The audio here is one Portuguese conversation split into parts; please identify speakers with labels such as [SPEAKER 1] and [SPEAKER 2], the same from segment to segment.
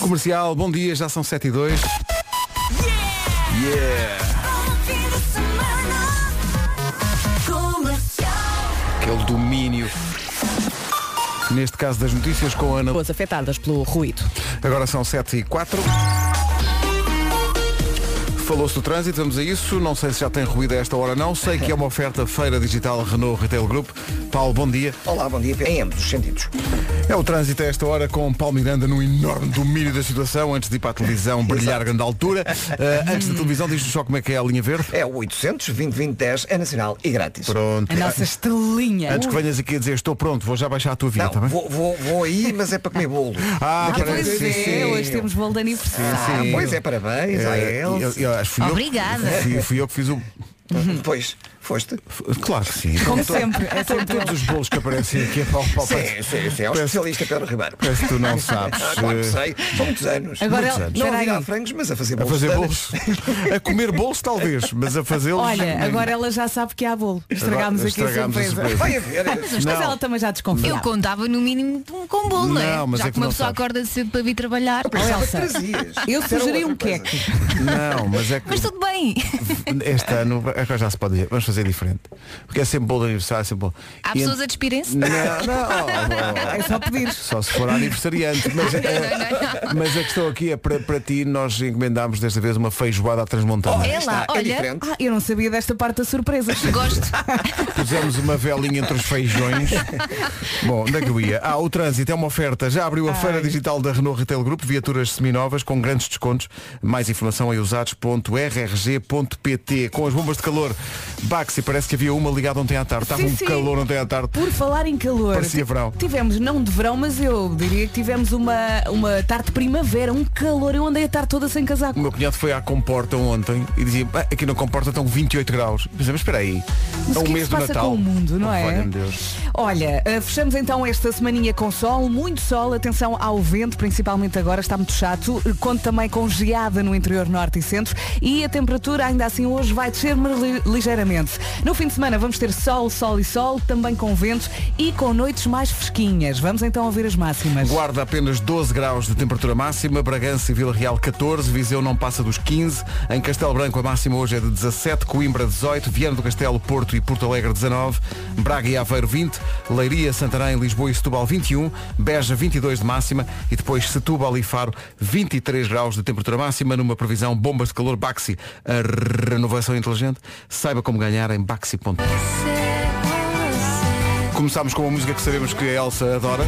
[SPEAKER 1] Comercial, bom dia, já são 7 e 2. Yeah! Aquele domínio. Neste caso das notícias com a Ana.
[SPEAKER 2] Pessoas afetadas pelo ruído.
[SPEAKER 1] Agora são 7 e 4. Falou-se do trânsito, vamos a isso. Não sei se já tem ruído a esta hora, não. Sei que é uma oferta feira digital Renault Retail Group. Paulo, bom dia.
[SPEAKER 3] Olá, bom dia, Pedro. em ambos os sentidos.
[SPEAKER 1] É o trânsito a esta hora com Paulo Miranda num enorme domínio da situação antes de ir para a televisão brilhar a grande altura. Eh, antes da televisão, diz-nos só como é que é a linha verde.
[SPEAKER 3] É o 800 2010 é nacional e grátis.
[SPEAKER 1] Pronto.
[SPEAKER 2] A nossa estrelinha.
[SPEAKER 1] Antes que venhas aqui a dizer estou pronto, vou já baixar a tua vida,
[SPEAKER 3] Não,
[SPEAKER 1] está bem?
[SPEAKER 3] vou, vou- vou aí, mas é para comer bolo.
[SPEAKER 1] Ah,
[SPEAKER 2] Ah,
[SPEAKER 1] parece-
[SPEAKER 2] pois é,
[SPEAKER 1] sim, sim.
[SPEAKER 2] hoje temos bolo de aniversário.
[SPEAKER 3] Ah,
[SPEAKER 1] sim.
[SPEAKER 3] pois é, parabéns a
[SPEAKER 1] Eh, eu-
[SPEAKER 3] ele.
[SPEAKER 1] eu acho que fui eu-
[SPEAKER 4] Obrigada.
[SPEAKER 1] fui- fui eu que fiz o.
[SPEAKER 3] Pois, foste.
[SPEAKER 1] Claro que sim.
[SPEAKER 2] Como
[SPEAKER 1] Todo-
[SPEAKER 2] sempre, é
[SPEAKER 1] todo-
[SPEAKER 2] sempre
[SPEAKER 1] todos os bolos que aparecem aqui é pau, pau,
[SPEAKER 3] Sim, sim, sim. É
[SPEAKER 1] Peço-
[SPEAKER 3] o especialista Pedro Ribeiro.
[SPEAKER 1] Parece que tu não sabes.
[SPEAKER 3] Ah, claro que
[SPEAKER 1] eh,
[SPEAKER 3] sei. São muitos anos.
[SPEAKER 2] Agora,
[SPEAKER 3] muitos anos.
[SPEAKER 2] espera
[SPEAKER 3] Não a virar
[SPEAKER 2] aí.
[SPEAKER 3] frangos, mas a fazer
[SPEAKER 1] A
[SPEAKER 3] bolos.
[SPEAKER 1] fazer
[SPEAKER 3] de
[SPEAKER 1] bolos.
[SPEAKER 3] anos.
[SPEAKER 1] A comer bolos talvez, mas a fazê-los.
[SPEAKER 2] Olha,
[SPEAKER 1] nem-
[SPEAKER 2] agora ela já sabe que há bolo. Estragámos aqui a
[SPEAKER 1] Estragámos a
[SPEAKER 2] surpresa.
[SPEAKER 1] surpresa.
[SPEAKER 3] Vai haver.
[SPEAKER 2] Mas
[SPEAKER 1] Não.
[SPEAKER 2] ela também já desconfia.
[SPEAKER 4] Eu contava no mínimo de um com bolo, não,
[SPEAKER 1] Não,
[SPEAKER 4] é?
[SPEAKER 1] mas
[SPEAKER 4] Já
[SPEAKER 1] é que
[SPEAKER 4] que uma
[SPEAKER 1] não
[SPEAKER 4] pessoa
[SPEAKER 1] sabes.
[SPEAKER 4] acorda cedo para vir trabalhar.
[SPEAKER 2] Olha, Elsa,
[SPEAKER 3] Trazias.
[SPEAKER 2] eu
[SPEAKER 3] Isso era
[SPEAKER 2] sugeri
[SPEAKER 3] outra
[SPEAKER 2] um
[SPEAKER 3] coisa.
[SPEAKER 2] queque.
[SPEAKER 1] Não, mas é que
[SPEAKER 4] Mas tudo bem.
[SPEAKER 1] este ano agora já se pode dizer, vamos fazer diferente. Porque é sempre bolo de aniversário, é sempre bolo.
[SPEAKER 4] Há
[SPEAKER 1] E
[SPEAKER 4] pessoas
[SPEAKER 1] ent-
[SPEAKER 4] a despirem-se.
[SPEAKER 1] Não, não.
[SPEAKER 2] É só pedir.
[SPEAKER 1] Só se for aniversariante. Mas, eh, mas a questão aqui é para, para ti, nós encomendámos desta vez uma feijoada à
[SPEAKER 2] Oh,
[SPEAKER 1] transmontana.
[SPEAKER 4] É lá,
[SPEAKER 3] Está, é
[SPEAKER 4] olha.
[SPEAKER 3] diferente.
[SPEAKER 2] Ah, eu não sabia desta parte da surpresa.
[SPEAKER 4] Gosto.
[SPEAKER 1] Pusemos uma velinha entre os feijões. Bom, onde é que eu ia? Ah, o trânsito é uma oferta. Já abriu a feira digital da Renault Retail Group, viaturas seminovas com grandes descontos. Mais informação em usados.rrg.pt. Com as bombas de calor, Baxi, parece que havia uma ligada ontem à tarde. Estava
[SPEAKER 2] Sim,
[SPEAKER 1] um
[SPEAKER 2] sim.
[SPEAKER 1] calor ontem à tarde.
[SPEAKER 2] Por falar em calor,
[SPEAKER 1] Parecia
[SPEAKER 2] ti-
[SPEAKER 1] verão.
[SPEAKER 2] tivemos, não de verão, mas eu diria que tivemos uma, uma tarde de primavera, um calor, eu andei a tarde toda sem casaco.
[SPEAKER 1] O meu cunhado foi à comporta ontem e dizia, "Ah, aqui na comporta estão 28 graus. Pensei, mas espera aí, é
[SPEAKER 2] Mas o
[SPEAKER 1] o
[SPEAKER 2] que é que
[SPEAKER 1] mês
[SPEAKER 2] se
[SPEAKER 1] do
[SPEAKER 2] passa
[SPEAKER 1] Natal.
[SPEAKER 2] com o mundo, não é?
[SPEAKER 1] Olha, meu Deus.
[SPEAKER 2] Olha, eh, fechamos então esta semaninha com sol, muito sol, atenção ao vento, principalmente agora, está muito chato. Eh, Conto também com geada no interior norte e centro e a temperatura ainda assim hoje vai descer mas li- ligeiramente. No fim de semana vamos ter sol, sol e sol, também com ventos e com noites mais fresquinhas. Vamos então ouvir as máximas.
[SPEAKER 1] Guarda apenas 12 graus de temperatura máxima, Bragança e Vila Real 14, Viseu não passa dos 15, em Castelo Branco a máxima hoje é de 17, Coimbra 18, Viana do Castelo, Porto e Porto Alegre 19, Braga e Aveiro 20, Leiria, Santarém, Lisboa e Setúbal 21, Beja 22 de máxima e depois Setúbal e Faro 23 graus de temperatura máxima numa previsão bombas de calor Baxi. A renovação inteligente, saiba como ganhar em baxi.com. Começámos com uma música que sabemos que a Elsa adora.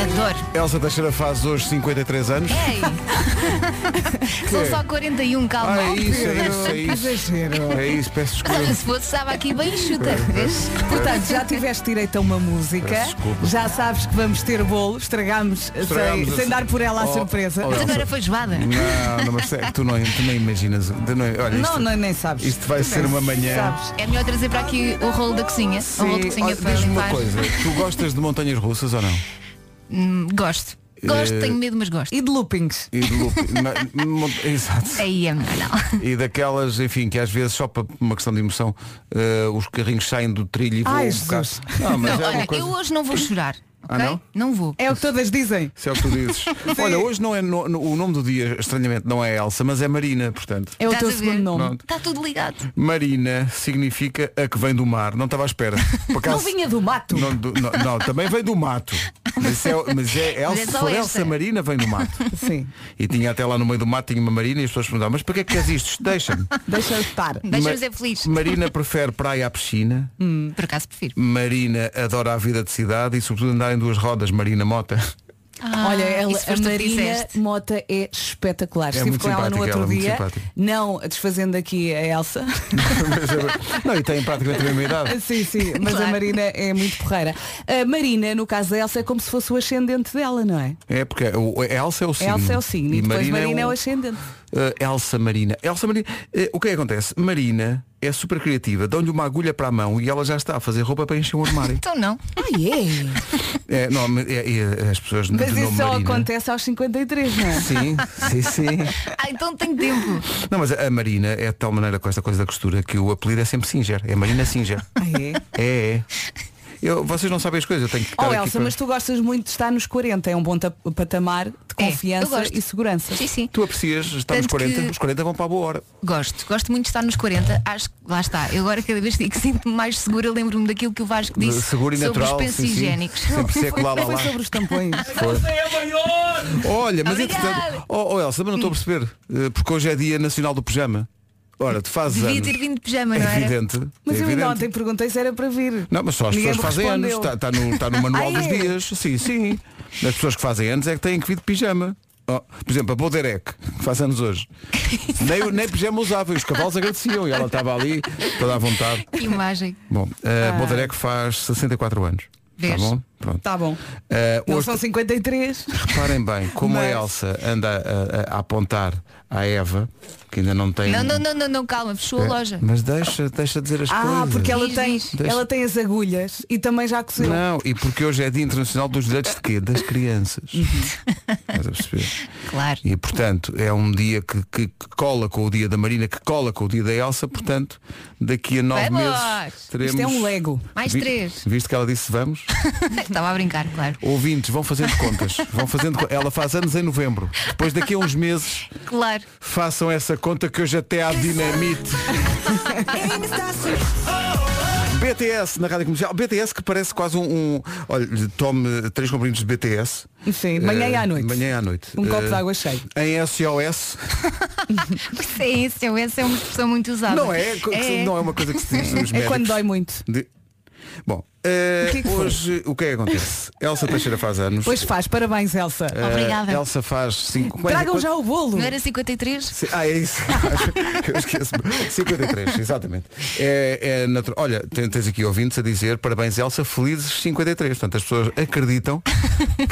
[SPEAKER 4] Adoro.
[SPEAKER 1] Elsa Teixeira faz hoje 53 anos.
[SPEAKER 4] Ei. São só 41, calma.
[SPEAKER 1] Ah, é isso, é isso, é
[SPEAKER 2] Que
[SPEAKER 1] isso.
[SPEAKER 2] exagero.
[SPEAKER 1] É isso, peço
[SPEAKER 4] Olha,
[SPEAKER 1] desculpa.
[SPEAKER 4] se fosse, estava aqui bem chuta. Vês?
[SPEAKER 2] Portanto, já tiveste direito a uma música,
[SPEAKER 1] Peço desculpa.
[SPEAKER 2] já sabes que vamos ter bolo, estragamos, eh,
[SPEAKER 1] Estragamos
[SPEAKER 2] sem,
[SPEAKER 1] a-
[SPEAKER 2] sem dar por ela a
[SPEAKER 1] Oh,
[SPEAKER 2] surpresa.
[SPEAKER 1] oh,
[SPEAKER 4] Mas
[SPEAKER 1] Elsa.
[SPEAKER 4] agora foi esvada.
[SPEAKER 1] Não, não, mas é que tu não, tu não imaginas. Tu não, olha, isto,
[SPEAKER 2] não, não, nem sabes.
[SPEAKER 1] isto vai
[SPEAKER 2] Tu
[SPEAKER 1] ser
[SPEAKER 2] nem
[SPEAKER 1] uma manhã.
[SPEAKER 2] sabes.
[SPEAKER 4] É melhor trazer para aqui o rolo da cozinha. o rolo da
[SPEAKER 1] Sim,
[SPEAKER 4] cozinha
[SPEAKER 1] olha,
[SPEAKER 4] para
[SPEAKER 1] diz-me uma
[SPEAKER 4] limpar.
[SPEAKER 1] coisa. Tu gostas de montanhas russas ou não?
[SPEAKER 4] Hum, gosto. Gosto,
[SPEAKER 1] Eh,
[SPEAKER 4] tenho medo, mas gosto.
[SPEAKER 2] E de loopings.
[SPEAKER 1] E de loop, na- mon- exato.
[SPEAKER 4] Aí é melhor não.
[SPEAKER 1] E daquelas, enfim, que às vezes, só para uma questão de emoção, eh, os carrinhos saem do trilho e voam
[SPEAKER 2] Ai,
[SPEAKER 1] um bocado.
[SPEAKER 2] Jesus.
[SPEAKER 1] Não, mas
[SPEAKER 4] Não,
[SPEAKER 1] é uma
[SPEAKER 4] olha,
[SPEAKER 1] coisa.
[SPEAKER 4] eu hoje não vou chorar.
[SPEAKER 1] Ah,
[SPEAKER 4] ok?
[SPEAKER 1] não?
[SPEAKER 4] vou.
[SPEAKER 2] É o que todas dizem.
[SPEAKER 1] Se é o que tu dizes. Olha, hoje não é no- no- o nome do dia, estranhamente, não é Elsa, mas é Marina, portanto.
[SPEAKER 2] É o
[SPEAKER 4] Estás
[SPEAKER 2] teu
[SPEAKER 4] a ver?
[SPEAKER 2] segundo nome.
[SPEAKER 1] Não.
[SPEAKER 4] Está tudo ligado.
[SPEAKER 1] Marina significa a que vem do mar. Não estava à espera. Por
[SPEAKER 2] Não
[SPEAKER 1] acaso-
[SPEAKER 2] vinha do mato.
[SPEAKER 1] Não, do- não, não, também vem do mato. Mas é, mas é Elsa,
[SPEAKER 4] é
[SPEAKER 1] se
[SPEAKER 4] só
[SPEAKER 1] for
[SPEAKER 4] esta.
[SPEAKER 1] Elsa Marina, vem do mato.
[SPEAKER 2] Sim.
[SPEAKER 1] E tinha até lá no meio do mato, tinha uma marina e as pessoas perguntavam, mas para que é que queres isto? Deixa-me.
[SPEAKER 2] Deixa eu estar.
[SPEAKER 4] Deixa-me
[SPEAKER 1] Ma-
[SPEAKER 4] ser feliz.
[SPEAKER 1] Marina prefere praia à piscina.
[SPEAKER 4] Hum, Por acaso prefiro.
[SPEAKER 1] Marina adora a vida de cidade e sobretudo andar em duas rodas, Marina Mota.
[SPEAKER 2] Ah, Olha, ela,
[SPEAKER 4] isso
[SPEAKER 2] a
[SPEAKER 4] foste tu que
[SPEAKER 2] Marina
[SPEAKER 4] disseste.
[SPEAKER 2] Mota é espetacular. Estive
[SPEAKER 1] muito
[SPEAKER 2] com ela no
[SPEAKER 1] simpática,
[SPEAKER 2] outro
[SPEAKER 1] ela é muito
[SPEAKER 2] dia.
[SPEAKER 1] simpática.
[SPEAKER 2] Não desfazendo aqui a Elsa.
[SPEAKER 1] é- não, e tem praticamente a mesma idade.
[SPEAKER 2] Ah, sim, sim. Mas a
[SPEAKER 4] Claro.
[SPEAKER 2] Marina é muito porreira. A Marina, no caso da Elsa, é como se fosse o ascendente dela, não é?
[SPEAKER 1] É porque o, a Elsa é o
[SPEAKER 2] A
[SPEAKER 1] signo.
[SPEAKER 2] Elsa é o signo e depois Marina é o ascendente.
[SPEAKER 1] Uh, Elsa Marina. Elsa Marina, uh, o que é que acontece? Marina é super criativa, dão-lhe uma agulha para a mão e ela já está a fazer roupa para encher um armário.
[SPEAKER 4] Então não.
[SPEAKER 2] Ah, é?
[SPEAKER 1] é, não, mas é- é- as pessoas de
[SPEAKER 2] Mas
[SPEAKER 1] nome
[SPEAKER 2] isso só
[SPEAKER 1] Marina.
[SPEAKER 2] acontece aos 53, não é?
[SPEAKER 1] Sim, sim, sim.
[SPEAKER 4] Ah, então tenho tempo.
[SPEAKER 1] Não, mas a a Marina é de tal maneira com esta coisa da costura que o apelido é sempre Singer. É Marina Singer.
[SPEAKER 2] Ah, é?
[SPEAKER 1] É, é. Eu, vocês não sabem as coisas, eu tenho que estar
[SPEAKER 2] Oh
[SPEAKER 1] aqui
[SPEAKER 2] Elsa,
[SPEAKER 1] para-
[SPEAKER 2] mas tu gostas muito de estar nos 40, é um bom ta- patamar de
[SPEAKER 4] eu
[SPEAKER 2] confiança
[SPEAKER 4] gosto.
[SPEAKER 2] e segurança.
[SPEAKER 4] Sim, sim.
[SPEAKER 1] Tu aprecias estar nos
[SPEAKER 4] Tanto
[SPEAKER 1] 40,
[SPEAKER 4] que-
[SPEAKER 1] os 40 vão para a boa hora.
[SPEAKER 4] Gosto, gosto muito de estar nos 40. Acho que lá está. Eu agora cada vez que sinto-me mais segura, eu lembro-me daquilo que o Vasco disse
[SPEAKER 1] Seguro e
[SPEAKER 4] sobre
[SPEAKER 1] natural.
[SPEAKER 4] os
[SPEAKER 1] sim, sim.
[SPEAKER 4] pensigénicos.
[SPEAKER 1] Sempre seco lá, lá,
[SPEAKER 2] Foi
[SPEAKER 1] lá.
[SPEAKER 2] sobre os tampões.
[SPEAKER 1] Olha, mas
[SPEAKER 4] Obrigada.
[SPEAKER 1] entretanto. Oh, oh, Elsa, mas não estou a perceber. eh, Porque hoje é dia nacional do pijama. Ora, tu fazes
[SPEAKER 4] Devia
[SPEAKER 1] anos.
[SPEAKER 4] ter vindo de pijama,
[SPEAKER 1] É
[SPEAKER 4] não era?
[SPEAKER 1] evidente.
[SPEAKER 2] Mas
[SPEAKER 1] é
[SPEAKER 2] eu ainda
[SPEAKER 1] evidente.
[SPEAKER 2] ontem perguntei se era para vir.
[SPEAKER 1] Não, mas só as
[SPEAKER 2] Ninguém
[SPEAKER 1] pessoas que
[SPEAKER 2] me
[SPEAKER 1] fazem anos.
[SPEAKER 2] respondeu.
[SPEAKER 1] Está tá no, tá no manual
[SPEAKER 2] Ah,
[SPEAKER 1] dos
[SPEAKER 2] é?
[SPEAKER 1] dias. Sim, sim. As pessoas que fazem anos é que têm que vir de pijama. Oh, por exemplo, a Boderek, que faz anos hoje. nem, nem pijama usava e os cavalos agradeciam. E ela estava ali, toda à vontade.
[SPEAKER 4] Que imagem.
[SPEAKER 1] Bom,
[SPEAKER 2] Ah.
[SPEAKER 1] a Boderek faz 64 anos. Tá
[SPEAKER 4] Vês?
[SPEAKER 1] bom? Pronto.
[SPEAKER 2] Tá bom.
[SPEAKER 1] Eh,
[SPEAKER 2] Não
[SPEAKER 1] hoje-
[SPEAKER 2] são 53.
[SPEAKER 1] Reparem bem, como a
[SPEAKER 2] Mas-
[SPEAKER 1] Elsa anda a, a- a apontar à Eva, que ainda não tem.
[SPEAKER 4] Não, não, não, não, não, calma, fechou a
[SPEAKER 1] É,
[SPEAKER 4] loja.
[SPEAKER 1] Mas deixa, deixa dizer as coisas.
[SPEAKER 2] Ah, porque ela
[SPEAKER 4] Diz,
[SPEAKER 2] tem,
[SPEAKER 4] diz.
[SPEAKER 2] ela tem as agulhas e também já cozeu.
[SPEAKER 1] Não, e porque hoje é Dia Internacional dos Direitos de quê? Das crianças.
[SPEAKER 2] Uhum.
[SPEAKER 1] Estás a perceber?
[SPEAKER 4] Claro.
[SPEAKER 1] E portanto, é um dia que, que- que cola com o dia da Marina, que cola com o dia da Elsa, portanto, daqui a nove
[SPEAKER 4] Vamos!
[SPEAKER 1] meses teremos.
[SPEAKER 2] Isto é um Lego.
[SPEAKER 4] Mais
[SPEAKER 1] Vi-
[SPEAKER 4] três.
[SPEAKER 1] Visto que ela disse vamos,
[SPEAKER 4] Estava a brincar, claro.
[SPEAKER 1] ouvintes, vão fazendo contas. Vão fazendo co- Ela faz anos em novembro. Depois daqui a uns meses
[SPEAKER 4] Claro.
[SPEAKER 1] Façam essa conta que hoje até há dinamite. BTS na Rádio Comercial. BTS que parece quase um. um- olha, tome três comprimidos de BTS.
[SPEAKER 2] Sim, manhã e
[SPEAKER 1] Eh,
[SPEAKER 2] à noite.
[SPEAKER 1] Manhã e à noite.
[SPEAKER 2] Um copo
[SPEAKER 1] Eh,
[SPEAKER 2] de água cheio.
[SPEAKER 1] Em SOS.
[SPEAKER 4] Sim, esse é, esse é uma expressão muito usada.
[SPEAKER 1] Não é, co- não é uma coisa que se diz nos
[SPEAKER 2] É quando
[SPEAKER 1] médicos.
[SPEAKER 2] dói muito.
[SPEAKER 1] De- Bom, eh,
[SPEAKER 2] O que é que foi?
[SPEAKER 1] hoje o que é que acontece? Elsa Teixeira faz anos.
[SPEAKER 2] Pois faz, um parabéns, Elsa.
[SPEAKER 1] Eh,
[SPEAKER 4] Obrigada.
[SPEAKER 1] Elsa faz cinco. quanto-
[SPEAKER 2] Tragam já o bolo.
[SPEAKER 4] Não era 53?
[SPEAKER 1] é Sim, Ah, é isso. Eu esqueço-me. 53, exatamente. É, é natural. Olha, tem- tens aqui ouvintes a dizer parabéns Elsa, felizes 53. Portanto, as pessoas acreditam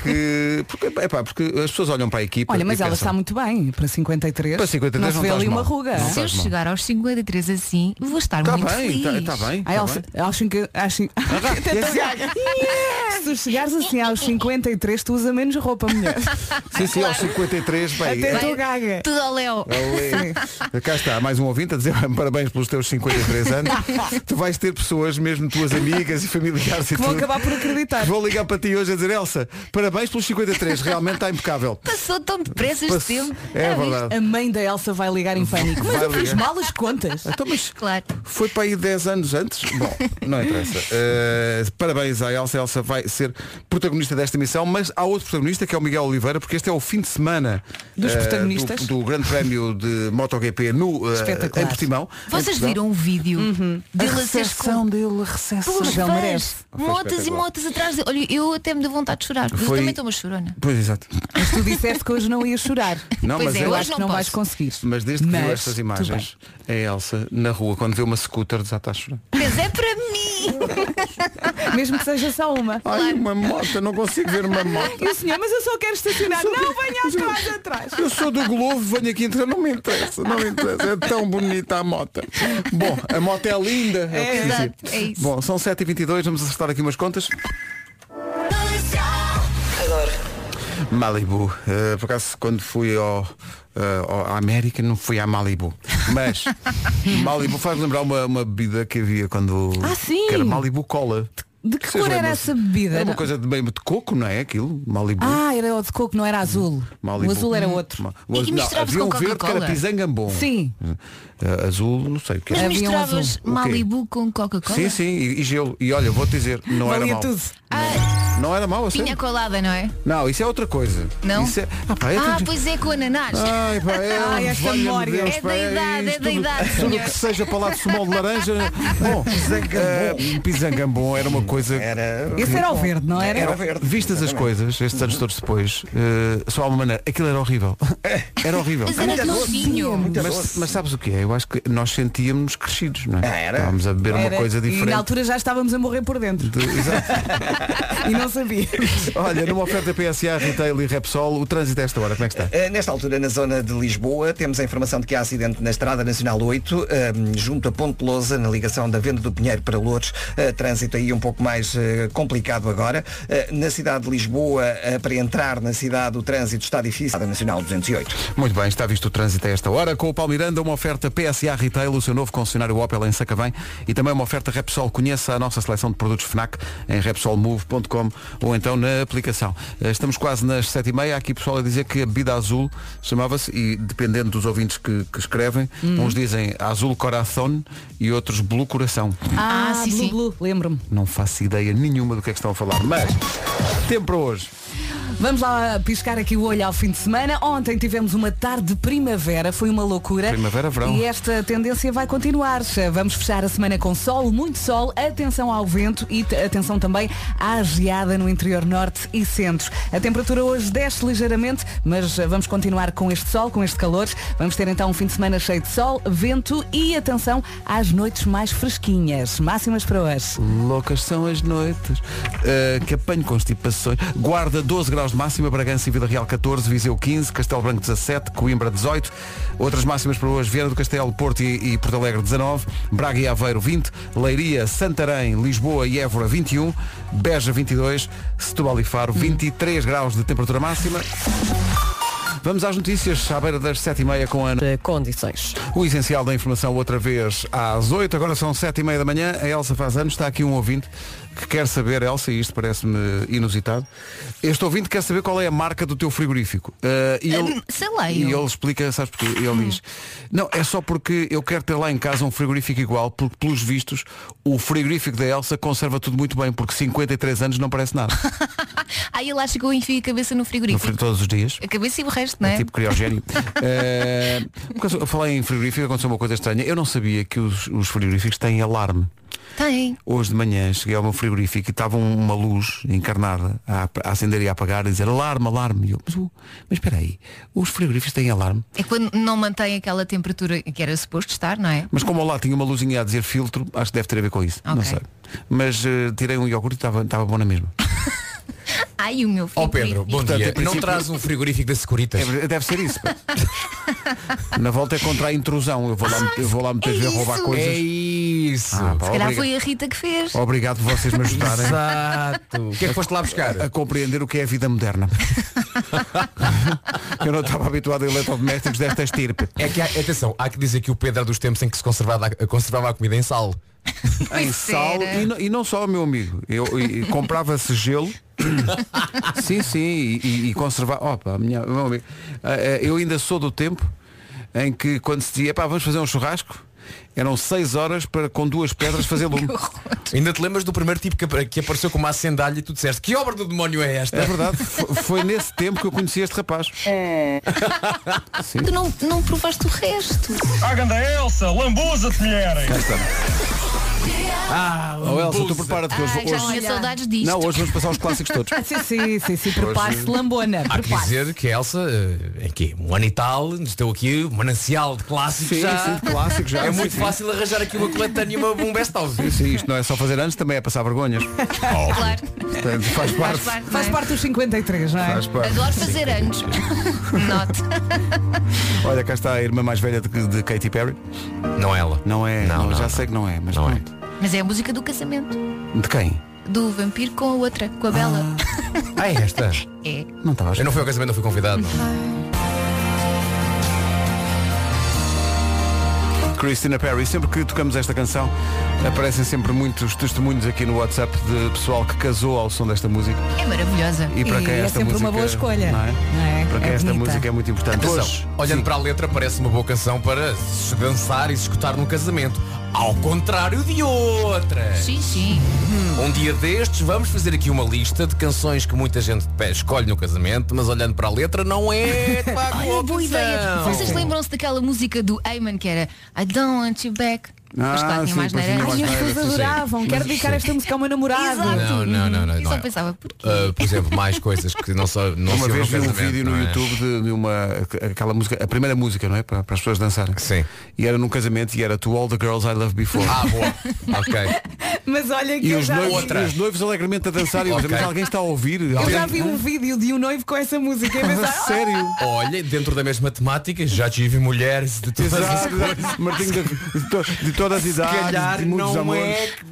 [SPEAKER 1] que. Porque, epá, porque as pessoas olham para a equipa.
[SPEAKER 2] Olha, mas
[SPEAKER 1] e
[SPEAKER 2] ela
[SPEAKER 1] pensam,
[SPEAKER 2] está muito bem para 53.
[SPEAKER 1] Para 53
[SPEAKER 2] não
[SPEAKER 1] não
[SPEAKER 2] se vê
[SPEAKER 1] estás
[SPEAKER 2] ali uma
[SPEAKER 1] mal.
[SPEAKER 2] ruga.
[SPEAKER 1] Não
[SPEAKER 4] Se eu
[SPEAKER 1] faz mal.
[SPEAKER 4] chegar aos 53 assim, vou estar
[SPEAKER 1] Está
[SPEAKER 4] muito
[SPEAKER 1] bem,
[SPEAKER 4] feliz.
[SPEAKER 1] está bem.
[SPEAKER 2] Ah,
[SPEAKER 1] tá
[SPEAKER 2] Elsa,
[SPEAKER 1] bem. é-
[SPEAKER 2] acho que acho- Se tu chegares assim aos 53, tu usa menos roupa, mulher.
[SPEAKER 1] Sim, sim, aos 53, bem.
[SPEAKER 2] Até
[SPEAKER 1] é-
[SPEAKER 2] tu gaga.
[SPEAKER 4] Tudo ao Léo.
[SPEAKER 1] Ali. Cá está, mais um ouvinte a dizer parabéns pelos teus 53 anos. tu vais ter pessoas, mesmo tuas amigas e familiares e
[SPEAKER 2] Que vão
[SPEAKER 1] tudo,
[SPEAKER 2] acabar por acreditar.
[SPEAKER 1] que vão ligar para ti hoje a dizer Elsa, parabéns pelos 53, realmente está impecável.
[SPEAKER 4] Passou tão depressa este
[SPEAKER 1] Passo-
[SPEAKER 4] tempo.
[SPEAKER 1] É
[SPEAKER 4] Ah, viste?
[SPEAKER 1] verdade.
[SPEAKER 2] A mãe da Elsa vai ligar em pânico. Mas
[SPEAKER 1] Vai
[SPEAKER 2] eu fiz
[SPEAKER 1] ligar.
[SPEAKER 2] mal as contas.
[SPEAKER 1] Então, mas
[SPEAKER 4] Claro.
[SPEAKER 1] foi para aí 10 anos antes? Bom, não interessa. Uh, parabéns à Elsa. Elsa vai ser protagonista desta emissão, mas há outro protagonista que é o Miguel Oliveira, porque este é o fim de semana
[SPEAKER 2] Dos
[SPEAKER 1] uh,
[SPEAKER 2] protagonistas.
[SPEAKER 1] do, do Grande Prémio de MotoGP no, uh,
[SPEAKER 2] Espetacular.
[SPEAKER 1] em Portimão. Em
[SPEAKER 4] Vocês
[SPEAKER 1] Portimão. Uhum.
[SPEAKER 4] viram um vídeo dele a ser escol-
[SPEAKER 2] dele, a recepção.
[SPEAKER 4] pelos
[SPEAKER 2] Ele merece.
[SPEAKER 4] fãs, motas e
[SPEAKER 1] espetacular.
[SPEAKER 4] motas atrás dele. Olha, eu até me dou vontade de chorar. Eu
[SPEAKER 1] Foi-
[SPEAKER 4] também estou uma chorona.
[SPEAKER 1] Pois exato.
[SPEAKER 2] Mas tu disseste que hoje não ia chorar.
[SPEAKER 1] Não,
[SPEAKER 4] Pois
[SPEAKER 1] mas
[SPEAKER 4] é,
[SPEAKER 1] eu
[SPEAKER 4] hoje
[SPEAKER 2] Acho que não
[SPEAKER 4] posso.
[SPEAKER 2] vais conseguir.
[SPEAKER 1] Mas desde que viu
[SPEAKER 2] Mas,
[SPEAKER 1] estas
[SPEAKER 2] tudo
[SPEAKER 1] imagens, é a Elsa, na rua, quando vê uma scooter, desata a chorar.
[SPEAKER 4] Mas é para mim!
[SPEAKER 2] bem. Mesmo que seja só uma.
[SPEAKER 1] Ai, uma moto, Então, não consigo ver uma moto.
[SPEAKER 2] E o senhor, mas eu só quero estacionar. Não venha às trás atrás.
[SPEAKER 1] Eu sou do Globo, venho aqui entrar, não me interessa, não me interessa, é tão bonita a moto. Bom, a moto é linda. É, o que se dizia.
[SPEAKER 4] Exato, é isso.
[SPEAKER 1] Bom, são 7h22, vamos acertar aqui umas contas. Malibu. Eh, por acaso, quando fui ao, eh, ao- à América, não fui à Malibu. Mas Malibu faz lembrar uma, uma bebida que havia quando...
[SPEAKER 2] Ah, sim!
[SPEAKER 1] Que era Malibu Cola.
[SPEAKER 2] De que
[SPEAKER 1] Vocês
[SPEAKER 2] cor era
[SPEAKER 1] lembram-se?
[SPEAKER 2] essa bebida?
[SPEAKER 1] Era uma
[SPEAKER 2] Não-
[SPEAKER 1] coisa de meio de coco, não é? Aquilo, Malibu.
[SPEAKER 2] Ah, era o de coco, não era azul.
[SPEAKER 1] Malibu.
[SPEAKER 2] O Um azul era outro.
[SPEAKER 1] Ma-
[SPEAKER 4] E É que
[SPEAKER 1] não,
[SPEAKER 4] misturava-se
[SPEAKER 1] havia um
[SPEAKER 4] com
[SPEAKER 1] verde que era
[SPEAKER 4] Coca-Cola?
[SPEAKER 1] pisangambom.
[SPEAKER 2] Sim.
[SPEAKER 1] Eh, azul, não sei o que
[SPEAKER 4] Mas
[SPEAKER 1] era.
[SPEAKER 2] Havia um
[SPEAKER 4] misturavas
[SPEAKER 1] azul. O quê?
[SPEAKER 4] Malibu com Coca-Cola?
[SPEAKER 1] Sim, sim, e, e gelo. E olha, vou-te dizer, não era
[SPEAKER 2] Valia
[SPEAKER 1] mau.
[SPEAKER 2] tudo.
[SPEAKER 4] Ah,
[SPEAKER 1] Não era mau, a sério.
[SPEAKER 4] pinha colada, não é?
[SPEAKER 1] Não, isso é outra coisa.
[SPEAKER 4] Não?
[SPEAKER 1] Isso é... Ah, pá, é
[SPEAKER 4] Ah,
[SPEAKER 1] tudo-
[SPEAKER 4] pois é, com ananás.
[SPEAKER 1] Ai, pá, é,
[SPEAKER 2] Ai, esta
[SPEAKER 1] valha-me
[SPEAKER 2] memória.
[SPEAKER 1] Deus,
[SPEAKER 4] É
[SPEAKER 1] pá,
[SPEAKER 4] da idade, é
[SPEAKER 1] isto
[SPEAKER 4] da
[SPEAKER 1] tudo-
[SPEAKER 4] idade,
[SPEAKER 1] Tudo
[SPEAKER 4] senhor.
[SPEAKER 1] que seja para lá de sumol de laranja. Bom, eh, pisangambom era uma coisa.
[SPEAKER 3] Era.
[SPEAKER 2] Esse era o verde, não era?
[SPEAKER 3] Era o verde.
[SPEAKER 1] Vistas as coisas, estes anos todos depois, eh, só há uma maneira. Aquilo era horrível. Era horrível.
[SPEAKER 4] Mas era novinho.
[SPEAKER 3] Muita
[SPEAKER 1] Mas,
[SPEAKER 3] doce.
[SPEAKER 1] mas sabes o que é? Eu acho que nós sentíamos crescidos, não é?
[SPEAKER 3] Ah, era?
[SPEAKER 1] Estávamos a beber uma
[SPEAKER 2] Era.
[SPEAKER 1] coisa
[SPEAKER 2] E na
[SPEAKER 1] diferente.
[SPEAKER 2] altura já estávamos a morrer por dentro.
[SPEAKER 1] Exato.
[SPEAKER 2] E não sabia.
[SPEAKER 1] Olha, numa oferta PSA, Retail e Repsol, o trânsito a esta hora, como é que está?
[SPEAKER 3] Eh, Nesta altura, na zona de Lisboa, temos a informação de que há acidente na Estrada Nacional 8, eh, junto a Ponte Lousa, na ligação da Venda do Pinheiro para Lourdes. Eh, Trânsito aí um pouco mais eh, complicado agora. Eh, Na cidade de Lisboa, eh, para entrar na cidade, o trânsito está difícil. Estrada Nacional 208.
[SPEAKER 1] Muito bem, está visto o trânsito a esta hora. Com o Palmiranda, uma oferta PSA Retail, o seu novo concessionário Opel em Sacavém. E também uma oferta Repsol. Conheça a nossa seleção de produtos FNAC em repsolmove.com ou então na aplicação. Eh, Estamos quase nas 7h30, há aqui pessoal a dizer que a bebida azul chamava-se, e dependendo dos ouvintes que, que escrevem, uns dizem azul coração e outros blue coração.
[SPEAKER 4] Ah, sim,
[SPEAKER 2] Blue
[SPEAKER 4] sim.
[SPEAKER 2] Blue, lembro-me.
[SPEAKER 1] Não faço ideia nenhuma do que é que estão a falar, mas tempo para hoje.
[SPEAKER 2] Vamos lá piscar aqui o olho ao fim de semana. Ontem tivemos uma tarde de primavera, foi uma loucura.
[SPEAKER 1] Primavera, verão.
[SPEAKER 2] E esta tendência vai continuar. Vamos fechar a semana com sol, muito sol, atenção ao vento e t- atenção também à geada no interior norte e centro. A temperatura hoje desce ligeiramente, mas eh, vamos continuar com este sol, com este calor. Vamos ter então um fim de semana cheio de sol, vento e atenção às noites mais fresquinhas. Máximas para hoje.
[SPEAKER 1] Loucas são as noites eh, que apanho constipações. Guarda 12 graus de máxima, Bragança e Vila Real 14, Viseu 15, Castelo Branco 17, Coimbra 18. Outras máximas para hoje, Viana do Castelo, Porto e, e Porto Alegre 19, Braga e Aveiro 20, Leiria, Santarém, Lisboa e Évora 21, Beja 22, Setúbal e Faro 23 graus de temperatura máxima. Vamos às notícias, à beira das 7h30 com a Ana.
[SPEAKER 5] de condições.
[SPEAKER 1] O essencial da informação outra vez às 8, agora são 7 e meia da manhã, a Elsa faz anos, está aqui um ouvinte que quer saber, Elsa, e isto parece-me inusitado, este ouvinte quer saber qual é a marca do teu frigorífico. Ah, e ele,
[SPEAKER 4] Hum, sei lá,
[SPEAKER 1] E
[SPEAKER 4] eu. Hum.
[SPEAKER 1] ele explica, sabes porquê? Ele diz, não, é só porque eu quero ter lá em casa um frigorífico igual, porque pelos vistos o frigorífico da Elsa conserva tudo muito bem, porque 53 anos não parece nada.
[SPEAKER 4] Aí ele acha que eu enfio a cabeça no
[SPEAKER 1] No
[SPEAKER 4] frigorífico.
[SPEAKER 1] frio todos os dias.
[SPEAKER 4] A cabeça e o resto, não é?
[SPEAKER 1] tipo criogénio. Eh, por causa- eu falei em frigorífico, aconteceu uma coisa estranha. Eu não sabia que os, os frigoríficos têm alarme. tipo-
[SPEAKER 4] Tem.
[SPEAKER 1] Hoje de manhã cheguei ao meu frigorífico e estava um- uma luz encarnada a, ap- a acender e a apagar e dizer alarme, alarme. E eu, mas, o- mas espera aí, os frigoríficos têm alarme.
[SPEAKER 4] É quando não mantém aquela temperatura que era suposto estar, não é?
[SPEAKER 1] Mas como lá tinha uma luzinha a dizer filtro, acho que deve ter a ver com isso. Não
[SPEAKER 4] Ok.
[SPEAKER 1] sei. Mas eh, tirei um iogurte e estava estava bom na mesma.
[SPEAKER 4] Ai, o meu filho.
[SPEAKER 6] Ó Pedro, bom
[SPEAKER 1] Portanto, em
[SPEAKER 6] dia.
[SPEAKER 1] princípio-
[SPEAKER 6] Não traz um frigorífico da Securitas.
[SPEAKER 1] É, deve ser isso. pá. na volta é contra a intrusão. Eu vou lá, eu vou lá muitas
[SPEAKER 4] é
[SPEAKER 1] vezes roubar
[SPEAKER 4] isso.
[SPEAKER 1] coisas.
[SPEAKER 6] É isso.
[SPEAKER 1] Ah, pá,
[SPEAKER 4] Se calhar
[SPEAKER 1] obriga-
[SPEAKER 4] foi a Rita que fez.
[SPEAKER 1] Obrigado por vocês me ajudarem.
[SPEAKER 6] Exato. O que é que foste lá buscar?
[SPEAKER 1] a compreender o que é a vida moderna. Eu não estava habituado a eletrodomésticos desta estirpe.
[SPEAKER 6] É que, há- atenção, há que dizer que o Pedro era dos tempos em que se conservava, a- conservava a comida em sal.
[SPEAKER 1] Em sal
[SPEAKER 4] era.
[SPEAKER 1] e, não- e não só, meu amigo. Eu e- e comprava-se gelo. sim, sim, e, e- e conservava. Opa, minha, meu amigo, ah, ah, eu ainda sou do tempo em que quando se dizia, pá, vamos fazer um churrasco, eram seis horas para com duas pedras fazer lume.
[SPEAKER 6] Ainda te lembras do primeiro tipo que, apa- que apareceu com uma acendalha e tu disseste que obra do demónio é esta?
[SPEAKER 1] É verdade, fo- foi nesse tempo que eu conheci este rapaz.
[SPEAKER 4] É. Tu não, não provaste o resto.
[SPEAKER 1] Oh, Elsa, tu prepara-te que hoje,
[SPEAKER 4] Ai, já tinha
[SPEAKER 1] hoje...
[SPEAKER 4] saudades disto.
[SPEAKER 1] Não, hoje vamos passar os clássicos todos.
[SPEAKER 2] Sim, sim, sim, sim. Prepare-se, lambona.
[SPEAKER 6] Há que
[SPEAKER 2] Prepare-se.
[SPEAKER 6] dizer que a Elsa, eh, em que um ano e tal, nos deu aqui um manancial de clássicos
[SPEAKER 1] Sim,
[SPEAKER 6] já.
[SPEAKER 1] sim, de clássicos já.
[SPEAKER 6] É
[SPEAKER 1] Sim,
[SPEAKER 6] muito
[SPEAKER 1] sim.
[SPEAKER 6] fácil arranjar aqui uma coletânea e uma, um best-of.
[SPEAKER 1] Sim, sim, isto não é só fazer anos, também é passar vergonhas.
[SPEAKER 4] Claro.
[SPEAKER 1] Portanto, faz parte.
[SPEAKER 4] Oh. Faz parte. não
[SPEAKER 2] Faz
[SPEAKER 4] é?
[SPEAKER 2] parte dos 53, não é?
[SPEAKER 1] Faz parte.
[SPEAKER 4] Adoro fazer anos. Note.
[SPEAKER 1] Olha, cá está a irmã mais velha de, de Katy Perry.
[SPEAKER 6] Não ela.
[SPEAKER 1] Não é,
[SPEAKER 6] Não,
[SPEAKER 1] não,
[SPEAKER 6] não,
[SPEAKER 1] já
[SPEAKER 6] não.
[SPEAKER 1] sei que não é, mas
[SPEAKER 6] Não é.
[SPEAKER 1] pronto.
[SPEAKER 4] Mas é a música do casamento.
[SPEAKER 1] De quem?
[SPEAKER 4] Do vampiro com a outra, com a Bela.
[SPEAKER 6] Ah, é esta.
[SPEAKER 4] É.
[SPEAKER 1] Não estava a
[SPEAKER 6] Eu não fui ao casamento, não fui convidado. não.
[SPEAKER 1] Christina Perry, sempre que tocamos esta canção, aparecem sempre muitos testemunhos aqui no WhatsApp de pessoal que casou ao som desta música.
[SPEAKER 4] É maravilhosa.
[SPEAKER 1] E para
[SPEAKER 2] E
[SPEAKER 1] quem
[SPEAKER 2] é
[SPEAKER 1] esta
[SPEAKER 2] sempre
[SPEAKER 1] música,
[SPEAKER 2] uma boa escolha,
[SPEAKER 1] Não é?
[SPEAKER 2] não é?
[SPEAKER 1] Para quem
[SPEAKER 2] É
[SPEAKER 1] esta
[SPEAKER 2] bonita.
[SPEAKER 1] música é muito importante.
[SPEAKER 6] Atenção,
[SPEAKER 1] Hoje,
[SPEAKER 6] olhando
[SPEAKER 1] sim,
[SPEAKER 6] para a letra, parece uma boa canção para se dançar e se escutar num casamento. Ao contrário de outras.
[SPEAKER 4] Sim, sim.
[SPEAKER 1] Hum.
[SPEAKER 6] Um dia destes, vamos fazer aqui uma lista de canções que muita gente pe- escolhe no casamento, mas olhando para a letra, não é. de facto
[SPEAKER 4] Olha,
[SPEAKER 6] uma opção.
[SPEAKER 4] boa ideia. Vocês lembram-se daquela música do Ayman que era I don't want you back? Mas
[SPEAKER 1] Ah,
[SPEAKER 4] claro, tinha
[SPEAKER 1] sim,
[SPEAKER 4] mais
[SPEAKER 1] pois tinha
[SPEAKER 4] neira.
[SPEAKER 1] mais
[SPEAKER 2] Ai, as
[SPEAKER 1] Mas
[SPEAKER 2] pessoas
[SPEAKER 1] não era, sim,
[SPEAKER 2] adoravam. Quero dedicar esta música ao meu namorado.
[SPEAKER 4] Exato.
[SPEAKER 6] Não, não, não, não.
[SPEAKER 4] Eu
[SPEAKER 6] não
[SPEAKER 4] só
[SPEAKER 6] é.
[SPEAKER 4] pensava, porquê?
[SPEAKER 6] Ah, por exemplo, mais coisas que não só não
[SPEAKER 1] Uma
[SPEAKER 6] se
[SPEAKER 1] vez vi
[SPEAKER 6] ouvem
[SPEAKER 1] um
[SPEAKER 6] casamento,
[SPEAKER 1] vídeo no
[SPEAKER 6] não é?
[SPEAKER 1] YouTube de, de uma aquela música, a primeira música, não é? Para, para as pessoas dançarem.
[SPEAKER 6] Sim.
[SPEAKER 1] E era num casamento e era To All the Girls I Love Before.
[SPEAKER 6] Ah, boa. Ok.
[SPEAKER 2] Mas olha que
[SPEAKER 1] E
[SPEAKER 2] eu
[SPEAKER 1] os,
[SPEAKER 2] já,
[SPEAKER 1] noivos,
[SPEAKER 6] Outra.
[SPEAKER 1] e os noivos alegremente a dançar e eu,
[SPEAKER 6] Ok.
[SPEAKER 1] mas alguém está a ouvir?
[SPEAKER 2] eu
[SPEAKER 1] Alguém-
[SPEAKER 2] já vi um vídeo de um noivo com essa música. E
[SPEAKER 1] A
[SPEAKER 2] pensava, "Ah,
[SPEAKER 1] Sério?
[SPEAKER 6] Olha, dentro da mesma temática, já tive mulheres de todas as
[SPEAKER 1] Exato, exato. Martinho de, de to- de todas as idades, de muitos amores.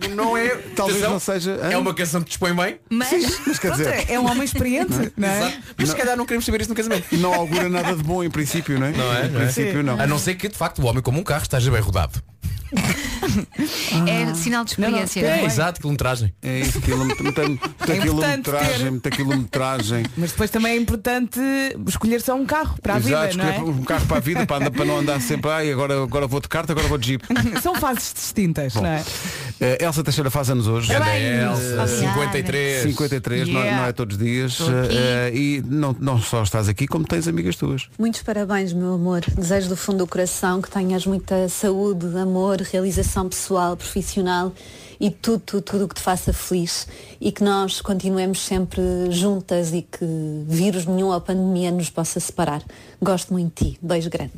[SPEAKER 6] é não é,
[SPEAKER 1] Talvez não seja, hã?
[SPEAKER 6] É uma canção que dispõe bem.
[SPEAKER 4] Mas
[SPEAKER 1] Mas quer
[SPEAKER 2] "Ah, pronto,
[SPEAKER 1] dizer,
[SPEAKER 2] é um homem experiente, não é?
[SPEAKER 6] Exato. Mas se calhar não queremos saber isso no casamento.
[SPEAKER 1] não augura nada de bom em princípio, não é?
[SPEAKER 6] Não é,
[SPEAKER 1] Em
[SPEAKER 6] não é?
[SPEAKER 1] princípio não.
[SPEAKER 6] A não ser que de facto o homem como um carro esteja bem rodado.
[SPEAKER 4] é sinal de
[SPEAKER 2] Não, não,
[SPEAKER 4] experiência.
[SPEAKER 6] É, exato, quilometragem.
[SPEAKER 1] É isso, quilómetro. Não tem- muita
[SPEAKER 2] É importante
[SPEAKER 1] quilometragem,
[SPEAKER 2] ter.
[SPEAKER 1] muita quilometragem.
[SPEAKER 2] Mas depois também é importante escolher só um carro para a
[SPEAKER 1] Exato,
[SPEAKER 2] vida, não
[SPEAKER 1] escolher
[SPEAKER 2] é?
[SPEAKER 1] um carro para a vida, para, andar- para não andar sempre, ai, agora, agora vou de carta, agora vou de jeep.
[SPEAKER 2] São fases distintas, não é?
[SPEAKER 1] Eh, Elsa Teixeira faz anos hoje.
[SPEAKER 2] Ela-
[SPEAKER 6] Ana
[SPEAKER 2] Parabéns.
[SPEAKER 6] é Elsa,
[SPEAKER 4] Obrigada.
[SPEAKER 6] 53.
[SPEAKER 1] 53, não, é-
[SPEAKER 4] Yeah.
[SPEAKER 1] não é todos os dias.
[SPEAKER 4] Estou aqui.
[SPEAKER 1] Eh, e não, não só estás aqui, como tens amigas tuas.
[SPEAKER 5] Muitos parabéns, meu amor. Desejo do fundo do coração que tenhas muita saúde, amor, realização pessoal, profissional e tudo, tudo, tudo o que te faça feliz. E que nós continuemos sempre juntas e que vírus nenhum ou pandemia nos possa separar. Gosto muito de ti. Beijo grande.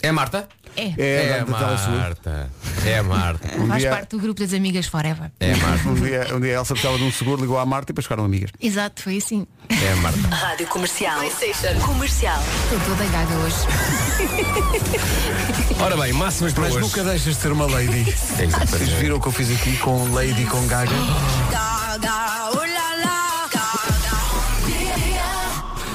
[SPEAKER 6] É a Marta?
[SPEAKER 4] É.
[SPEAKER 1] É,
[SPEAKER 6] a
[SPEAKER 1] a Dante Telesaúde.
[SPEAKER 6] Marta. É a Marta.
[SPEAKER 4] Faz
[SPEAKER 1] Um dia-
[SPEAKER 4] parte do grupo das amigas Forever.
[SPEAKER 6] É a Marta.
[SPEAKER 1] Um dia, um dia a Elsa precisava de um seguro, ligou à Marta e depois ficaram amigas.
[SPEAKER 4] Exato, foi assim.
[SPEAKER 6] É a Marta.
[SPEAKER 7] Rádio Comercial. Comercial.
[SPEAKER 4] Estou toda gaga hoje.
[SPEAKER 6] Ora bem, máximas para hoje.
[SPEAKER 1] deixas de ser uma lady.
[SPEAKER 6] É exatamente.
[SPEAKER 1] Vocês viram o que eu fiz aqui com Lady com Gaga?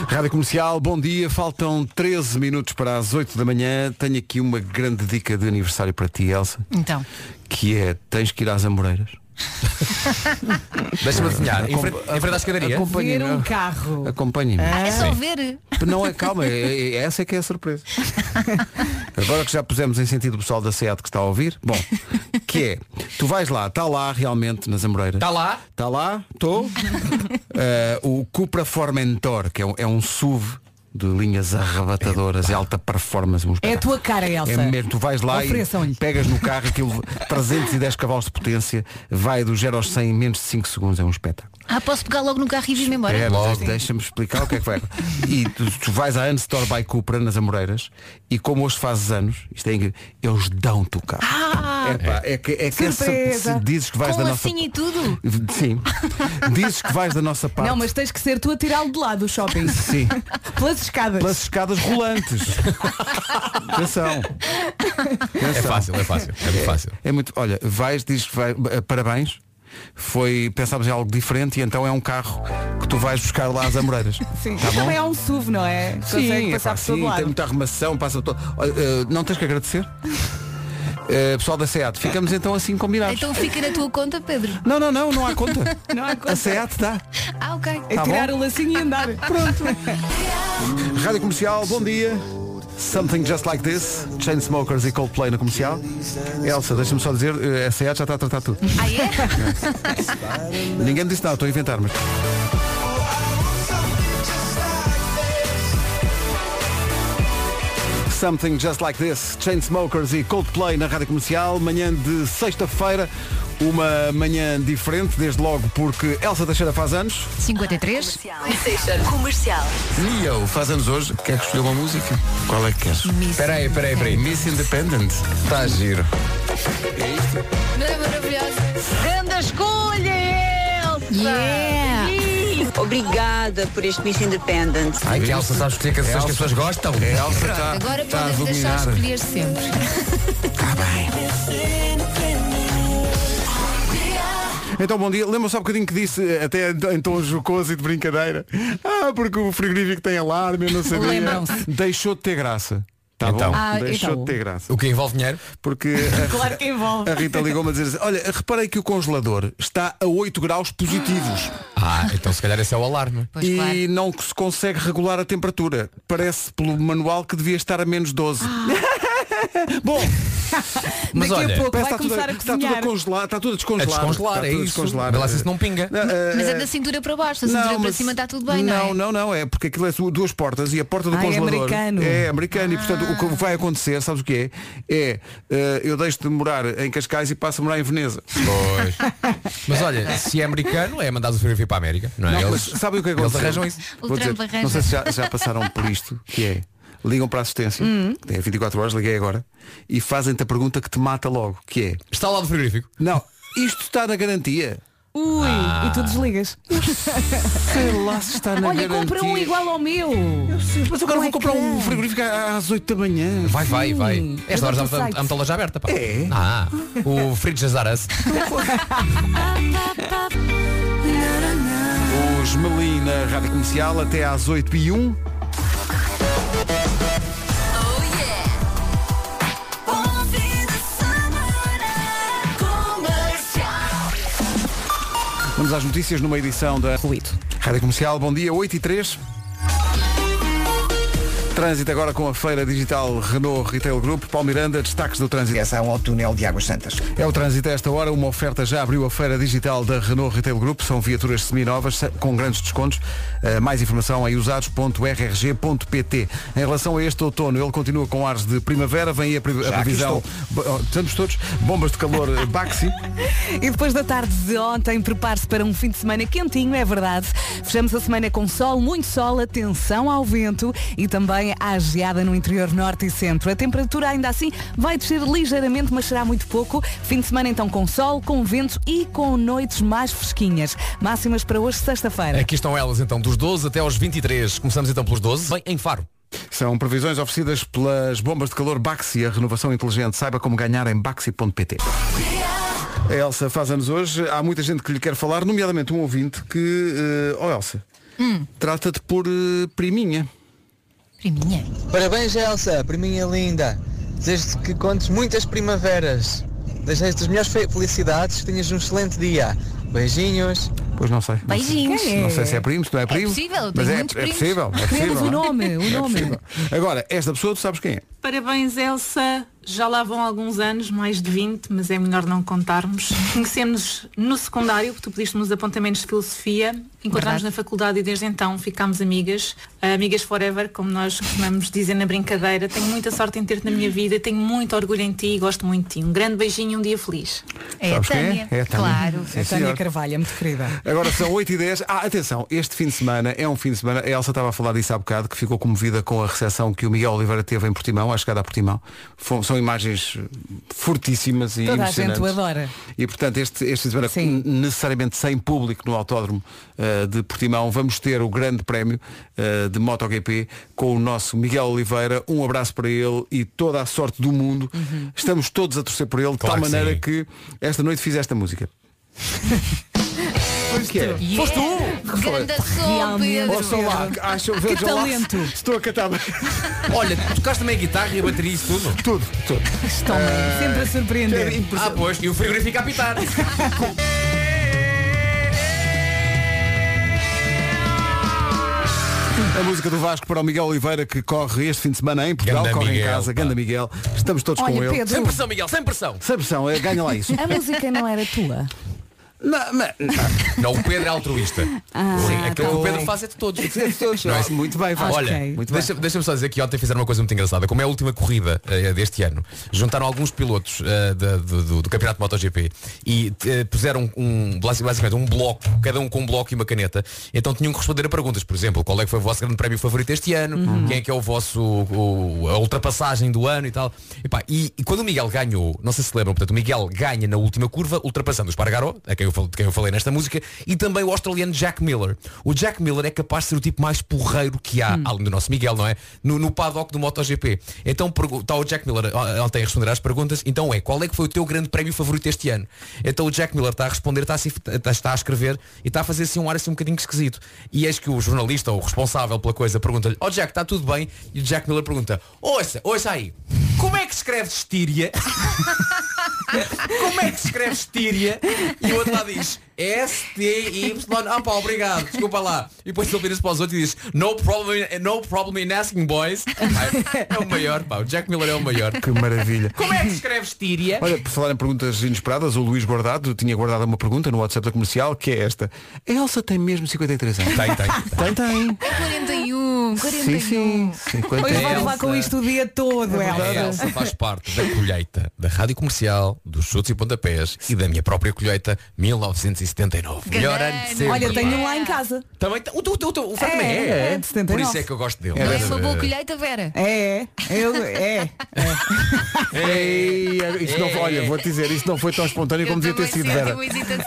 [SPEAKER 1] Rádio Comercial, bom dia. Faltam 13 minutos para as 8 da manhã. Tenho aqui uma grande dica de aniversário para ti, Elsa,
[SPEAKER 4] Então,
[SPEAKER 1] que é tens que ir às Amoreiras.
[SPEAKER 6] Deixa-me adivinhar. Em frente em frente à escadaria?
[SPEAKER 2] Ver um
[SPEAKER 1] Acompanha-me.
[SPEAKER 2] carro.
[SPEAKER 1] Acompanha-me.
[SPEAKER 2] Ah.
[SPEAKER 4] é só
[SPEAKER 6] Sim.
[SPEAKER 4] ver.
[SPEAKER 1] é? Não é, calma, é- é- essa é que é a surpresa. Agora que já pusemos em sentido o pessoal da SEAT que está a ouvir, bom, que é, tu vais lá, está lá realmente nas Amoreiras.
[SPEAKER 6] Está lá?
[SPEAKER 1] Está lá, estou. o Cupra Formentor, que é um, é um SUV de linhas arrebatadoras e alta performance. um
[SPEAKER 2] É a
[SPEAKER 1] espetáculo.
[SPEAKER 2] tua cara, Elsa.
[SPEAKER 1] É mesmo, tu vais lá e
[SPEAKER 2] Ofereçam-lhe.
[SPEAKER 1] pegas no carro aquilo 310 cavalos de potência, vai do 0 aos 100 em menos de 5 segundos, é um espetáculo.
[SPEAKER 4] Ah, posso pegar logo no carro e vir-me embora?
[SPEAKER 1] É, mas deixa-me explicar o que é que vai. E tu, tu vais à Unstore by Cupra nas Amoreiras e como hoje fazes anos, isto é incrível, eles dão-te o carro.
[SPEAKER 2] Ah.
[SPEAKER 4] Ah!
[SPEAKER 1] é, pá, é que, é que essa-
[SPEAKER 2] Surpresa.
[SPEAKER 1] se dizes que vais
[SPEAKER 4] Com
[SPEAKER 1] da nossa.
[SPEAKER 4] assim e tudo?
[SPEAKER 1] Sim. Dizes que vais da nossa parte.
[SPEAKER 2] Não, mas tens que ser tu a tirá-lo de lá do shopping.
[SPEAKER 1] Sim.
[SPEAKER 2] Pelas escadas.
[SPEAKER 1] Pelas escadas rolantes. Atenção.
[SPEAKER 6] É fácil, é fácil. É muito fácil.
[SPEAKER 1] É muito. Olha, vais, dizes que vai. eh, Parabéns. Foi, pensámos em algo diferente e então é um carro que tu vais buscar lá às Amoreiras.
[SPEAKER 2] Sim.
[SPEAKER 1] Tá bom?
[SPEAKER 2] Também há um SUV, não é? Consegue
[SPEAKER 1] é
[SPEAKER 2] passar
[SPEAKER 1] pá,
[SPEAKER 2] por todo
[SPEAKER 1] sim, tem
[SPEAKER 2] lado.
[SPEAKER 1] muita arrumação, passa por todo. Olha, eh, não tens que agradecer? Eh, pessoal da SEAT, ficamos então assim combinados.
[SPEAKER 4] Então fica na tua conta, Pedro.
[SPEAKER 1] Não, não, não, não há conta.
[SPEAKER 2] Não há
[SPEAKER 1] A
[SPEAKER 2] coisa.
[SPEAKER 1] SEAT dá.
[SPEAKER 4] Ah, ok.
[SPEAKER 2] É
[SPEAKER 1] Tá
[SPEAKER 2] tirar
[SPEAKER 1] bom?
[SPEAKER 2] o lacinho e andar. Pronto.
[SPEAKER 1] Rádio Comercial, bom dia. Something Just Like This, Chainsmokers e Coldplay na comercial. Elsa, deixa-me só dizer, eh, a SEAT já está a tratar tudo.
[SPEAKER 4] Ah, é?
[SPEAKER 1] Ninguém me disse não, estou a inventar, mas. Something Just Like This, Chainsmokers e Coldplay na Rádio Comercial, manhã de sexta-feira, uma manhã diferente, desde logo porque Elsa Teixeira faz anos.
[SPEAKER 4] 53.
[SPEAKER 7] Comercial.
[SPEAKER 1] Neo faz anos hoje. Quer que escolha uma música? Qual é que queres?
[SPEAKER 4] Miss.
[SPEAKER 6] Peraí, peraí, peraí.
[SPEAKER 1] Miss Independent. Tá
[SPEAKER 6] Está a giro.
[SPEAKER 4] Não é maravilhoso?
[SPEAKER 8] Grande escolha, Elsa!
[SPEAKER 4] Yeah!
[SPEAKER 8] Obrigada por este Miss Independent.
[SPEAKER 6] Ai, que Elsa sabes escolher canções que as pessoas gostam. Elsa está.
[SPEAKER 4] Agora
[SPEAKER 1] É Tá a
[SPEAKER 4] podemos
[SPEAKER 1] dominar.
[SPEAKER 4] deixar
[SPEAKER 1] Tá
[SPEAKER 4] escolher sempre.
[SPEAKER 1] Então, bom dia. Lembra-me só um bocadinho que disse, eh, até em tom jocoso e de brincadeira. Ah, porque o frigorífico tem alarme, eu não sabia.
[SPEAKER 2] Lembram-se.
[SPEAKER 1] Deixou de ter graça. Tá
[SPEAKER 6] Então.
[SPEAKER 1] bom?
[SPEAKER 4] Ah,
[SPEAKER 1] Deixou
[SPEAKER 4] então.
[SPEAKER 1] de ter graça.
[SPEAKER 6] O que envolve dinheiro?
[SPEAKER 1] Porque
[SPEAKER 2] Claro que envolve.
[SPEAKER 1] a, a Rita ligou-me a dizer assim, olha, reparei que o congelador está a 8 graus positivos
[SPEAKER 6] Ah, então se calhar esse é o alarme.
[SPEAKER 4] Pois
[SPEAKER 1] e
[SPEAKER 4] claro.
[SPEAKER 1] não se consegue regular a temperatura. Parece pelo manual que devia estar a menos 12. bom,
[SPEAKER 6] Mas
[SPEAKER 2] Ah. Daqui
[SPEAKER 6] olha,
[SPEAKER 2] a pouco
[SPEAKER 1] parece
[SPEAKER 2] vai
[SPEAKER 1] que está tudo,
[SPEAKER 2] começar a
[SPEAKER 1] está tudo
[SPEAKER 2] cozinhar.
[SPEAKER 1] congelar, está tudo a
[SPEAKER 6] a
[SPEAKER 1] descongelar.
[SPEAKER 6] descongelar,
[SPEAKER 1] Está
[SPEAKER 6] é
[SPEAKER 1] tudo a
[SPEAKER 6] isso.
[SPEAKER 1] descongelar. eh,
[SPEAKER 6] Vê lá se isso não pinga.
[SPEAKER 4] Mas é da cintura para baixo, da cintura para
[SPEAKER 1] mas-
[SPEAKER 4] cima está tudo bem, não, é?
[SPEAKER 1] não, não, não, é porque aquilo é su- duas portas e a porta do
[SPEAKER 2] Ah, é
[SPEAKER 1] congelador
[SPEAKER 2] americano.
[SPEAKER 1] é americano e portanto o
[SPEAKER 4] Ah.
[SPEAKER 1] que vai acontecer, sabes o que é? É eh, eu deixo de morar em Cascais e passo a morar em Veneza.
[SPEAKER 6] Pois. Mas olha, se é americano, é mandado o frigorífico para a América. Não é?
[SPEAKER 1] Não, mas
[SPEAKER 6] Eles-
[SPEAKER 1] sabem o que
[SPEAKER 6] eles
[SPEAKER 1] acontece?
[SPEAKER 6] arranjam isso.
[SPEAKER 4] O
[SPEAKER 1] Vou
[SPEAKER 4] Trump arranja.
[SPEAKER 1] não sei se já, já passaram por isto, que é ligam para a assistência,
[SPEAKER 4] Hum.
[SPEAKER 1] é 24 horas, liguei agora, e fazem-te a pergunta que te mata logo, que é,
[SPEAKER 6] Está lá do frigorífico.
[SPEAKER 1] não, isto está na garantia.
[SPEAKER 2] Ui, e tu desligas.
[SPEAKER 1] Ah. Sei lá se está na
[SPEAKER 2] Olha,
[SPEAKER 1] garantia.
[SPEAKER 2] compra um igual ao meu.
[SPEAKER 1] Mas agora vou
[SPEAKER 2] é
[SPEAKER 1] comprar um
[SPEAKER 2] grande.
[SPEAKER 1] frigorífico às 8 da manhã.
[SPEAKER 6] Vai, vai, vai.
[SPEAKER 2] Sim.
[SPEAKER 6] Esta hora já
[SPEAKER 2] Eu vou
[SPEAKER 6] há
[SPEAKER 2] para o
[SPEAKER 6] há muita loja aberta, pá.
[SPEAKER 1] É?
[SPEAKER 6] Ah, o Fridge Azaras.
[SPEAKER 1] Os Melim na Rádio Comercial até às 8 e 1 Vamos Vamos às notícias numa edição da
[SPEAKER 2] Ruído.
[SPEAKER 1] Rádio Comercial. Bom dia, 8 e 3. Trânsito agora com a feira digital Renault Retail Group. Paulo Miranda, destaques do trânsito.
[SPEAKER 3] Direção ao túnel é um de Águas Santas.
[SPEAKER 1] É o trânsito a esta hora. Uma oferta já abriu a feira digital da Renault Retail Group. São viaturas seminovas se- com grandes descontos. Eh, mais informação em usados.rrg.pt. Em relação a este outono, ele continua com ares de primavera. Vem aí a, pre- a
[SPEAKER 3] Já aqui
[SPEAKER 1] previsão.
[SPEAKER 3] estou.
[SPEAKER 1] Bo- oh, Estamos todos. Bombas de calor eh, Baxi.
[SPEAKER 2] E depois da tarde de ontem, prepare-se para um fim de semana quentinho, é verdade. Fechamos a semana com sol, muito sol, atenção ao vento e também à geada no interior norte e centro. A temperatura ainda assim vai descer ligeiramente, mas será muito pouco. Fim de semana então com sol, com vento e com noites mais fresquinhas. Máximas para hoje, sexta-feira.
[SPEAKER 6] Aqui estão elas então, dos 12 até aos 23. Começamos então pelos 12, bem em Faro.
[SPEAKER 1] São previsões oferecidas pelas bombas de calor Baxi, a renovação inteligente. Saiba como ganhar em baxi.pt. A Elsa faz anos hoje. Há muita gente que lhe quer falar, nomeadamente um ouvinte que... eh, oh Elsa,
[SPEAKER 4] Hum.
[SPEAKER 1] trata-te por eh, priminha.
[SPEAKER 4] Priminha.
[SPEAKER 9] Parabéns, Elsa, priminha linda. Desde que contes muitas primaveras. Desejo-te as melhores fe- felicidades, tenhas um excelente dia. Beijinhos.
[SPEAKER 1] Pois não sei. Não sei.
[SPEAKER 4] Beijinhos.
[SPEAKER 2] Quem é?
[SPEAKER 1] Não sei se é primo, se não é primo.
[SPEAKER 4] possível, tenho
[SPEAKER 1] mas é,
[SPEAKER 4] muitos
[SPEAKER 1] é
[SPEAKER 4] primos. um
[SPEAKER 1] possível. É
[SPEAKER 2] Queremos
[SPEAKER 1] possível.
[SPEAKER 2] o
[SPEAKER 1] não é?
[SPEAKER 2] nome, o
[SPEAKER 1] É
[SPEAKER 2] nome.
[SPEAKER 1] possível. Agora, esta pessoa, tu sabes quem é?
[SPEAKER 10] Parabéns, Elsa. Já lá vão alguns anos, mais de 20, mas é melhor não contarmos. Conhecemos no secundário, que tu pediste-nos apontamentos de filosofia. Encontramos
[SPEAKER 4] Verdade.
[SPEAKER 10] na faculdade e desde então ficámos amigas. Ah, Amigas forever, como nós costumamos dizer na brincadeira. Tenho muita sorte em ter-te na minha vida, tenho muito orgulho em ti e gosto muito de ti. Um grande beijinho e um dia feliz.
[SPEAKER 4] É a
[SPEAKER 1] Sabes quem é?
[SPEAKER 4] Tânia.
[SPEAKER 1] É a Tânia.
[SPEAKER 4] Claro.
[SPEAKER 1] Sim,
[SPEAKER 2] a Tânia
[SPEAKER 1] senhor.
[SPEAKER 2] Carvalho, é muito querida.
[SPEAKER 1] Agora são 8 e 10. Ah, atenção, este fim de semana é um fim de semana. A Elsa estava a falar disso há bocado, que ficou comovida com a recepção que o Miguel Oliveira teve em Portimão, à chegada a Portimão. Fo- são imagens fortíssimas e
[SPEAKER 2] Toda a
[SPEAKER 1] emocionantes.
[SPEAKER 2] gente o adora.
[SPEAKER 1] E portanto, este, este fim de semana,
[SPEAKER 2] Sim.
[SPEAKER 1] n- necessariamente sem público no Autódromo eh, de Portimão, vamos ter o grande prémio eh, de MotoGP com o nosso Miguel Oliveira. Um abraço para ele e toda a sorte do mundo.
[SPEAKER 2] Uhum.
[SPEAKER 1] Estamos todos a torcer por ele, de
[SPEAKER 6] Claro
[SPEAKER 1] tal
[SPEAKER 6] que
[SPEAKER 1] maneira
[SPEAKER 6] sim.
[SPEAKER 1] que esta noite fiz esta música. Pois que é?
[SPEAKER 4] Yeah. Foste tu! Grande som, Pedro.
[SPEAKER 1] Ouçam lá, acham, vejam lá.
[SPEAKER 2] Ah, talento.
[SPEAKER 1] Estou a cantar bem.
[SPEAKER 6] Olha, tu tocaste também a guitarra e a bateria e isso tudo.
[SPEAKER 1] Tudo, tudo. Ah,
[SPEAKER 2] Estão bem, sempre a surpreender.
[SPEAKER 6] Ah, pois, e o frigorífico a apitar.
[SPEAKER 1] A música do Vasco para o Miguel Oliveira que corre este fim de semana em Portugal,
[SPEAKER 6] Ganda
[SPEAKER 1] corre em
[SPEAKER 6] Miguel,
[SPEAKER 1] casa,
[SPEAKER 6] pá.
[SPEAKER 1] Ganda Miguel. Estamos todos com
[SPEAKER 2] Olha,
[SPEAKER 1] ele.
[SPEAKER 2] Pedro,
[SPEAKER 6] Sem pressão, Miguel, sem pressão.
[SPEAKER 1] Sem pressão, eh, ganha lá isso.
[SPEAKER 2] a música não era tua.
[SPEAKER 1] Não, mas-
[SPEAKER 6] Não, o Pedro é altruísta.
[SPEAKER 2] Ah,
[SPEAKER 6] Sim, aquilo
[SPEAKER 2] tá
[SPEAKER 6] que o Pedro faz é de todos. Não é?
[SPEAKER 1] Muito bem, Vasco.
[SPEAKER 6] Olha,
[SPEAKER 1] muito bem.
[SPEAKER 6] deixa- deixa-me só dizer que ontem fizeram uma coisa muito engraçada. Como é a última corrida eh, deste ano, juntaram alguns pilotos eh, da- do, do- do campeonato MotoGP e eh, puseram um, basicamente um bloco, cada um com um bloco e uma caneta. Então tinham que responder a perguntas, por exemplo, qual é que foi o vosso grande prémio favorito este ano, quem é que é o vosso o- a ultrapassagem do ano e tal. E, pá, e- e quando o Miguel ganhou, não sei se lembram, portanto, o Miguel ganha na última curva, ultrapassando o Espargaró, a quem eu, fal- de quem eu falei nesta música, e também o australiano Jack Miller. O Jack Miller é capaz de ser o tipo mais porreiro que há, além do nosso Miguel, não é? No, no paddock do MotoGP. Então pergu- está o Jack Miller ó, ontem a responder às perguntas, então é, qual é que foi o teu grande prémio favorito este ano? Então o Jack Miller está a responder, está a, se- está- está a escrever e está a fazer assim um ar assim um bocadinho esquisito. E eis que o jornalista ou o responsável pela coisa pergunta-lhe, ó Jack, está tudo bem? E o Jack Miller pergunta, ouça, ouça aí, como é que se escreve estíria? Como é que se escreve estíria? E o outro lá diz S-T-Y. Ah pá, obrigado, desculpa lá. E depois ele vira-se para os outros e diz No problem, no problem in asking boys. Ai, É o maior, pá. O Jack Miller é o maior.
[SPEAKER 1] Que maravilha.
[SPEAKER 6] Como é que se escreve estíria?
[SPEAKER 1] Olha, por falar em perguntas inesperadas, o Luís Guardado tinha guardado uma pergunta no WhatsApp da comercial, que é esta. A Elsa tem mesmo 53 anos?
[SPEAKER 6] Tem, tem.
[SPEAKER 1] Tem, tem.
[SPEAKER 2] É
[SPEAKER 4] 41, 41.
[SPEAKER 1] Sim, sim. 50
[SPEAKER 2] Hoje vai
[SPEAKER 6] Elsa.
[SPEAKER 2] levar com isto o dia todo,
[SPEAKER 6] A
[SPEAKER 2] Elsa.
[SPEAKER 6] É Elsa faz parte da colheita da rádio comercial, dos chutes e pontapés e da minha própria colheita 1979. Melhor ano de sempre.
[SPEAKER 2] Olha, tenho
[SPEAKER 6] pá.
[SPEAKER 2] um lá em casa.
[SPEAKER 6] Também tem- o, teu- o, teu- o, Fred também
[SPEAKER 2] É, é de 79.
[SPEAKER 6] Por isso é que eu gosto dele.
[SPEAKER 4] Não é uma boa colheita, Vera?
[SPEAKER 2] É, é. eu, é.
[SPEAKER 1] Ei, isto não, olha, vou-te dizer, isso não foi tão espontâneo como devia ter sido, Vera.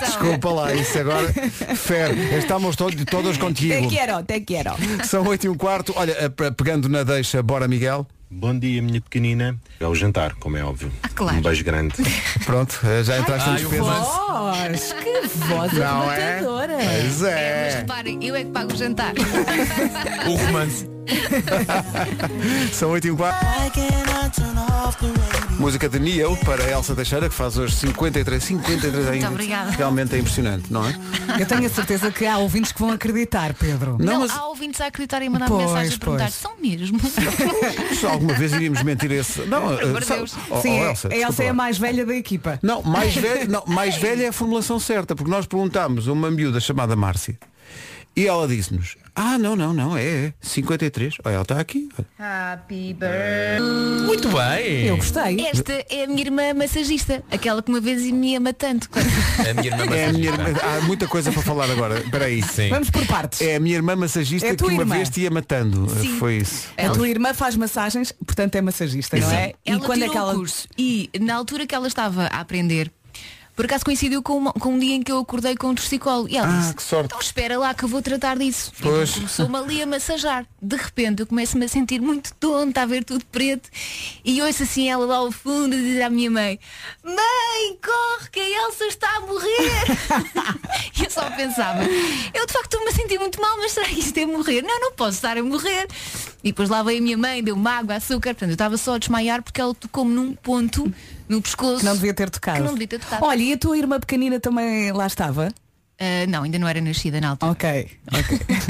[SPEAKER 1] Desculpa lá, isso agora. Fer, estamos to- todos
[SPEAKER 2] Te
[SPEAKER 1] contigo.
[SPEAKER 2] quero, te quero.
[SPEAKER 1] São 8 e um quarto. Olha, eh, pe- pegando na deixa, bora Miguel.
[SPEAKER 9] Bom dia, minha pequenina. É o jantar, como é óbvio.
[SPEAKER 4] Ah, claro. Um beijo
[SPEAKER 9] grande.
[SPEAKER 1] Pronto, eh, já entraste na
[SPEAKER 6] Ai, o
[SPEAKER 1] despesa.
[SPEAKER 6] romance.
[SPEAKER 2] Voz, que voz
[SPEAKER 1] Não é?
[SPEAKER 2] arrebatadora.
[SPEAKER 1] Pois
[SPEAKER 4] Mas
[SPEAKER 1] é.
[SPEAKER 4] reparem, eu é que pago o jantar.
[SPEAKER 6] O romance.
[SPEAKER 1] São 8 e um quarto. Música de Neo para Elsa Teixeira, que faz hoje 53, 53 ainda.
[SPEAKER 4] obrigada.
[SPEAKER 1] Realmente é impressionante, não é?
[SPEAKER 2] Eu tenho a certeza que há ouvintes que vão acreditar, Pedro.
[SPEAKER 4] Não, há ouvintes a acreditar e mandar
[SPEAKER 2] Pois,
[SPEAKER 4] mensagens a perguntar,
[SPEAKER 2] pois.
[SPEAKER 4] são mesmo?
[SPEAKER 1] Se alguma vez iríamos mentir esse. Não,
[SPEAKER 4] Por amor de
[SPEAKER 1] sabe-
[SPEAKER 4] Deus.
[SPEAKER 1] Oh,
[SPEAKER 2] Sim,
[SPEAKER 1] oh,
[SPEAKER 2] é-
[SPEAKER 1] Elsa,
[SPEAKER 2] a Elsa é a
[SPEAKER 1] desculpa lá.
[SPEAKER 2] mais velha da equipa.
[SPEAKER 1] Não, mais velha, não, mais velha é a formulação certa, porque nós perguntámos a uma miúda chamada Márcia e ela disse-nos, ah não, não, não, é, é 53. Olha, ela está aqui.
[SPEAKER 4] Happy birthday.
[SPEAKER 1] Muito bem. Eu gostei.
[SPEAKER 4] Esta é a minha irmã massagista, aquela que uma vez me ama tanto.
[SPEAKER 1] É a minha irmã massagista. Há muita coisa para falar agora. Espera aí.
[SPEAKER 2] Vamos por partes.
[SPEAKER 1] É a minha irmã massagista
[SPEAKER 2] É a
[SPEAKER 1] que
[SPEAKER 2] tua
[SPEAKER 1] uma
[SPEAKER 2] irmã.
[SPEAKER 1] vez te ia matando.
[SPEAKER 2] Sim.
[SPEAKER 1] Foi isso.
[SPEAKER 4] É
[SPEAKER 2] A tua irmã faz massagens, portanto é massagista, não é?
[SPEAKER 4] Ela tirou o curso e na altura que ela estava a aprender, por acaso coincidiu com, uma- com um dia em que eu acordei com um torcicolo e ela
[SPEAKER 1] Ah,
[SPEAKER 4] disse,
[SPEAKER 1] que sorte.
[SPEAKER 4] então espera lá que eu vou tratar disso. E
[SPEAKER 1] Pois.
[SPEAKER 4] Começou-me ali a massajar. De repente eu começo-me a sentir muito tonta, a ver tudo preto e ouço assim ela lá ao fundo a dizer à minha mãe, mãe, corre que a Elsa está a morrer. E eu só pensava, eu de facto estou-me a sentir muito mal, mas será que isto é morrer? Não, não posso estar a morrer. E depois lá veio a minha mãe, deu-me água, açúcar, portanto eu estava só a desmaiar porque ela tocou-me num ponto no pescoço.
[SPEAKER 2] Que não devia ter tocado.
[SPEAKER 4] Que não devia ter tocado.
[SPEAKER 2] Olha, e a tua irmã pequenina também lá estava?
[SPEAKER 4] Ah, não, ainda não era nascida na altura.
[SPEAKER 2] Ok.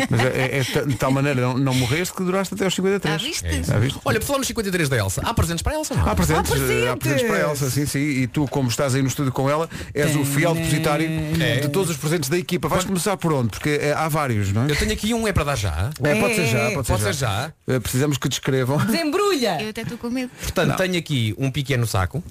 [SPEAKER 1] Mas é, é ta- de tal maneira não, não morreste que duraste até aos 53.
[SPEAKER 4] Ah, viste?
[SPEAKER 1] É isso. Ah, viste?
[SPEAKER 6] Olha, por falar nos 53 da Elsa, há presentes para a Elsa, não?
[SPEAKER 1] Há presentes, eh, há presentes para a Elsa, sim, sim. E tu, como estás aí no estúdio com ela, és o fiel depositário de todos os presentes da equipa. Vais começar por onde? Porque eh, há vários, não é?
[SPEAKER 6] Eu tenho aqui um é para dar já.
[SPEAKER 1] É, pode ser já,
[SPEAKER 6] É,
[SPEAKER 1] pode ser já.
[SPEAKER 6] já.
[SPEAKER 1] Eh, Precisamos que descrevam.
[SPEAKER 2] Desembrulha!
[SPEAKER 4] Eu até estou com medo.
[SPEAKER 6] Portanto, tenho aqui um pequeno saco,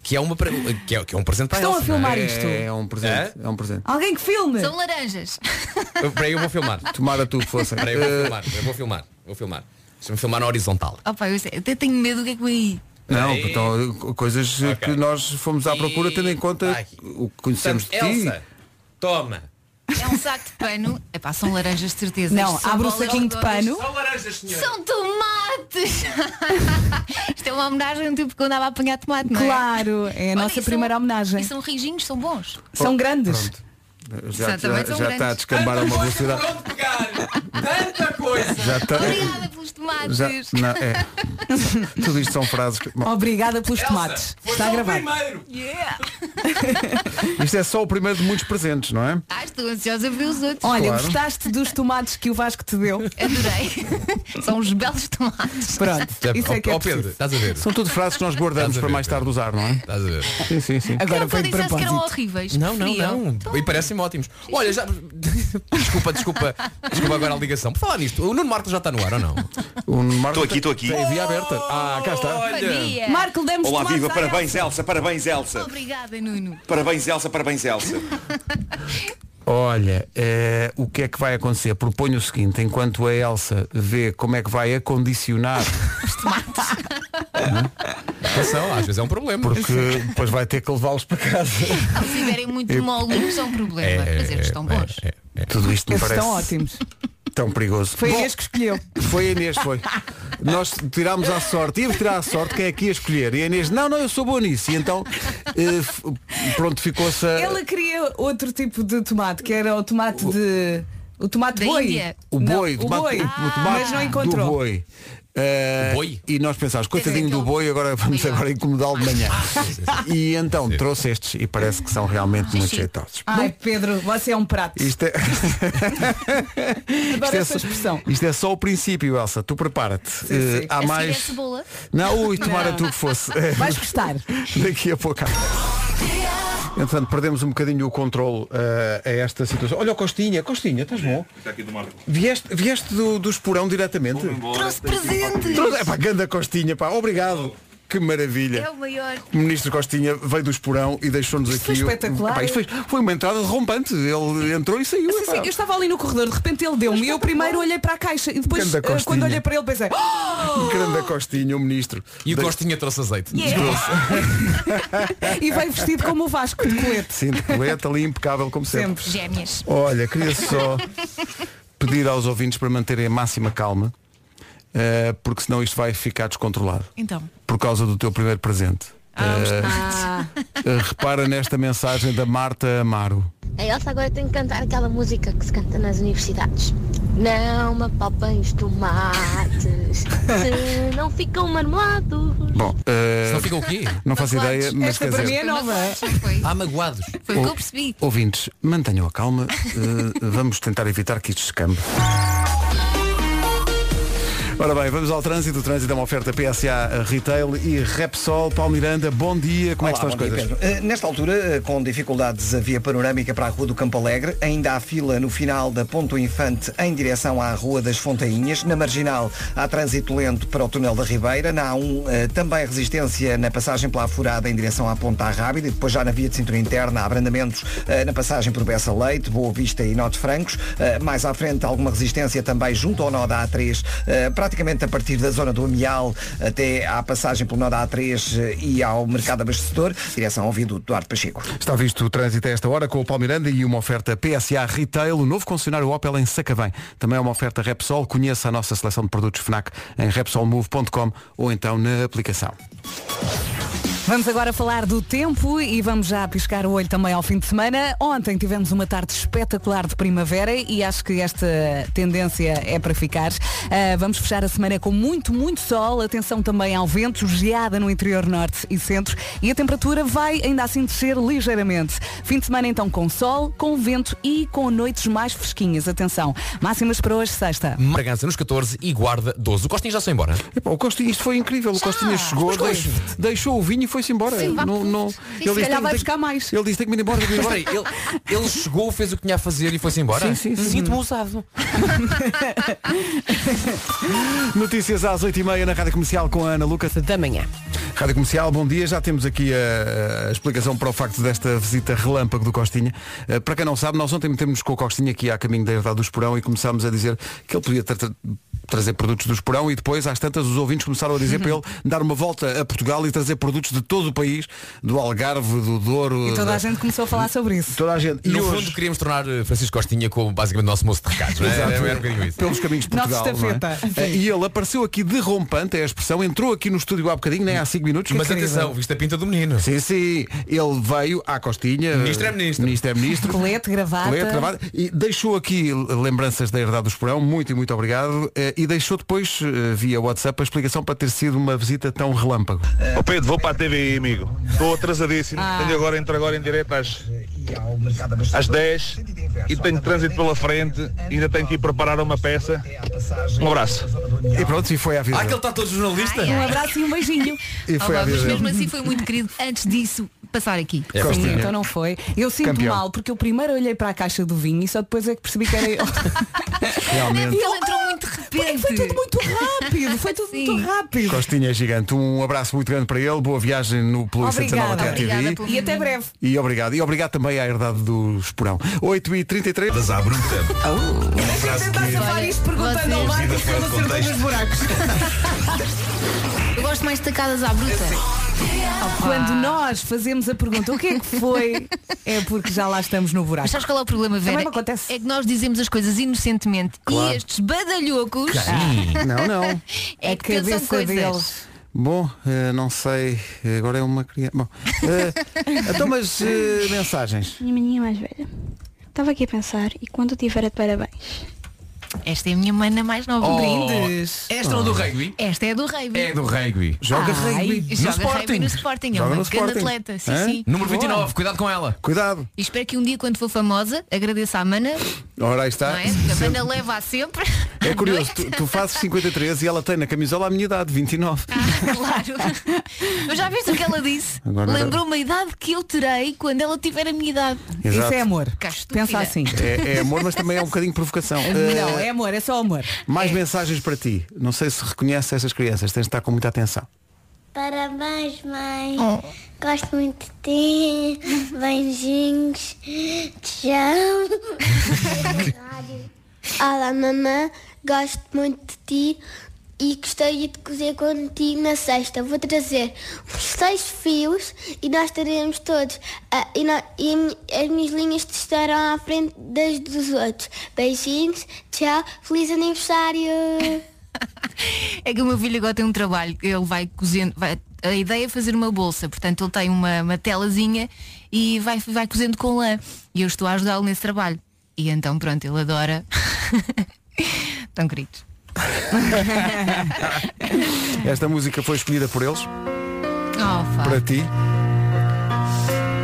[SPEAKER 6] que, é uma, pre- que, é, que é um presente para a
[SPEAKER 2] Estão
[SPEAKER 6] Elsa.
[SPEAKER 2] a filmar
[SPEAKER 6] não é?
[SPEAKER 2] isto?
[SPEAKER 1] É um presente, é um presente.
[SPEAKER 2] Alguém que filme!
[SPEAKER 4] São laranjas.
[SPEAKER 6] Eu- Peraí, eu vou filmar.
[SPEAKER 1] Tomara tu que fosse.
[SPEAKER 6] Peraí, eu vou
[SPEAKER 1] Eh,
[SPEAKER 6] filmar, eu vou filmar, vou filmar. Deixa-me filmar na horizontal.
[SPEAKER 4] Opa, eu sei- eu até tenho medo do que é que vem aí.
[SPEAKER 1] Não,
[SPEAKER 6] Peraí.
[SPEAKER 1] então, co- coisas eh, que nós fomos à procura tendo em conta
[SPEAKER 6] Ai.
[SPEAKER 1] o que conhecemos
[SPEAKER 6] Portanto,
[SPEAKER 1] de ti.
[SPEAKER 6] Elsa, toma.
[SPEAKER 4] É um saco de pano. Epá, são laranjas de certeza.
[SPEAKER 2] Não,
[SPEAKER 4] Isto são
[SPEAKER 2] abre o
[SPEAKER 4] bolas
[SPEAKER 2] saquinho de
[SPEAKER 4] redondas.
[SPEAKER 2] pano.
[SPEAKER 6] São laranjas, senhor.
[SPEAKER 4] São tomates! Isto é uma homenagem a um tipo que andava a apanhar tomate, não é?
[SPEAKER 2] Claro, é a
[SPEAKER 4] Olha,
[SPEAKER 2] nossa
[SPEAKER 4] e são-
[SPEAKER 2] primeira homenagem.
[SPEAKER 4] E são rijinhos, são bons.
[SPEAKER 2] São grandes.
[SPEAKER 1] Já,
[SPEAKER 4] Exatamente,
[SPEAKER 1] já,
[SPEAKER 4] são
[SPEAKER 1] já está a
[SPEAKER 4] grandes.
[SPEAKER 1] descambar a uma velocidade.
[SPEAKER 6] Tanta coisa.
[SPEAKER 1] Já está.
[SPEAKER 4] Obrigada pelos tomates.
[SPEAKER 1] Já, não, é. Tudo isto são frases que. Bom,
[SPEAKER 2] Obrigada pelos tomates. Está gravado.
[SPEAKER 4] Yeah.
[SPEAKER 1] isto é só o primeiro de muitos presentes, não é?
[SPEAKER 4] Ah, estou ansiosa por ver os outros.
[SPEAKER 2] Olha,
[SPEAKER 1] Claro.
[SPEAKER 2] gostaste dos tomates que o Vasco te deu?
[SPEAKER 4] Adorei. são uns belos tomates.
[SPEAKER 2] Pronto, isso é que
[SPEAKER 6] Ó,
[SPEAKER 2] é
[SPEAKER 6] ó, Pedro,
[SPEAKER 2] preciso.
[SPEAKER 6] estás a ver?
[SPEAKER 1] São tudo frases que nós guardamos
[SPEAKER 6] Estás a
[SPEAKER 1] para
[SPEAKER 6] ver,
[SPEAKER 1] mais tarde usar, não é?
[SPEAKER 6] Estás a ver?
[SPEAKER 1] Sim, sim, sim.
[SPEAKER 4] Quero
[SPEAKER 2] Agora
[SPEAKER 4] que
[SPEAKER 2] foi
[SPEAKER 4] eu
[SPEAKER 2] de
[SPEAKER 4] dissesse que eram
[SPEAKER 2] propósito.
[SPEAKER 4] horríveis.
[SPEAKER 6] Não, não,
[SPEAKER 4] Preferiam. Então é.
[SPEAKER 6] não. E parecem-me ótimos. Olha, já. Desculpa, desculpa. Desculpa agora a ligação. Por falar nisto, o Nuno Marcos já está no ar ou não?
[SPEAKER 1] Estou
[SPEAKER 11] aqui, estou aqui.
[SPEAKER 1] Via aberta. Ah, cá está.
[SPEAKER 4] Mania.
[SPEAKER 2] Marco, demos
[SPEAKER 11] Olá,
[SPEAKER 2] tomates
[SPEAKER 11] viva,
[SPEAKER 2] à
[SPEAKER 11] parabéns Elsa, parabéns Elsa.
[SPEAKER 4] Hum. Obrigada, Nuno.
[SPEAKER 11] Parabéns Elsa, parabéns Elsa.
[SPEAKER 1] Olha, eh, o que é que vai acontecer? Proponho o seguinte, enquanto a Elsa vê como é que vai acondicionar,
[SPEAKER 6] Atenção, às vezes é um problema.
[SPEAKER 1] porque depois vai ter que levá-los para casa.
[SPEAKER 4] Ah, Se tiverem muito molos, são um problema. Mas estes estão bons.
[SPEAKER 6] é, é.
[SPEAKER 1] Tudo isto me
[SPEAKER 2] Esses
[SPEAKER 1] parece
[SPEAKER 2] estão ótimos.
[SPEAKER 1] tão perigoso.
[SPEAKER 2] Foi
[SPEAKER 1] Bom,
[SPEAKER 2] a Inês que escolheu.
[SPEAKER 1] Foi a Inês, foi. Nós tirámos à sorte, ia tirar à sorte quem é que ia escolher. E a Inês, não, não, eu sou boa nisso. E então, eh, f- pronto, ficou-se a...
[SPEAKER 2] Ela queria outro tipo de tomate, que era o tomate de. O tomate
[SPEAKER 4] Da
[SPEAKER 2] boi.
[SPEAKER 4] Índia.
[SPEAKER 1] O boi,
[SPEAKER 2] não,
[SPEAKER 1] o
[SPEAKER 2] o
[SPEAKER 1] tomate-
[SPEAKER 2] boi. Ah,
[SPEAKER 1] o tomate
[SPEAKER 2] Mas não
[SPEAKER 1] do
[SPEAKER 2] encontrou. então-
[SPEAKER 1] boi. Eh,
[SPEAKER 6] O boi?
[SPEAKER 1] E nós pensámos, coitadinho
[SPEAKER 4] Quer dizer,
[SPEAKER 1] do boi, agora vamos
[SPEAKER 4] maior.
[SPEAKER 1] agora incomodá-lo de manhã. E então trouxe estes e parece que são realmente muito
[SPEAKER 4] sim.
[SPEAKER 1] jeitosos.
[SPEAKER 2] Ai, Pedro, você é um prato.
[SPEAKER 1] Isto é,
[SPEAKER 2] Adoro
[SPEAKER 1] isto, é só,
[SPEAKER 2] essa expressão.
[SPEAKER 1] isto é só o princípio, Elsa. Tu prepara-te. Eh,
[SPEAKER 2] sim.
[SPEAKER 1] há
[SPEAKER 4] A seguir é
[SPEAKER 1] mais.
[SPEAKER 4] cebola.
[SPEAKER 1] Não, ui, tomara
[SPEAKER 2] Não.
[SPEAKER 1] tu que fosse.
[SPEAKER 2] Vais gostar.
[SPEAKER 1] Daqui a pouco. há- Entretanto, perdemos um bocadinho o controle eh, a esta situação. Olha o Costinha, Costinha, estás
[SPEAKER 12] Hum?
[SPEAKER 1] bom? Vieste, vieste do, do esporão diretamente?
[SPEAKER 4] Trouxe presentes.
[SPEAKER 1] Trouxe- É pá, ganda Costinha, pá, obrigado. Que
[SPEAKER 4] É
[SPEAKER 1] maravilha.
[SPEAKER 4] o maior.
[SPEAKER 1] O ministro Costinha veio do esporão e deixou-nos aqui.
[SPEAKER 2] foi
[SPEAKER 1] o-
[SPEAKER 2] espetacular.
[SPEAKER 1] Epá, isto foi, foi uma entrada rompante. Ele entrou e saiu.
[SPEAKER 2] Sim,
[SPEAKER 1] epá.
[SPEAKER 2] sim, assim, eu estava ali no corredor, de repente ele deu-me e eu primeiro olhei para a caixa e depois
[SPEAKER 1] Ganda
[SPEAKER 2] eh, quando
[SPEAKER 1] costinha.
[SPEAKER 2] olhei para ele pensei, "Oh!"
[SPEAKER 1] Grande Costinha, o ministro.
[SPEAKER 6] E o
[SPEAKER 1] Da-
[SPEAKER 6] Costinha trouxe azeite.
[SPEAKER 2] e veio vestido como o Vasco de colete.
[SPEAKER 1] Sim, de colete ali impecável como sempre.
[SPEAKER 2] Sempre.
[SPEAKER 4] Gêmeas.
[SPEAKER 1] Olha, queria só pedir aos ouvintes para manterem a máxima calma, eh, porque senão isto vai ficar descontrolado.
[SPEAKER 4] Então.
[SPEAKER 1] Por causa do teu primeiro presente.
[SPEAKER 5] Ah,
[SPEAKER 1] Eh, repara nesta mensagem da Marta Amaro.
[SPEAKER 13] é, A Elsa agora tem que cantar aquela música que se canta nas universidades. Não me apalpem os tomates,
[SPEAKER 4] Eh,
[SPEAKER 13] se não ficam
[SPEAKER 4] um
[SPEAKER 13] marmelados.
[SPEAKER 1] Bom, eh,
[SPEAKER 6] Se não ficam o quê?
[SPEAKER 1] Não faço ideia, mas quer dizer,
[SPEAKER 6] Há magoados.
[SPEAKER 1] Ou- Ouvintes, mantenham a calma. eh, vamos tentar evitar que isto se escambe. Ora bem, vamos ao trânsito. O trânsito é uma oferta PSA Retail e Repsol. Paulo Miranda, bom dia. Como é que estão
[SPEAKER 3] Olá,
[SPEAKER 1] as
[SPEAKER 3] bom dia,
[SPEAKER 1] coisas?
[SPEAKER 3] Pedro. Eh, Nesta altura, eh, com dificuldades a via panorâmica para a Rua do Campo Alegre, ainda há fila no final da Ponto Infante em direção à Rua das Fontainhas. Na Marginal há trânsito lento para o Túnel da Ribeira. Na A1 eh, também resistência na passagem pela Furada em direção à Ponta à Rábida. E depois já na via de cintura interna há abrandamentos eh, na passagem por Bessa Leite, Boa Vista e Norte Francos. Eh, Mais à frente alguma resistência também junto ao nó da A3, eh, praticamente a partir da zona do Amial até à passagem pelo nó da A3 eh, e ao mercado abastecedor, direção ao viaduto Duarte Pacheco.
[SPEAKER 1] Está visto o trânsito a esta hora com o Paulo Miranda e uma oferta PSA Retail, o novo concessionário Opel em Sacavém. Também é uma oferta Repsol. Conheça a nossa seleção de produtos FNAC em repsolmove.com ou então na aplicação.
[SPEAKER 2] Vamos agora falar do tempo e vamos já piscar o olho também ao fim de semana. Ontem tivemos uma tarde espetacular de primavera e acho que esta tendência é para ficar. Ah, vamos fechar a semana com muito, muito sol. Atenção também ao vento, geada no interior norte e centro e a temperatura vai ainda assim descer ligeiramente. Fim de semana então com sol, com vento e com noites mais fresquinhas. Atenção, máximas para hoje, sexta.
[SPEAKER 6] Bragança nos 14 e Guarda 12. O Costinha já foi embora.
[SPEAKER 1] Epá, o Costinha, isto foi incrível. O Costinha
[SPEAKER 2] Ah,
[SPEAKER 1] chegou,
[SPEAKER 6] Mas
[SPEAKER 1] deixou, deixou o vinho e foi-se embora.
[SPEAKER 6] Sim, vá
[SPEAKER 1] não, não,
[SPEAKER 6] se calhar
[SPEAKER 1] "Tem-
[SPEAKER 6] vai
[SPEAKER 1] tem-
[SPEAKER 6] buscar
[SPEAKER 2] mais.
[SPEAKER 1] Ele disse tem que me ir embora. tem que me ir
[SPEAKER 6] Mas
[SPEAKER 1] embora."
[SPEAKER 6] peraí, ele, ele chegou, fez o que tinha a fazer e foi-se embora?
[SPEAKER 1] Sim, sim, sim.
[SPEAKER 6] Sinto-me um usado.
[SPEAKER 1] Notícias às 8h30 na Rádio Comercial com a Ana Lucas.
[SPEAKER 14] Da manhã.
[SPEAKER 1] Rádio Comercial, bom dia. Já temos aqui a, a explicação para o facto desta visita relâmpago do Costinha. Eh, para quem não sabe, nós ontem metemos com o Costinha aqui a caminho da Herdade do Esporão e começámos a dizer que ele podia tra- tra- trazer produtos do Esporão e depois, às tantas, os ouvintes começaram a dizer para ele dar uma volta a Portugal e trazer produtos de todo o país, do Algarve, do Douro.
[SPEAKER 2] E toda a
[SPEAKER 1] da-
[SPEAKER 2] gente começou a falar sobre isso.
[SPEAKER 1] Toda a gente.
[SPEAKER 6] no fundo queríamos tornar eh, Francisco Costinha como basicamente o nosso moço de recados, não é?
[SPEAKER 1] Exato.
[SPEAKER 6] Era, era um bocadinho isso.
[SPEAKER 1] Pelos caminhos de
[SPEAKER 6] Nosso
[SPEAKER 1] Portugal. não é?
[SPEAKER 6] estafeta.
[SPEAKER 1] Eh, E ele apareceu aqui derrompante, é a expressão, entrou aqui no estúdio há bocadinho, nem há 5 minutos.
[SPEAKER 6] Mas
[SPEAKER 1] Que incrível.
[SPEAKER 6] atenção, viste a pinta do menino.
[SPEAKER 1] Sim, sim. Ele veio à costinha.
[SPEAKER 6] Ministro é ministro.
[SPEAKER 1] Ministro é ministro.
[SPEAKER 2] Colete, gravata.
[SPEAKER 1] Colete, gravata. E deixou aqui lembranças da herdade do Esporão. Muito e muito obrigado. Eh, E deixou depois, eh, via WhatsApp, a explicação para ter sido uma visita tão relâmpago.
[SPEAKER 12] Ó É, Pedro, vou para a TVI, amigo. Estou atrasadíssimo. Tenho agora, entro agora em direto às, às 10 e tenho trânsito pela frente. Ainda tenho que ir preparar uma peça. Um abraço.
[SPEAKER 1] E pronto, e foi à vida.
[SPEAKER 12] Ah, que ele
[SPEAKER 6] está
[SPEAKER 11] tá-
[SPEAKER 6] Tá todo jornalista.
[SPEAKER 4] Um abraço
[SPEAKER 2] e um beijinho.
[SPEAKER 1] E foi à
[SPEAKER 4] mas
[SPEAKER 1] vida
[SPEAKER 4] mesmo
[SPEAKER 1] dele.
[SPEAKER 4] assim foi muito querido antes disso passar aqui.
[SPEAKER 1] É Sim, Costinha.
[SPEAKER 2] Então não foi. Eu sinto
[SPEAKER 1] Campeão.
[SPEAKER 2] mal porque eu primeiro olhei para a caixa do vinho e só depois é que percebi que era eu. "Ah,
[SPEAKER 1] Realmente.
[SPEAKER 4] Ele entrou muito de repente. Foi tudo
[SPEAKER 2] muito rápido. Foi tudo muito rápido.
[SPEAKER 1] Costinha é gigante. Um abraço muito grande para ele. Boa viagem no Plus 119 até a TV.
[SPEAKER 2] E até breve.
[SPEAKER 1] E obrigado. E obrigado também à herdade do Esporão. 8h33. Das à bruta.
[SPEAKER 2] Safar isto perguntando ao Marco se ele acertou nos buracos.
[SPEAKER 4] Eu gosto mais de tacadas à bruta.
[SPEAKER 6] É assim.
[SPEAKER 2] Quando nós fazemos a pergunta o que é que foi, é porque já lá estamos no buraco.
[SPEAKER 4] Mas sabes qual é o problema, Vera?
[SPEAKER 2] Também me acontece.
[SPEAKER 4] É que nós dizemos as coisas inocentemente
[SPEAKER 1] Claro.
[SPEAKER 4] e estes badalhocos
[SPEAKER 1] Quem? Não, não.
[SPEAKER 4] é
[SPEAKER 2] A
[SPEAKER 4] que pensam
[SPEAKER 2] cabeça
[SPEAKER 4] coisas.
[SPEAKER 2] deles.
[SPEAKER 1] Bom, eh, não sei, agora é uma criança. Bom, eh, então mas eh, mensagens.
[SPEAKER 15] Minha maninha mais velha. Estava aqui a pensar e quando tiver a de parabéns.
[SPEAKER 4] Esta é a minha mana mais nova.
[SPEAKER 6] Oh, Brindes. esta não é do rugby?
[SPEAKER 4] Esta é do rugby.
[SPEAKER 6] É do rugby.
[SPEAKER 4] Joga rugby no joga Sporting. rugby no Sporting, é uma grande atleta, sim,
[SPEAKER 6] Hã?
[SPEAKER 4] sim.
[SPEAKER 6] Número
[SPEAKER 4] Boa.
[SPEAKER 6] 29, cuidado com ela.
[SPEAKER 1] Cuidado.
[SPEAKER 4] E espero que um dia, quando for famosa, agradeça à mana,
[SPEAKER 1] Ora aí
[SPEAKER 4] não
[SPEAKER 1] está.
[SPEAKER 4] é? Que a mana leva a sempre.
[SPEAKER 1] É curioso, tu, tu fazes 53 e ela tem na camisola a minha idade, 29.
[SPEAKER 4] Ah, Claro. Mas já viste o que ela disse?
[SPEAKER 1] Agora-
[SPEAKER 4] Lembrou-me a idade que eu terei quando ela tiver a minha idade.
[SPEAKER 1] Exato. Isso é amor.
[SPEAKER 4] Cá estúpida.
[SPEAKER 1] É, é amor, mas também é um bocadinho de provocação.
[SPEAKER 2] assim. Não,
[SPEAKER 1] Eh,
[SPEAKER 2] é amor, é só amor.
[SPEAKER 1] Mais mensagens para ti. Não sei se reconheces essas crianças, tens de estar com muita atenção.
[SPEAKER 16] Parabéns, mãe. Gosto muito de ti. Beijinhos. Te amo. Olá, mamã. Gosto muito de ti. E gostaria de cozer contigo na sexta. Vou trazer uns seis fios e nós teremos todos. Ah, e, nó- e a mi- as minhas linhas estarão à frente das dos outros. Beijinhos, tchau, feliz aniversário!
[SPEAKER 4] É que o meu filho agora tem um trabalho, que ele vai cozendo, vai- a ideia é fazer uma bolsa, portanto ele tem uma, uma telazinha e vai, vai cozendo com lã. E eu estou a ajudá-lo nesse trabalho. E então pronto, ele adora Tão queridos. É.
[SPEAKER 1] Esta música foi escolhida por eles,
[SPEAKER 4] Oh, Fá.
[SPEAKER 1] para ti.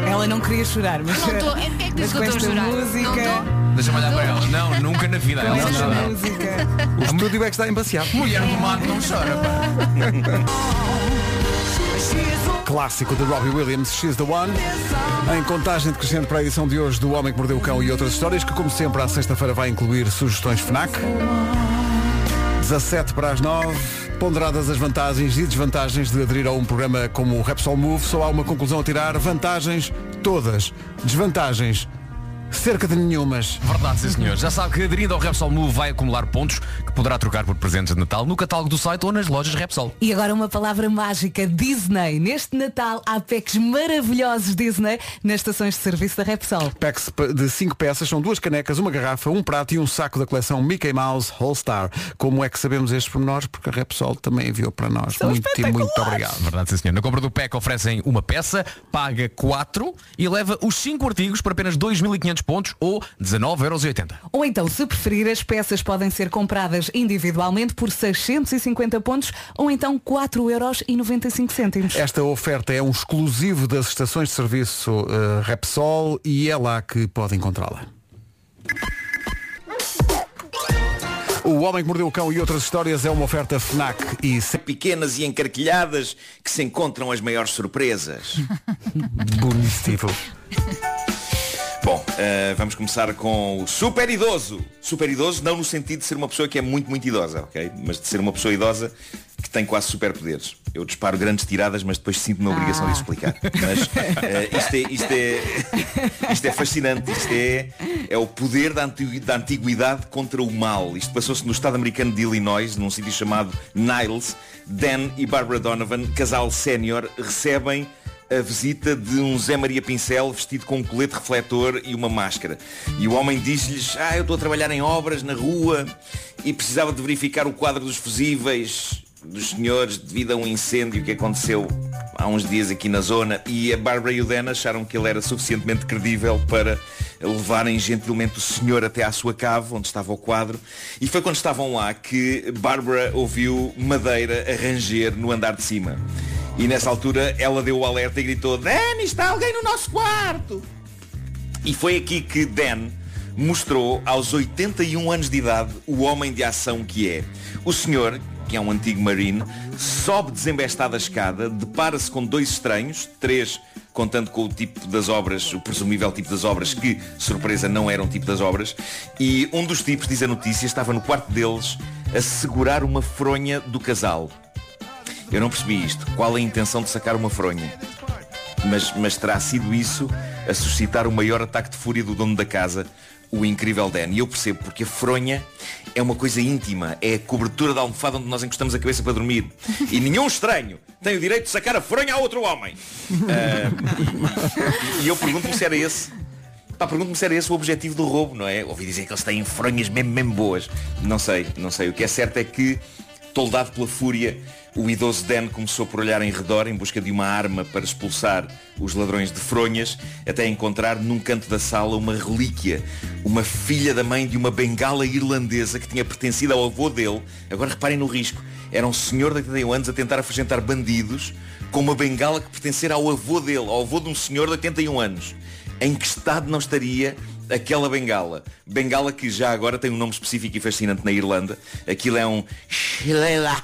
[SPEAKER 2] Ela não queria chorar, mas.
[SPEAKER 4] Não tô, é porque é que diz
[SPEAKER 2] mas
[SPEAKER 4] que eu estou
[SPEAKER 2] com
[SPEAKER 4] a
[SPEAKER 2] esta
[SPEAKER 4] chorar? Não
[SPEAKER 2] Música...
[SPEAKER 4] tô?
[SPEAKER 6] Deixa-me olhar para ela. Não, nunca na vida. Ela não chora.
[SPEAKER 1] O estúdio é que está embaciado.
[SPEAKER 6] Mulher do mato não chora,
[SPEAKER 1] Clássico de Robbie Williams, She's the One. Em contagem decrescente para a edição de hoje do Homem que Mordeu o Cão e outras histórias, que como sempre à sexta-feira vai incluir sugestões FNAC. 17 para as 9, ponderadas as vantagens e desvantagens de aderir a um programa como o Repsol Move, só há uma conclusão a tirar. Vantagens, todas. Desvantagens, cerca de nenhumas.
[SPEAKER 6] é Verdade, sim senhor. Já sabe que aderindo ao Repsol Move vai acumular pontos que poderá trocar por presentes de Natal no catálogo do site ou nas lojas Repsol.
[SPEAKER 2] E agora uma palavra mágica, Disney. Neste Natal há packs maravilhosos Disney nas estações de serviço da Repsol.
[SPEAKER 1] Packs de 5 peças são duas canecas, uma garrafa, um prato e um saco da coleção Mickey Mouse All Star. Como é que sabemos estes pormenores? Porque a Repsol também enviou para nós. muito e muito obrigado.
[SPEAKER 6] Verdade, sim senhor. Na compra do PEC oferecem uma peça, paga 4 e leva os 5 artigos por apenas 2.500 pontos ou 19,80€.
[SPEAKER 2] Ou então, se preferir, as peças podem ser compradas individualmente por 650 pontos ou então 4,95€.
[SPEAKER 1] Esta oferta é um exclusivo das estações de serviço eh, Repsol e é lá que pode encontrá-la. O Homem que Mordeu o Cão e outras histórias é uma oferta FNAC e...
[SPEAKER 11] Pequenas e encarquilhadas que se encontram as maiores surpresas.
[SPEAKER 1] Bonitivo.
[SPEAKER 11] Bom, eh, vamos começar com o super idoso. Super idoso não no sentido de ser uma pessoa que é muito, muito idosa, ok? Mas de ser uma pessoa idosa que tem quase superpoderes. Eu disparo grandes tiradas, mas depois sinto-me na obrigação
[SPEAKER 14] Ah.
[SPEAKER 11] de os explicar. Mas eh, isto, é, isto, é, isto é fascinante. Isto é, é o poder da, antigui- da antiguidade contra o mal. Isto passou-se no estado americano de Illinois, num sítio chamado Niles. Dan e Barbara Donovan, casal sénior, recebem a visita de um Zé Maria Pincel vestido com um colete refletor e uma máscara. E o homem diz-lhes, ah, eu estou a trabalhar em obras na rua e precisava de verificar o quadro dos fusíveis dos senhores devido a um incêndio que aconteceu há uns dias aqui na zona. E a Bárbara e o Dan acharam que ele era suficientemente credível para levarem gentilmente o senhor até à sua cave, onde estava o quadro. E foi quando estavam lá que Bárbara ouviu madeira a ranger no andar de cima. E nessa altura ela deu o alerta e gritou Dan, está alguém no nosso quarto! E foi aqui que Dan mostrou aos 81 anos de idade o homem de ação que é. O senhor, que é um antigo marine, sobe desembestada a escada, depara-se com dois estranhos, três contando com o tipo das obras, o presumível tipo das obras, que, surpresa, não era um tipo das obras, e um dos tipos, diz a notícia, estava no quarto deles a segurar uma fronha do casal. Eu não percebi isto. Qual a intenção de sacar uma fronha? Mas, mas terá sido isso a suscitar o maior ataque de fúria do dono da casa, o incrível Dan. E eu percebo porque a fronha é uma coisa íntima, é a cobertura da almofada onde nós encostamos a cabeça para dormir. E nenhum estranho tem o direito de sacar a fronha a outro homem. Ah, e, e eu pergunto-me se era esse. Pá, pergunto-me se era esse o objetivo do roubo, não é? Ouvi dizer que eles têm fronhas mesmo, mesmo boas. Não sei, não sei. O que é certo é que, toldado pela fúria, o idoso Dan começou por olhar em redor em busca de uma arma para expulsar os ladrões de fronhas, até encontrar num canto da sala uma relíquia, uma filha da mãe de uma bengala irlandesa que tinha pertencido ao avô dele. Agora reparem no risco. Era um senhor de 81 anos a tentar afugentar bandidos com uma bengala que pertencera ao avô dele, ao avô de um senhor de 81 anos em que estado não estaria aquela bengala. Bengala que já agora tem um nome específico e fascinante na Irlanda. Aquilo é um Shlelah.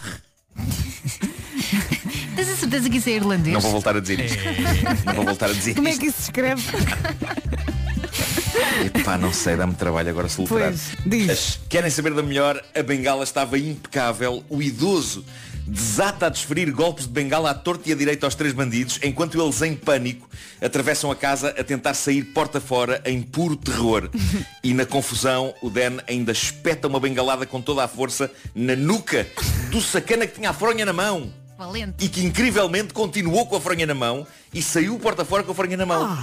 [SPEAKER 4] Tens a certeza que isso é irlandês?
[SPEAKER 11] Não vou voltar a dizer isto.
[SPEAKER 4] É.
[SPEAKER 11] Não vou voltar a dizer
[SPEAKER 4] Como é que isso se escreve?
[SPEAKER 11] Epá, não sei, dá-me trabalho agora soltar.
[SPEAKER 2] Pois,
[SPEAKER 11] Mas querem saber da melhor? A bengala estava impecável. O idoso desata a desferir golpes de bengala à torta e à direita aos três bandidos, enquanto eles, em pânico, atravessam a casa a tentar sair porta fora em puro terror. E na confusão, o Dan ainda espeta uma bengalada com toda a força na nuca do sacana que tinha a fronha na mão
[SPEAKER 4] Valente.
[SPEAKER 11] e que incrivelmente continuou com a fronha na mão e saiu porta fora com a fronha na mão.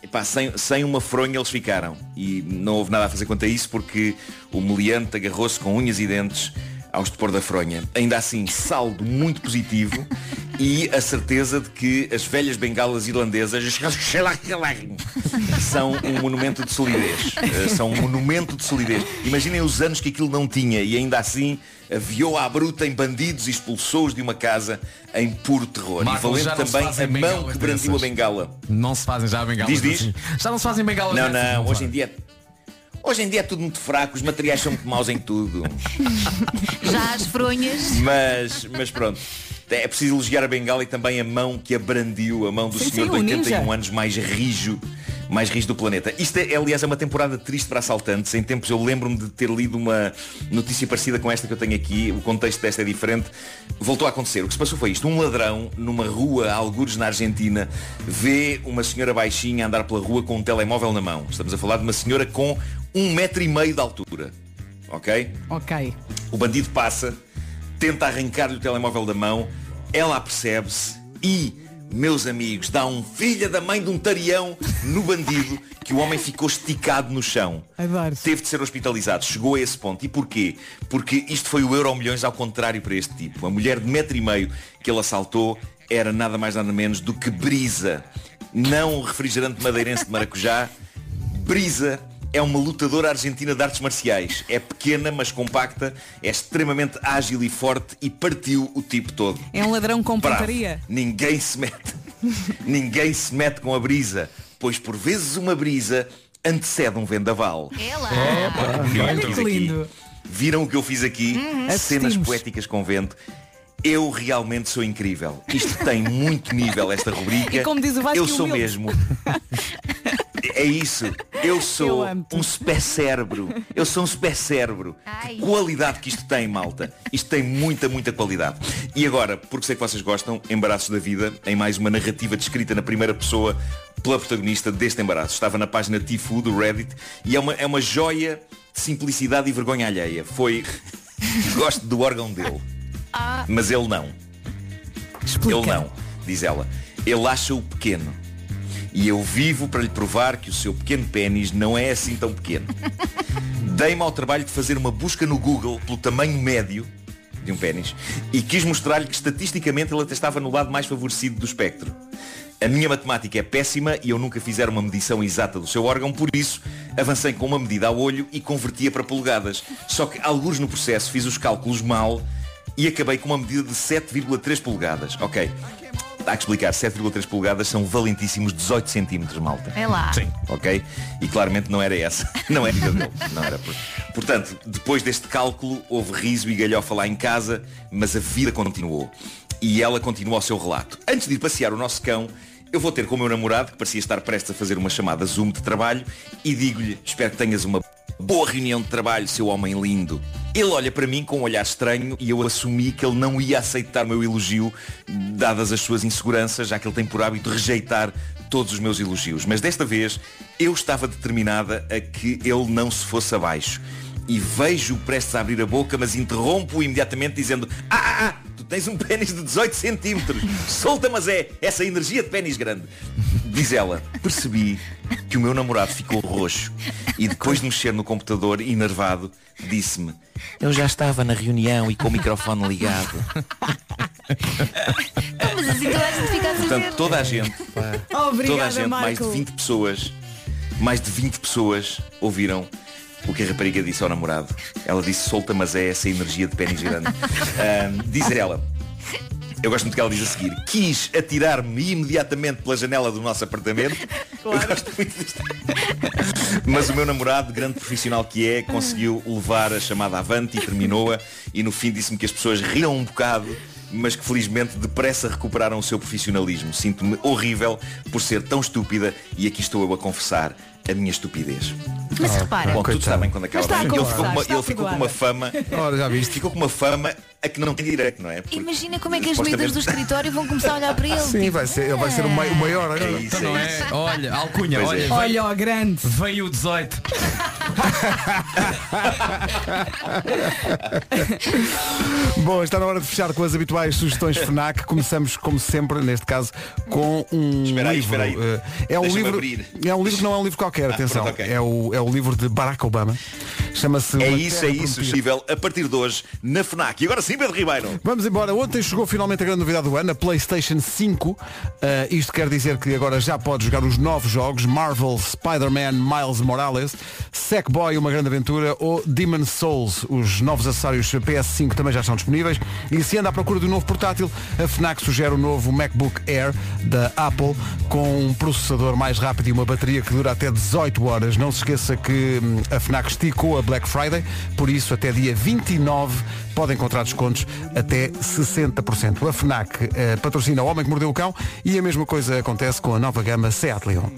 [SPEAKER 11] Epá, sem, sem uma fronha eles ficaram. E não houve nada a fazer quanto a isso porque o meliante agarrou-se com unhas e dentes ao depor da fronha. Ainda assim, saldo muito positivo e a certeza de que as velhas bengalas irlandesas são um monumento de solidez. Eh, São um monumento de solidez. Imaginem os anos que aquilo não tinha e ainda assim aviou à bruta em bandidos e expulsou-os de uma casa em puro terror.
[SPEAKER 6] Marco,
[SPEAKER 11] e
[SPEAKER 6] já
[SPEAKER 11] valendo
[SPEAKER 6] não se
[SPEAKER 11] também
[SPEAKER 6] fazem
[SPEAKER 11] a mão
[SPEAKER 6] bengalas
[SPEAKER 11] que brandiu a
[SPEAKER 6] dessas.
[SPEAKER 11] bengala.
[SPEAKER 6] Não se fazem já assim. bengalas.
[SPEAKER 11] Diz, diz.
[SPEAKER 6] Já não se fazem bengalas.
[SPEAKER 11] Não,
[SPEAKER 6] dessas,
[SPEAKER 11] não, hoje
[SPEAKER 6] fazem.
[SPEAKER 11] em dia Hoje em dia é tudo muito fraco, os materiais são muito maus em tudo.
[SPEAKER 4] Já as fronhas.
[SPEAKER 11] Mas, mas pronto. É preciso elogiar a bengala e também a mão que abrandiu, a mão do
[SPEAKER 4] Sim,
[SPEAKER 11] senhor
[SPEAKER 4] sim,
[SPEAKER 11] de
[SPEAKER 4] o
[SPEAKER 11] 81
[SPEAKER 4] ninja.
[SPEAKER 11] anos mais rijo, mais rijo do planeta. Isto é, aliás, é uma temporada triste para assaltantes. Em tempos eu lembro-me de ter lido uma notícia parecida com esta que eu tenho aqui, o contexto desta é diferente. Voltou a acontecer. O que se passou foi isto. Um ladrão, numa rua, a algures na Argentina, vê uma senhora baixinha andar pela rua com um telemóvel na mão. Estamos a falar de uma senhora com um metro e meio de altura. Ok?
[SPEAKER 2] Ok.
[SPEAKER 11] O bandido passa, tenta arrancar-lhe o telemóvel da mão, ela apercebe-se e, meus amigos, dá um filha da mãe de um tarião no bandido que o homem ficou esticado no chão. Teve de ser hospitalizado, chegou a esse ponto. E porquê? Porque isto foi o euro milhões ao contrário para este tipo. A mulher de metro e meio que ele assaltou era nada mais nada menos do que brisa. Não o refrigerante madeirense de maracujá, Brisa é uma lutadora argentina de artes marciais. É pequena, mas compacta, é extremamente ágil e forte e partiu o tipo todo.
[SPEAKER 2] É um ladrão com
[SPEAKER 11] Bravo.
[SPEAKER 2] pontaria.
[SPEAKER 11] Ninguém se mete. Ninguém se mete com a brisa, pois por vezes uma brisa antecede um vendaval.
[SPEAKER 4] Ela.
[SPEAKER 11] Viram o que eu fiz aqui? Viram o que eu fiz aqui?
[SPEAKER 4] Uhum.
[SPEAKER 11] Cenas
[SPEAKER 4] Assistimos.
[SPEAKER 11] poéticas com vento. Eu realmente sou incrível. Isto tem muito nível, esta rubrica.
[SPEAKER 2] E como diz o Vasco,
[SPEAKER 11] eu sou
[SPEAKER 2] humilde.
[SPEAKER 11] mesmo. É isso. Eu sou um super cérebro. Eu sou um super cérebro. Que qualidade que isto tem, malta. Isto tem muita, muita qualidade. E agora, porque sei que vocês gostam, Embaraços da Vida, em mais uma narrativa descrita na primeira pessoa pela protagonista deste embaraço. Estava na página Tifu do Reddit e é uma, é uma joia de simplicidade e vergonha alheia. Foi. Gosto do órgão dele. Mas ele não. Ele não, diz ela. Ele acha-o pequeno. E eu vivo para lhe provar que o seu pequeno pênis não é assim tão pequeno. Dei-me ao trabalho de fazer uma busca no Google pelo tamanho médio de um pênis e quis mostrar-lhe que estatisticamente ele até estava no lado mais favorecido do espectro. A minha matemática é péssima e eu nunca fizer uma medição exata do seu órgão, por isso avancei com uma medida ao olho e convertia para polegadas. Só que alguns no processo fiz os cálculos mal e acabei com uma medida de 7,3 polegadas. Ok. Há que explicar, 7,3 polegadas são valentíssimos 18 centímetros, malta.
[SPEAKER 4] É lá. Sim.
[SPEAKER 11] Ok? E claramente não era essa. Não é. era a vida dele. Não era. por- Portanto, depois deste cálculo, houve riso e galhofa lá em casa, mas a vida continuou. E ela continua o seu relato. Antes de ir passear o nosso cão, eu vou ter com o meu namorado, que parecia estar prestes a fazer uma chamada Zoom de trabalho, e digo-lhe, espero que tenhas uma boa reunião de trabalho, seu homem lindo. Ele olha para mim com um olhar estranho e eu assumi que ele não ia aceitar o meu elogio, dadas as suas inseguranças, já que ele tem por hábito rejeitar todos os meus elogios. Mas desta vez eu estava determinada a que ele não se fosse abaixo. E vejo-o prestes a abrir a boca, mas interrompo-o imediatamente dizendo Ah, ah, ah, tu tens um pênis de 18 centímetros. Solta, mas é essa energia de pênis grande. Diz ela, percebi que o meu namorado ficou roxo e depois de mexer no computador, enervado, disse-me Eu já estava na reunião e com o microfone ligado.
[SPEAKER 4] Mas assim toda a gente fica a saber.
[SPEAKER 11] Portanto, toda a gente, toda a
[SPEAKER 4] Obrigada,
[SPEAKER 11] gente, mais de
[SPEAKER 4] Marco.
[SPEAKER 11] 20 pessoas, mais de 20 pessoas ouviram o que a rapariga disse ao namorado. Ela disse solta, mas é essa energia de pênis grande. Ahm, diz ela, eu gosto muito que ela diz a seguir, quis atirar-me imediatamente pela janela do nosso apartamento. Eu gosto muito disto. Mas o meu namorado, grande profissional que é, conseguiu levar a chamada avante e terminou-a e no fim disse-me que as pessoas riam um bocado, mas que felizmente depressa recuperaram o seu profissionalismo. Sinto-me horrível por ser tão estúpida e aqui estou eu a confessar a minha estupidez.
[SPEAKER 4] Mas repara.
[SPEAKER 11] Bom, todos sabem quando acaba.
[SPEAKER 4] Mas está a
[SPEAKER 11] Ele ficou com
[SPEAKER 4] confessar,
[SPEAKER 11] uma,
[SPEAKER 4] está
[SPEAKER 11] ele ficou com uma fama. Ora, já viste? Ficou com uma fama a que não tem direito, não é? Porque
[SPEAKER 4] Imagina como é que as miúdas do escritório vão começar a olhar para ele. tipo,
[SPEAKER 1] Sim, vai ser, ele vai ser o, mai- o maior agora.
[SPEAKER 11] É isso,
[SPEAKER 1] Então
[SPEAKER 11] é
[SPEAKER 1] não
[SPEAKER 11] isso.
[SPEAKER 6] Olha, alcunha,
[SPEAKER 1] Pois
[SPEAKER 6] olha.
[SPEAKER 1] é.
[SPEAKER 2] Olha o grande.
[SPEAKER 6] Veio o 18.
[SPEAKER 1] Bom, está na hora de fechar com as habituais sugestões FNAC. Começamos, como sempre, neste caso, com um
[SPEAKER 11] Espera aí,
[SPEAKER 1] livro.
[SPEAKER 11] espera aí.
[SPEAKER 1] Eh, É um
[SPEAKER 11] Deixa-me
[SPEAKER 1] livro,
[SPEAKER 11] abrir.
[SPEAKER 1] é um livro que não é um livro qualquer,
[SPEAKER 11] Ah,
[SPEAKER 1] atenção.
[SPEAKER 11] pronto, ok.
[SPEAKER 1] é, o, é o livro de Barack Obama. Chama-se
[SPEAKER 11] É
[SPEAKER 1] Uma
[SPEAKER 11] isso, é
[SPEAKER 1] Terra
[SPEAKER 11] isso,
[SPEAKER 1] Prometida.
[SPEAKER 11] Chível. A partir de hoje, na FNAC. E agora sim, Pedro Ribeiro.
[SPEAKER 1] Vamos embora. Ontem chegou finalmente a grande novidade do ano, a PlayStation 5. Ah, isto quer dizer que agora já pode jogar os novos jogos, Marvel, Spider-Man, Miles Morales, Sackboy, Uma Grande Aventura ou Demon Souls. Os novos acessórios PS5 também já estão disponíveis. E se anda à procura de um novo portátil, a FNAC sugere o novo MacBook Air da Apple com um processador mais rápido e uma bateria que dura até 18 horas. Não se esqueça que hum, a FNAC esticou a Black Friday, por isso até dia 29 pode encontrar descontos até 60%. A FNAC eh, patrocina o Homem que Mordeu o Cão e a mesma coisa acontece com a nova gama Seat Leon.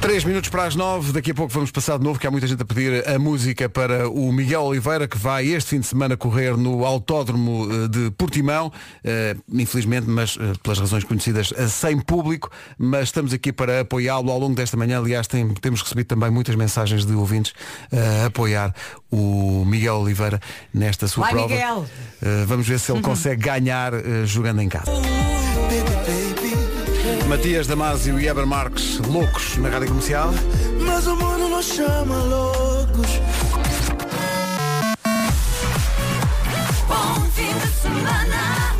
[SPEAKER 1] 3 minutos para as 9, daqui a pouco vamos passar de novo, que há muita gente a pedir a música para o Miguel Oliveira, que vai este fim de semana correr no Autódromo eh, de Portimão, eh, infelizmente, mas eh, pelas razões conhecidas, eh, sem público, mas estamos aqui para apoiá-lo ao longo desta manhã. Aliás, tem- temos recebido também muitas mensagens de ouvintes eh, a apoiar o Miguel Oliveira nesta sua
[SPEAKER 2] Vai,
[SPEAKER 1] prova.
[SPEAKER 2] Miguel!
[SPEAKER 1] Eh, vamos ver se ele consegue ganhar eh, jogando em casa. Matias Damasio e Eber Marques, loucos na rádio comercial.
[SPEAKER 14] Mas o mundo nos chama loucos.
[SPEAKER 7] Bom fim de semana.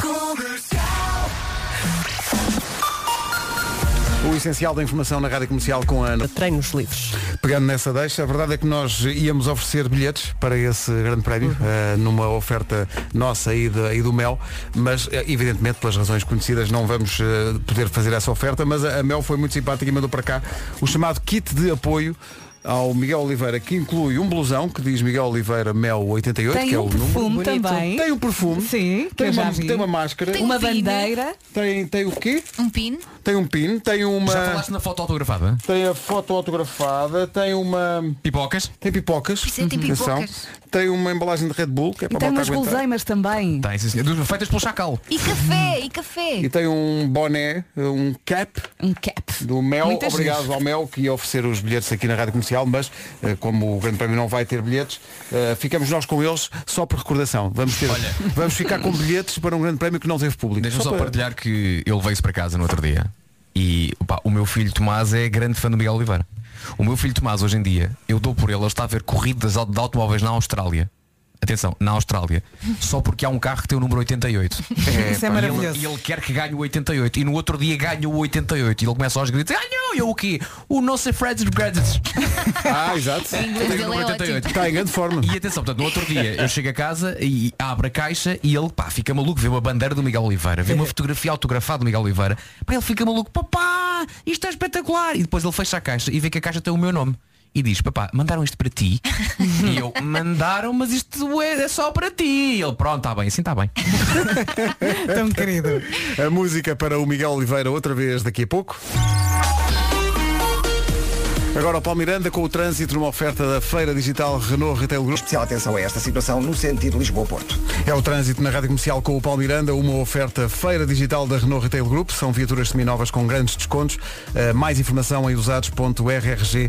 [SPEAKER 7] Comercial.
[SPEAKER 1] O essencial da informação na Rádio Comercial com a Ana.
[SPEAKER 17] Treinos livres.
[SPEAKER 1] Pegando nessa deixa, a verdade é que nós íamos oferecer bilhetes para esse grande prémio, eh, numa oferta nossa e, de- e do Mel, mas eh, evidentemente pelas razões conhecidas não vamos eh, poder fazer essa oferta, mas a, a Mel foi muito simpática e mandou para cá o chamado kit de apoio ao Miguel Oliveira, que inclui um blusão que diz Miguel Oliveira Mel 88,
[SPEAKER 2] Tem
[SPEAKER 1] que é
[SPEAKER 2] um
[SPEAKER 1] o
[SPEAKER 2] perfume
[SPEAKER 1] número.
[SPEAKER 2] também.
[SPEAKER 1] Tem um perfume.
[SPEAKER 2] Sim, que
[SPEAKER 1] tem
[SPEAKER 2] eu já
[SPEAKER 1] uma,
[SPEAKER 2] vi.
[SPEAKER 1] tem uma máscara.
[SPEAKER 2] Tem uma bandeira.
[SPEAKER 1] Tem, tem o quê?
[SPEAKER 4] Um pin.
[SPEAKER 1] Tem um pin, tem uma.
[SPEAKER 6] Já falaste na foto autografada?
[SPEAKER 1] Tem a foto autografada, tem uma.
[SPEAKER 6] Pipocas?
[SPEAKER 1] Tem pipocas. Uhum.
[SPEAKER 2] Isso é, tem
[SPEAKER 1] Atenção.
[SPEAKER 2] pipocas.
[SPEAKER 1] Tem uma embalagem de Red Bull, que é
[SPEAKER 2] E
[SPEAKER 1] para
[SPEAKER 2] tem
[SPEAKER 1] a malta
[SPEAKER 2] umas
[SPEAKER 1] aguentar.
[SPEAKER 2] guloseimas também.
[SPEAKER 6] Tem, sim, senhor. Feitas pelo Chacal.
[SPEAKER 4] E café, e café.
[SPEAKER 1] E tem um boné, um cap.
[SPEAKER 2] Um cap.
[SPEAKER 1] Do Mel,
[SPEAKER 2] Muito
[SPEAKER 1] obrigado
[SPEAKER 2] giro.
[SPEAKER 1] ao Mel que ia oferecer os bilhetes aqui na Rádio Comercial, mas eh, como o Grande Prémio não vai ter bilhetes, eh, ficamos nós com eles só por recordação. Vamos, ter,
[SPEAKER 6] Olha.
[SPEAKER 1] vamos ficar com bilhetes para um Grande Prémio que não teve público.
[SPEAKER 6] Deixa-me só
[SPEAKER 1] para-
[SPEAKER 6] partilhar que ele veio-se para casa no outro dia e opá, o meu filho Tomás é grande fã do Miguel Oliveira. O meu filho Tomás hoje em dia, eu dou por ele, ele está a ver corridas au- de automóveis na Austrália. Atenção, na Austrália. Só porque há um carro que tem o número 88.
[SPEAKER 17] é
[SPEAKER 6] pá, e ele-
[SPEAKER 17] maravilhoso.
[SPEAKER 6] E ele, quer que ganhe o 88. E no outro dia ganha o 88. E ele começa aos gritos, ganhou! E eu o quê? O nosso é Fred's Regrets.
[SPEAKER 1] Ah, exato.
[SPEAKER 6] Tem o número
[SPEAKER 1] dele é
[SPEAKER 6] 88.
[SPEAKER 1] ótimo. Está em grande forma.
[SPEAKER 6] E atenção, portanto, no outro dia eu chego a casa e abro a caixa e ele, pá, fica maluco, vê uma bandeira do Miguel Oliveira,
[SPEAKER 17] É.
[SPEAKER 6] vê uma fotografia autografada do Miguel Oliveira, pá, ele fica maluco, papá, isto é espetacular! E depois ele fecha a caixa e vê que a caixa tem o meu nome. E diz, papá, mandaram isto para ti? e eu, mandaram, mas isto é, é só para ti. E ele, pronto, está bem, assim está bem.
[SPEAKER 1] Tão querido. A música para o Miguel Oliveira outra vez daqui a pouco. Agora o Paulo Miranda com o trânsito numa oferta da Feira Digital Renault Retail Group.
[SPEAKER 3] Especial atenção a esta situação no sentido Lisboa-Porto.
[SPEAKER 1] É o trânsito na Rádio Comercial com o Paulo Miranda, uma oferta Feira Digital da Renault Retail Group. São viaturas seminovas com grandes descontos. Eh, mais informação em usados.rrg.pt.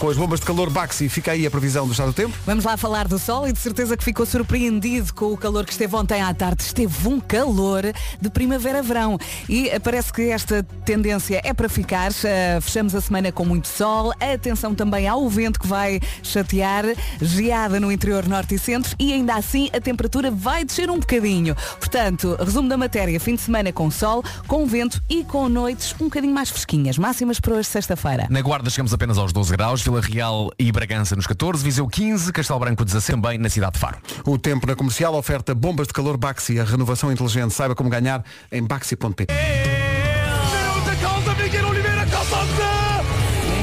[SPEAKER 1] Com as bombas de calor Baxi, fica aí a previsão do estado do tempo.
[SPEAKER 2] Vamos lá falar do sol e de certeza que ficou surpreendido com o calor que esteve ontem à tarde. Esteve um calor de primavera-verão e eh, parece que esta tendência é para ficar. Eh, Fechamos a semana com muito sol. Atenção também ao vento que vai chatear. Geada no interior norte e centro e ainda assim a temperatura vai descer um bocadinho. Portanto, resumo da matéria. Fim de semana com sol, com vento e com noites um bocadinho mais fresquinhas. Máximas para hoje, sexta-feira.
[SPEAKER 6] Na Guarda chegamos apenas aos 12 graus, Vila Real e Bragança nos 14, Viseu 15, Castelo Branco 16, também na cidade de Faro.
[SPEAKER 1] O tempo na comercial oferta bombas de calor Baxi, a renovação inteligente. Saiba como ganhar em baxi.pt.
[SPEAKER 14] Minuta calça, Miguel Oliveira, calçada!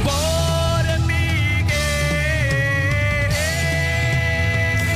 [SPEAKER 14] Bora,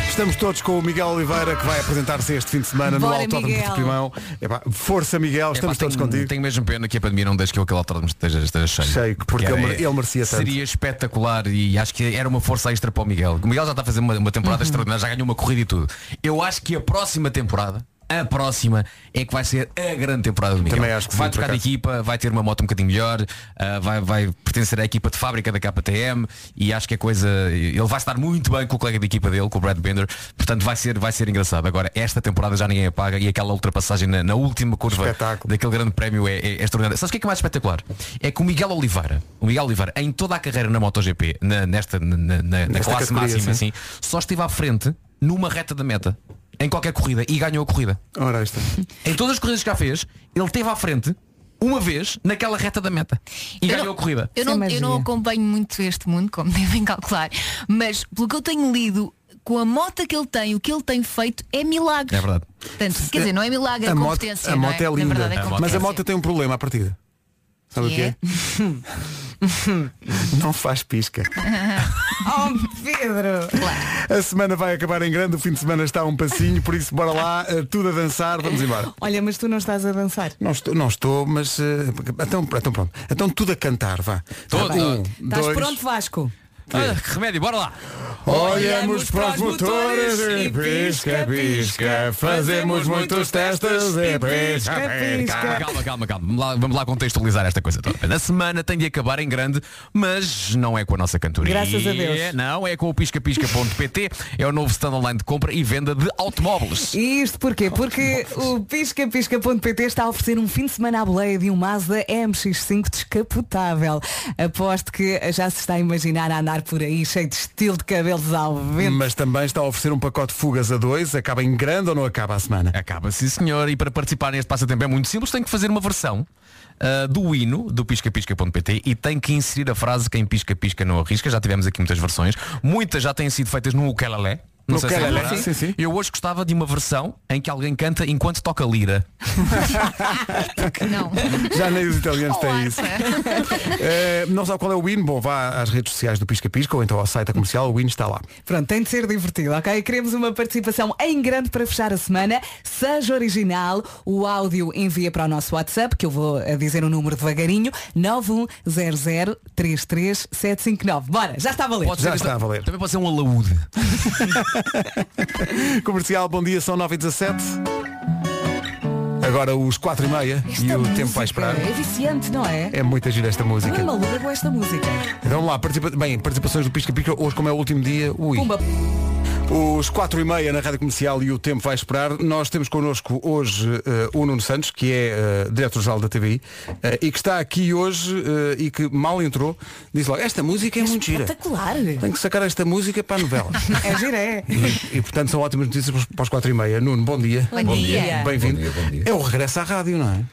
[SPEAKER 1] Estamos todos com o Miguel Oliveira que vai apresentar-se este fim de semana no
[SPEAKER 14] Bora,
[SPEAKER 1] Autódromo
[SPEAKER 14] Miguel.
[SPEAKER 1] de Portimão. Epá, força Miguel, estamos
[SPEAKER 6] Epá,
[SPEAKER 1] todos
[SPEAKER 6] tenho,
[SPEAKER 1] contigo.
[SPEAKER 6] Tenho mesmo pena que a pandemia não deixe que aquele autódromo esteja, esteja cheio.
[SPEAKER 1] Cheio, porque ele
[SPEAKER 6] era-
[SPEAKER 1] mere- ele merecia tanto.
[SPEAKER 6] Seria espetacular e acho que era uma força extra para o Miguel. O Miguel já está a fazer uma, uma temporada
[SPEAKER 1] Uhum.
[SPEAKER 6] extraordinária, já ganhou uma corrida e tudo. Eu acho que a próxima temporada, a próxima é que vai ser a grande temporada do Miguel.
[SPEAKER 1] Também acho que
[SPEAKER 6] vai
[SPEAKER 1] sim, por
[SPEAKER 6] trocar de
[SPEAKER 1] acaso.
[SPEAKER 6] equipa, vai ter uma moto um bocadinho melhor, ah, vai, vai pertencer à equipa de fábrica da KTM e acho que a coisa. Ele vai estar muito bem com o colega de equipa dele, com o Brad Bender, portanto vai ser, vai ser engraçado. Agora, esta temporada já ninguém apaga e aquela ultrapassagem na, na última curva daquele grande prémio é, é extraordinário. Sabes o que é, que é mais espetacular? É que o Miguel Oliveira, o Miguel Oliveira, em toda a carreira na MotoGP, na, nesta, na, na- na
[SPEAKER 1] Nesta
[SPEAKER 6] classe
[SPEAKER 1] categoria,
[SPEAKER 6] máxima,
[SPEAKER 1] sim.
[SPEAKER 6] assim, só estive à frente numa reta da meta. Em qualquer corrida e ganhou a corrida.
[SPEAKER 1] Ora, está.
[SPEAKER 6] Em todas as corridas que já fez, ele esteve à frente uma vez naquela reta da meta e
[SPEAKER 4] Eu
[SPEAKER 6] ganhou
[SPEAKER 4] não-
[SPEAKER 6] a corrida.
[SPEAKER 4] Eu não, eu não acompanho muito este mundo, como devem calcular, mas pelo que eu tenho lido, com a moto que ele tem, o que ele tem feito é milagre.
[SPEAKER 1] É verdade.
[SPEAKER 4] Portanto, quer dizer, não é milagre, é
[SPEAKER 1] a moto,
[SPEAKER 4] competência.
[SPEAKER 1] a
[SPEAKER 4] não
[SPEAKER 1] moto é,
[SPEAKER 4] Na
[SPEAKER 1] linda.
[SPEAKER 4] verdade, é
[SPEAKER 1] mas a
[SPEAKER 4] competência.
[SPEAKER 1] moto tem um problema à partida. Sabe
[SPEAKER 4] Que
[SPEAKER 1] o que é? Não faz pisca.
[SPEAKER 2] oh, Pedro!
[SPEAKER 1] A semana vai acabar em grande, o fim de semana está a um passinho, por isso bora lá, eh, tudo a dançar, vamos embora.
[SPEAKER 2] Olha, mas tu não estás a dançar.
[SPEAKER 1] Não estou, não estou mas. eh, então, então pronto. Então tudo a cantar, vá.
[SPEAKER 2] Tá bem.
[SPEAKER 1] um,
[SPEAKER 2] Estás
[SPEAKER 1] dois,
[SPEAKER 2] pronto, Vasco?
[SPEAKER 1] três.
[SPEAKER 6] remédio, bora lá.
[SPEAKER 1] Olhamos para os motores e pisca, pisca. Fazemos muitos testes e pisca,
[SPEAKER 6] Calma,
[SPEAKER 1] pisca.
[SPEAKER 6] calma, calma, calma. Vamos lá, vamos lá contextualizar esta coisa toda. Na semana tem de acabar em grande, mas não é com a nossa cantoria.
[SPEAKER 18] Graças a Deus.
[SPEAKER 6] Não, é com o piscapisca.pt. é o novo stand online de compra e venda de automóveis.
[SPEAKER 2] E Isto porquê? Porque o piscapisca.pt está a oferecer um fim de semana à boleia de um Mazda MX-5 descapotável. Aposto que já se está a imaginar a andar por aí cheio de estilo de cabelos ao vento.
[SPEAKER 1] Mas também está a oferecer um pacote de fugas a dois. Acaba em grande ou não acaba a semana?
[SPEAKER 6] Acaba, sim senhor. E para participar neste passatempo é muito simples. Tem que fazer uma versão ah, do hino do piscapisca.pt e tem que inserir a frase quem pisca pisca não arrisca. Já tivemos aqui muitas versões. Muitas já têm sido feitas no ukelele. Não
[SPEAKER 1] No
[SPEAKER 6] sei se é
[SPEAKER 1] ukelele,
[SPEAKER 6] verdade.
[SPEAKER 1] sim, sim.
[SPEAKER 6] Eu hoje gostava de uma versão em que alguém canta enquanto toca lira.
[SPEAKER 1] Já nem os italianos têm É isso. Eh, não sabe qual é o win? Bom, vá às redes sociais do Pisca Pisca ou então ao site da comercial, o win está lá.
[SPEAKER 2] Pronto, tem de ser divertido, ok? Queremos uma participação em grande para fechar a semana. Seja original, o áudio envia para o nosso WhatsApp, que eu vou a dizer o número devagarinho, 910033759. Bora, já está a valer.
[SPEAKER 6] Pode ser esta- Também pode ser um alaúde.
[SPEAKER 1] Comercial, bom dia, são 9 e 17 Agora os 4 e meia e o tempo vai esperar.
[SPEAKER 2] É viciante, não é?
[SPEAKER 1] É muita gira esta
[SPEAKER 2] Não é
[SPEAKER 1] música.
[SPEAKER 2] maluca com esta música.
[SPEAKER 1] Então vamos lá, participa... bem, participações do Pisca Pisca, hoje como é o último dia, ui.
[SPEAKER 2] Pumba.
[SPEAKER 1] Os 4 e meia na Rádio Comercial e o tempo vai esperar. Nós temos connosco hoje eh, o Nuno Santos, que é eh, diretor-geral da TVI, eh, e que está aqui hoje eh, e que mal entrou, diz logo, esta música é, muito gira.
[SPEAKER 2] Espetacular.
[SPEAKER 1] Tenho que sacar esta música para a novela.
[SPEAKER 2] É gira, é.
[SPEAKER 1] E, e, portanto são ótimas notícias para os- para os 4 e meia. Nuno, bom dia.
[SPEAKER 2] Bom Bom dia. dia.
[SPEAKER 1] Bem-vindo. É o regresso à rádio, não é?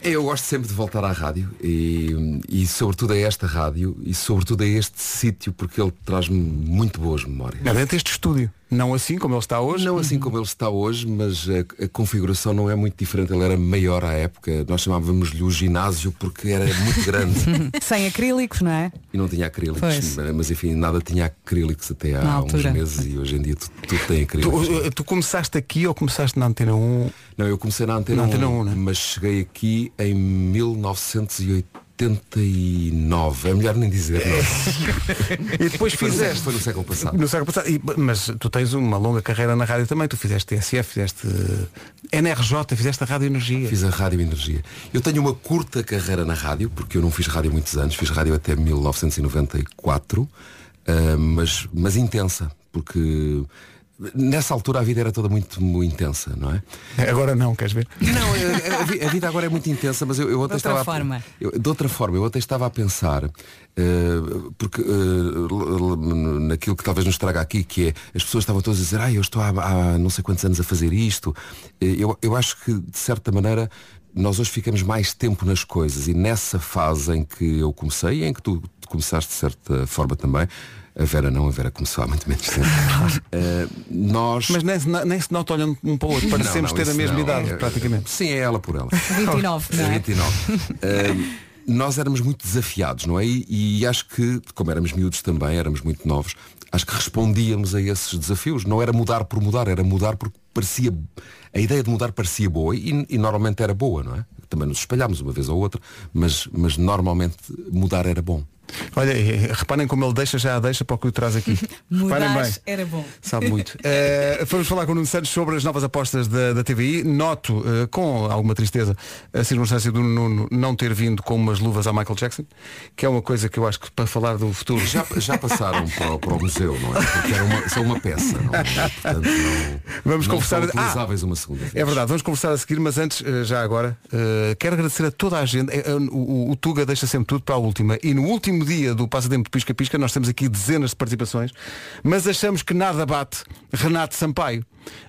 [SPEAKER 19] Eu gosto sempre de voltar à rádio e, e sobretudo a esta rádio e sobretudo a este sítio porque ele traz-me muito boas memórias.
[SPEAKER 1] É dentro deste estúdio. Não assim como ele está hoje?
[SPEAKER 19] Não assim como ele está hoje, mas a, a configuração não é muito diferente. Ele era maior à época. Nós chamávamos-lhe o ginásio porque era muito grande
[SPEAKER 2] Sem acrílicos, não é?
[SPEAKER 19] e não tinha acrílicos.
[SPEAKER 2] Pois.
[SPEAKER 19] Mas enfim, nada tinha acrílicos até
[SPEAKER 2] Na
[SPEAKER 19] há uns
[SPEAKER 2] altura.
[SPEAKER 19] meses e hoje em dia tudo, tudo tem acrílicos.
[SPEAKER 1] Tu, tu começaste aqui ou começaste na Antena 1?
[SPEAKER 19] Não, eu comecei na Antena,
[SPEAKER 1] Na Antena né?
[SPEAKER 19] 1, mas cheguei aqui em 1989. É melhor nem dizer. não.
[SPEAKER 1] E depois
[SPEAKER 19] Foi no
[SPEAKER 1] fizeste.
[SPEAKER 19] século- Foi no século passado.
[SPEAKER 1] No século passado. E- mas tu tens uma longa carreira na rádio também. Tu fizeste TSF, fizeste eh, NRJ, fizeste a Rádio Energia.
[SPEAKER 19] Fiz a Rádio Energia. Eu tenho uma curta carreira na rádio, porque eu não fiz rádio há muitos anos, fiz rádio até 1994, ah, mas, mas intensa, porque nessa altura a vida era toda muito, muito intensa, não é?
[SPEAKER 1] Agora não, queres ver?
[SPEAKER 19] Não, a- a- a, vi- a vida agora é muito intensa, mas eu, eu ontem
[SPEAKER 1] De outra
[SPEAKER 19] estava.
[SPEAKER 1] forma.
[SPEAKER 19] A, eu- de outra forma, eu ontem estava a pensar, eh, porque eh, l- l- naquilo que talvez nos traga aqui, que é as pessoas estavam todas a dizer, ah, eu estou há, há não sei quantos anos a fazer isto. Eh, Eu, eu acho que, de certa maneira, nós hoje ficamos mais tempo nas coisas e nessa fase em que eu comecei, e em que tu começaste de certa forma também, a Vera não, a Vera começou há muito menos tempo. Eh, nós...
[SPEAKER 1] Mas nem, se na- nem se nota olhando um para o outro.
[SPEAKER 19] Não,
[SPEAKER 1] Parecemos
[SPEAKER 19] não,
[SPEAKER 1] ter a
[SPEAKER 19] isso
[SPEAKER 1] mesma
[SPEAKER 19] não.
[SPEAKER 1] idade,
[SPEAKER 19] É-
[SPEAKER 1] praticamente.
[SPEAKER 19] Sim, é ela por ela.
[SPEAKER 2] 29, não é?
[SPEAKER 19] 29. Ahm, nós éramos muito desafiados, não é? E, e acho que, como éramos miúdos também, éramos muito novos, acho que respondíamos a esses desafios. Não era mudar por mudar, era mudar porque parecia. A ideia de mudar parecia boa e, e normalmente era boa, não é? Também nos espalhámos uma vez ou outra, mas, mas normalmente mudar era bom.
[SPEAKER 1] Olha, e- reparem como ele deixa já a deixa para o que o traz aqui. reparem bem.
[SPEAKER 2] Mudares era bom.
[SPEAKER 1] Sabe muito. Eh, vamos falar com o Nuno Santos sobre as novas apostas da, da TVI. Noto, eh, com alguma tristeza, a circunstância do Nuno não ter vindo com umas luvas ao Michael Jackson, que é uma coisa que eu acho que para falar do futuro.
[SPEAKER 19] Já, já passaram para, o- para o museu, não é? Porque era uma, são uma peça, não é? Portanto, não,
[SPEAKER 1] Vamos
[SPEAKER 19] não
[SPEAKER 1] conversar- Ah!
[SPEAKER 19] são utilizáveis uma segunda vez.
[SPEAKER 1] É verdade, vamos conversar a seguir, mas antes, eh, já agora, eh, quero agradecer a toda a gente. Eh, eh, o- O, o Tuga deixa sempre tudo para a última. E no último dia do Passatempo de Pisca Pisca, nós temos aqui dezenas de participações, mas achamos que nada bate Renato Sampaio,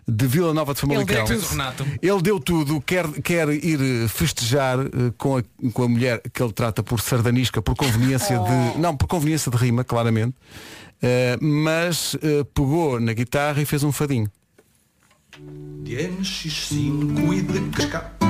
[SPEAKER 1] de Vila Nova de Famalicão.
[SPEAKER 17] Ele deu tudo, Renato.
[SPEAKER 1] Ele deu tudo, quer, quer ir eh, festejar eh, com a, com a mulher que ele trata por sardanisca, por conveniência
[SPEAKER 17] Oh.
[SPEAKER 1] de. Não, por conveniência de rima, claramente. Eh, mas eh, pegou na guitarra e fez um fadinho.
[SPEAKER 14] De MX5 e de cascata.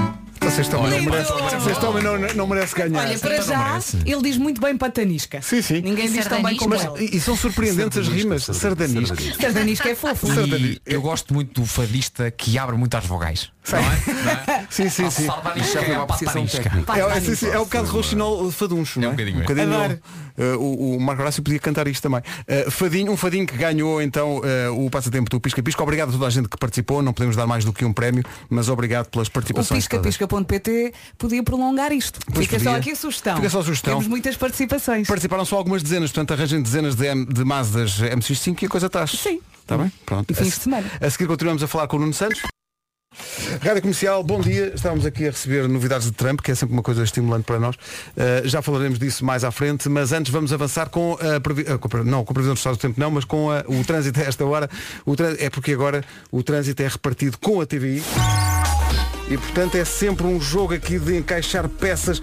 [SPEAKER 1] Vocês também, não
[SPEAKER 14] Lindo!
[SPEAKER 1] merecem, vocês também não, não merecem ganhar.
[SPEAKER 2] Olha, para já, ele diz muito bem patanisca.
[SPEAKER 1] Sim, sim.
[SPEAKER 2] Ninguém diz tão bem como
[SPEAKER 1] Mas,
[SPEAKER 2] ele.
[SPEAKER 1] e e são surpreendentes as rimas. Sardanisco.
[SPEAKER 2] Sardanisca é fofo.
[SPEAKER 17] E eu gosto muito do fadista que abre muito às vogais.
[SPEAKER 1] É, Sim, sim, sim.
[SPEAKER 17] Sardanisca é uma apreciação
[SPEAKER 1] Sardanisca.
[SPEAKER 17] técnica.
[SPEAKER 1] É, é, sim, sim, é um bocado roxinol uh, faduncho. não É um
[SPEAKER 17] bocadinho, é.
[SPEAKER 1] novo.
[SPEAKER 17] Adoro.
[SPEAKER 1] Uh, o, o Marco Horácio podia cantar isto também. Uh, fadinho, um fadinho que ganhou então uh, o passatempo do Pisca Pisca. Obrigado a toda a gente que participou. Não podemos dar mais do que um prémio, mas obrigado pelas
[SPEAKER 2] O
[SPEAKER 1] participações. todas.
[SPEAKER 2] pisca-pisca.pt podia prolongar isto.
[SPEAKER 1] Pois
[SPEAKER 2] Fica
[SPEAKER 1] podia.
[SPEAKER 2] só aqui a sugestão.
[SPEAKER 1] Fica só a sugestão.
[SPEAKER 2] Temos muitas participações.
[SPEAKER 1] Participaram só algumas dezenas, portanto arranjem dezenas de, M- de Mazdas MC5 e a coisa está. Sim. Está bem? Pronto.
[SPEAKER 2] E fins
[SPEAKER 1] A-
[SPEAKER 2] de semana.
[SPEAKER 1] A seguir continuamos a falar com o Nuno Santos. Rádio Comercial, bom dia. Estávamos aqui a receber novidades de Trump, que é sempre uma coisa estimulante para nós. Uh, já falaremos disso mais à frente, mas antes vamos avançar com a, previ... ah, com a pre- não, com a previsão do estado do tempo, não, mas com a- o trânsito a esta hora. O trân- É porque agora o trânsito é repartido com a TVI. E portanto é sempre um jogo aqui de encaixar peças.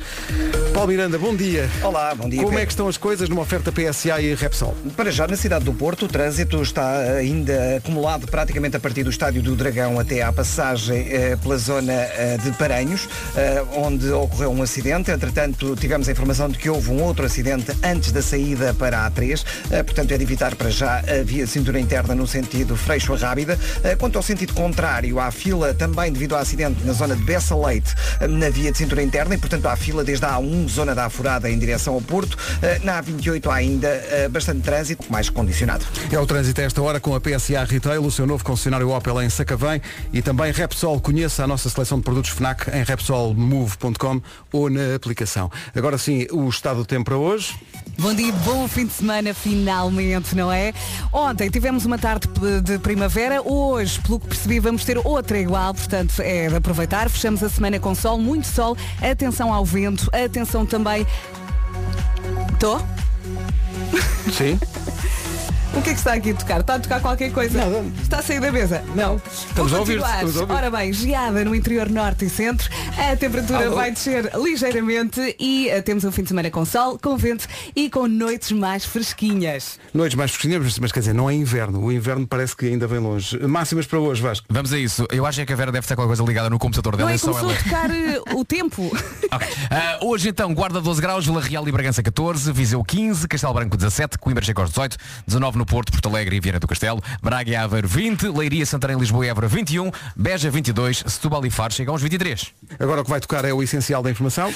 [SPEAKER 1] Paulo Miranda, bom dia.
[SPEAKER 3] Olá, bom dia.
[SPEAKER 1] Como é
[SPEAKER 3] Pedro.
[SPEAKER 1] que estão as coisas numa oferta PSA e Repsol?
[SPEAKER 3] Para já, na cidade do Porto, o trânsito está ainda acumulado praticamente a partir do Estádio do Dragão até à passagem eh, pela zona eh, de Paranhos, eh, onde ocorreu um acidente. Entretanto, tivemos a informação de que houve um outro acidente antes da saída para a A3. eh, portanto, é de evitar para já a via cintura interna no sentido Freixo a Rábida. Eh, quanto ao sentido contrário, há fila também devido ao acidente na zona de Bessa Leite, eh, na via de cintura interna, e portanto há fila desde a A1, zona da Afurada, em direção ao Porto. Eh, na A28 há ainda eh, bastante trânsito, mais condicionado.
[SPEAKER 1] É o trânsito a esta hora com a PSA Retail, o seu novo concessionário Opel em Sacavém e também Repsol. Conheça a nossa seleção de produtos FNAC em repsolmove.com ou na aplicação. Agora sim, o estado do tempo para hoje.
[SPEAKER 2] Bom dia, bom fim de semana finalmente, não é? Ontem tivemos uma tarde p- de primavera, hoje, pelo que percebi, vamos ter outra igual, portanto é de aproveitar. Fechamos a semana com sol, muito sol, atenção ao vento, atenção também. Tô?
[SPEAKER 1] Sim.
[SPEAKER 2] O que é que está aqui a tocar? Está a tocar qualquer coisa? Nada. Está a sair da mesa? Não.
[SPEAKER 1] Estamos a
[SPEAKER 2] Vou
[SPEAKER 1] ouvir-te,
[SPEAKER 2] continuar.
[SPEAKER 1] estamos a ouvir-te.
[SPEAKER 2] Ora bem, geada no interior norte e centro, a temperatura
[SPEAKER 1] Alô?
[SPEAKER 2] vai descer ligeiramente e eh, temos um fim de semana com sol, com vento e com noites mais fresquinhas.
[SPEAKER 1] Noites mais fresquinhas, mas- mas quer dizer, não é inverno. O inverno parece que ainda vem longe. Máximas para hoje, Vasco.
[SPEAKER 17] Vamos a isso. Eu acho é que a Vera deve estar com a coisa ligada no computador dela.
[SPEAKER 2] Não é
[SPEAKER 17] é só
[SPEAKER 2] começou
[SPEAKER 17] ela.
[SPEAKER 2] a tocar eh, o tempo?
[SPEAKER 17] Ok. Ah, hoje então, Guarda 12 graus, Vila Real e Bragança 14, Viseu 15, Castelo Branco 17, Coimbra chega aos 18, 19 no Porto, Porto Alegre e Viana do Castelo, Braga e Aveiro 20, Leiria, Santarém, Lisboa e Évora 21, Beja 22, Setúbal e Faro chegam aos 23.
[SPEAKER 1] Agora o que vai tocar é o essencial da informação.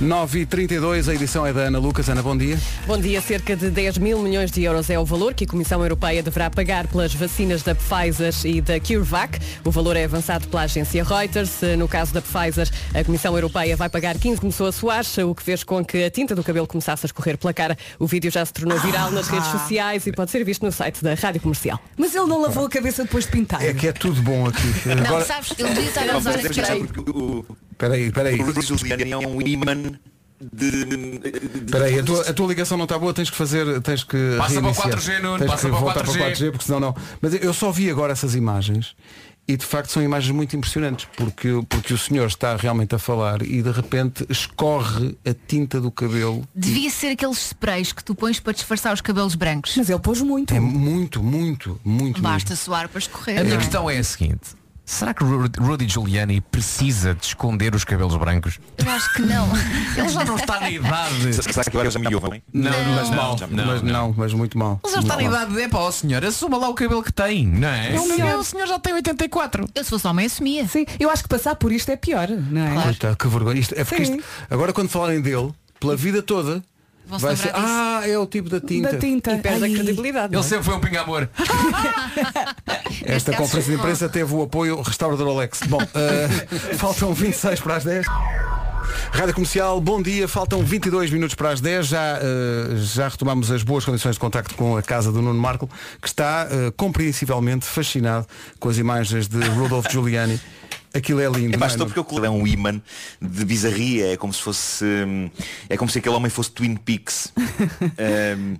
[SPEAKER 1] 9h32, a edição é da Ana Lucas. Ana, bom dia.
[SPEAKER 18] Bom dia. Cerca de 10 mil milhões de euros é o valor que a Comissão Europeia deverá pagar pelas vacinas da Pfizer e da CureVac. O valor é avançado pela agência Reuters. No caso da Pfizer, a Comissão Europeia vai pagar 15 pessoas suares, o que fez com que a tinta do cabelo começasse a escorrer pela cara. O vídeo já se tornou viral nas redes sociais e pode ser visto no site da Rádio Comercial.
[SPEAKER 2] Mas ele não lavou a cabeça depois de pintar.
[SPEAKER 1] É que é tudo bom aqui.
[SPEAKER 18] Não,
[SPEAKER 1] Agora-
[SPEAKER 18] sabes,
[SPEAKER 4] ele devia estar às horas que tem.
[SPEAKER 1] Espera aí, espera aí.
[SPEAKER 11] O Rodrigo Juliano é um imã de... de-
[SPEAKER 1] Espera aí, a tua, a tua ligação não está boa, tens que fazer, tens que
[SPEAKER 11] Passa para o
[SPEAKER 1] reiniciar.
[SPEAKER 11] 4G, Nuno,
[SPEAKER 1] tens
[SPEAKER 11] passa
[SPEAKER 1] que
[SPEAKER 11] para o
[SPEAKER 1] voltar
[SPEAKER 11] 4G.
[SPEAKER 1] para o 4G, porque senão não. Mas eu só vi agora essas imagens e de facto são imagens muito impressionantes, porque, porque o senhor está realmente a falar e de repente escorre a tinta do cabelo.
[SPEAKER 4] Devia ser aqueles sprays que tu pões para disfarçar os cabelos brancos.
[SPEAKER 2] Mas ele pôs muito.
[SPEAKER 1] É muito, muito, muito.
[SPEAKER 4] Basta suar para escorrer.
[SPEAKER 17] A
[SPEAKER 4] não
[SPEAKER 17] minha
[SPEAKER 4] é?
[SPEAKER 17] questão é a seguinte. Será que Ru- Rudy Giuliani precisa de esconder os cabelos brancos?
[SPEAKER 4] Eu acho que não.
[SPEAKER 17] Ele já não é? está na idade.
[SPEAKER 11] Será que agora já me ouvem?
[SPEAKER 17] Não, mas
[SPEAKER 1] Não,
[SPEAKER 17] mal.
[SPEAKER 1] já-
[SPEAKER 17] Não,
[SPEAKER 1] mas,
[SPEAKER 17] não.
[SPEAKER 1] não, mas muito mal.
[SPEAKER 17] Ele já está na idade. É pá, ó senhor, assuma lá o cabelo que tem, não é?
[SPEAKER 2] É o meu.
[SPEAKER 17] o senhor já tem 84.
[SPEAKER 4] Eu se fosse homem assumia.
[SPEAKER 2] Sim, eu acho que passar por isto é pior, não é?
[SPEAKER 1] Coitado, tá, que vergonha. Isto, é porque
[SPEAKER 2] Sim.
[SPEAKER 1] isto, agora quando falarem dele, pela vida toda,
[SPEAKER 17] Vão-se
[SPEAKER 1] vai ser,
[SPEAKER 17] lembrar disso.
[SPEAKER 1] ah, é o tipo da tinta.
[SPEAKER 2] tinta. E perde a Ai. credibilidade,
[SPEAKER 17] Ele sempre foi um pingamor.
[SPEAKER 1] Esta
[SPEAKER 17] caso,
[SPEAKER 1] conferência de
[SPEAKER 17] não.
[SPEAKER 1] imprensa teve o apoio Restaurador Olex. Bom, eh, faltam 26 para as 10. Rádio Comercial, bom dia. Faltam 22 minutos para as 10. Já, eh, já retomamos as boas condições de contacto com a casa do Nuno Marco, que está eh, compreensivelmente fascinado com as imagens de Rudolf Giuliani. Aquilo é lindo.
[SPEAKER 11] É
[SPEAKER 1] não
[SPEAKER 11] pá,
[SPEAKER 1] é,
[SPEAKER 11] estou
[SPEAKER 1] Nuno?
[SPEAKER 11] porque eu é um imã de bizarria, é como se fosse. hum, É como se aquele homem fosse Twin Peaks. Hum,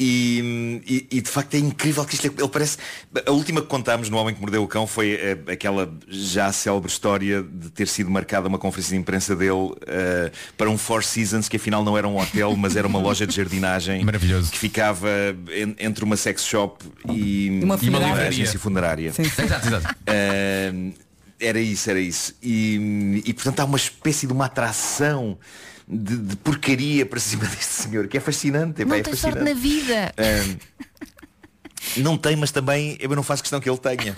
[SPEAKER 11] e, e- e, de facto é incrível que isto é- ele parece a última que contámos no Homem que Mordeu o Cão foi eh, aquela já célebre história de ter sido marcada uma conferência de imprensa dele eh, para um Four Seasons que afinal não era um hotel mas era uma loja de jardinagem maravilhoso que ficava en- entre uma sex shop e
[SPEAKER 17] E uma
[SPEAKER 11] e
[SPEAKER 17] funerária.
[SPEAKER 11] agência funerária
[SPEAKER 17] Sim, sim. Exato, exato.
[SPEAKER 11] Ahm, era isso, era isso. E, e, portanto há uma espécie de uma atração de, de porcaria para cima deste senhor, que é fascinante. epá,
[SPEAKER 4] Não
[SPEAKER 11] é
[SPEAKER 4] tem
[SPEAKER 11] fascinante.
[SPEAKER 4] sorte na
[SPEAKER 17] É,
[SPEAKER 4] vida.
[SPEAKER 11] Ahm, não tem, mas também eu não faço questão que ele tenha.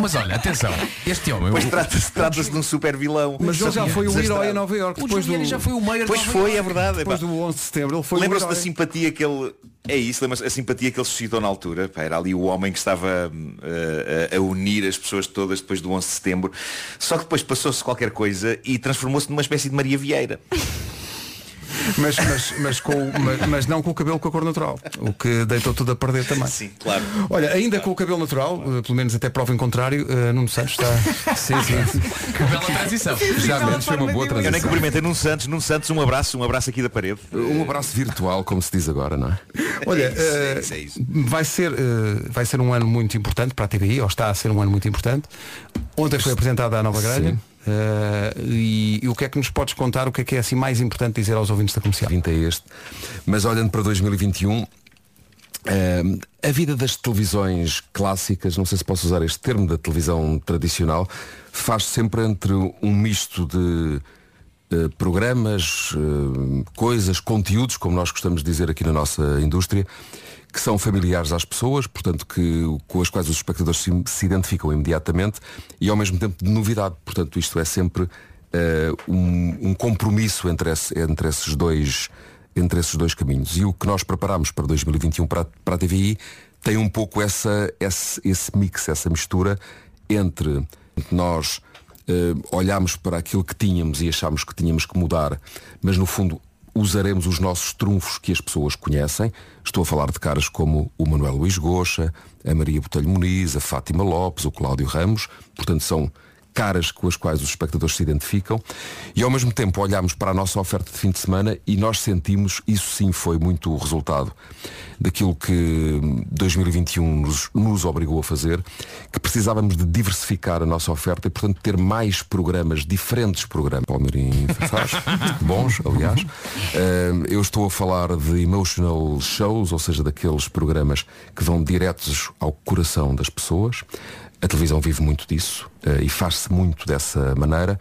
[SPEAKER 17] Mas olha, atenção, este homem.
[SPEAKER 11] Pois trata-se trata de um super vilão.
[SPEAKER 1] Mas ele já foi um herói a Nova Iorque.
[SPEAKER 11] O
[SPEAKER 1] Depois do...
[SPEAKER 11] Giuliani já foi o mayor de Pois Nova foi, Iorque. é assim. verdade,
[SPEAKER 1] Depois
[SPEAKER 11] epá.
[SPEAKER 1] do 11 de setembro, ele foi um
[SPEAKER 11] Lembram-se da
[SPEAKER 1] herói.
[SPEAKER 11] simpatia que ele. É isso, lembram-se a simpatia que ele suscitou na altura. Pá, era ali o homem que estava hum, a- a- a unir as pessoas todas depois do 11 de setembro. Só que depois passou-se qualquer coisa e transformou-se numa espécie de Maria Vieira.
[SPEAKER 1] Mas, mas, mas, com, mas, mas não com o cabelo com a cor natural, o que deitou tudo a perder também.
[SPEAKER 11] Sim, claro.
[SPEAKER 1] Olha, ainda com o cabelo natural, eh, pelo menos até prova em contrário, eh, Nuno Santos está. sim, sim.
[SPEAKER 17] Bela transição.
[SPEAKER 19] Já menos é foi uma boa
[SPEAKER 11] Eu nem
[SPEAKER 19] transição.
[SPEAKER 11] cumprimentei num Santos, num Santos, um abraço, um abraço aqui da parede.
[SPEAKER 19] Um abraço virtual, como se diz agora, não é?
[SPEAKER 1] Olha,
[SPEAKER 11] É isso,
[SPEAKER 1] eh,
[SPEAKER 11] é isso, é isso.
[SPEAKER 1] vai, ser, eh, vai ser um ano muito importante para a TVI, ou está a ser um ano muito importante. Ontem foi apresentada a nova grelha. eh, e, e o que é que nos podes contar? O que é que é assim mais importante dizer aos ouvintes da comercial?
[SPEAKER 19] é este. Mas olhando para 2021, Ahm, um, eh, a vida das televisões clássicas, não sei se posso usar este termo da televisão tradicional, faz sempre entre um misto de eh, programas, eh, coisas, conteúdos, como nós gostamos de dizer aqui na nossa indústria, que são familiares às pessoas, portanto que com as quais os espectadores se, se identificam imediatamente e ao mesmo tempo de novidade, portanto isto é sempre eh, um, um compromisso entre, esse- entre esses dois entre esses dois caminhos. E o que nós preparámos para 2021 para, a- para a TVI tem um pouco essa, esse, esse mix, essa mistura entre nós eh, olhámos para aquilo que tínhamos e achámos que tínhamos que mudar, mas no fundo usaremos os nossos trunfos que as pessoas conhecem. Estou a falar de caras como o Manuel Luís Goxa, a Maria Botelho Muniz, a Fátima Lopes, o Cláudio Ramos. Portanto, são caras com as quais os espectadores se identificam e ao mesmo tempo olhámos para a nossa oferta de fim de semana e nós sentimos, isso sim foi muito o resultado daquilo que 2021 nos, nos obrigou a fazer, que precisávamos de diversificar a nossa oferta e portanto ter mais programas, diferentes programas. Palmeirim faz, bons, aliás. Ahm, eu estou a falar de emotional shows, ou seja, daqueles programas que vão diretos ao coração das pessoas. A televisão vive muito disso eh, e faz-se muito dessa maneira.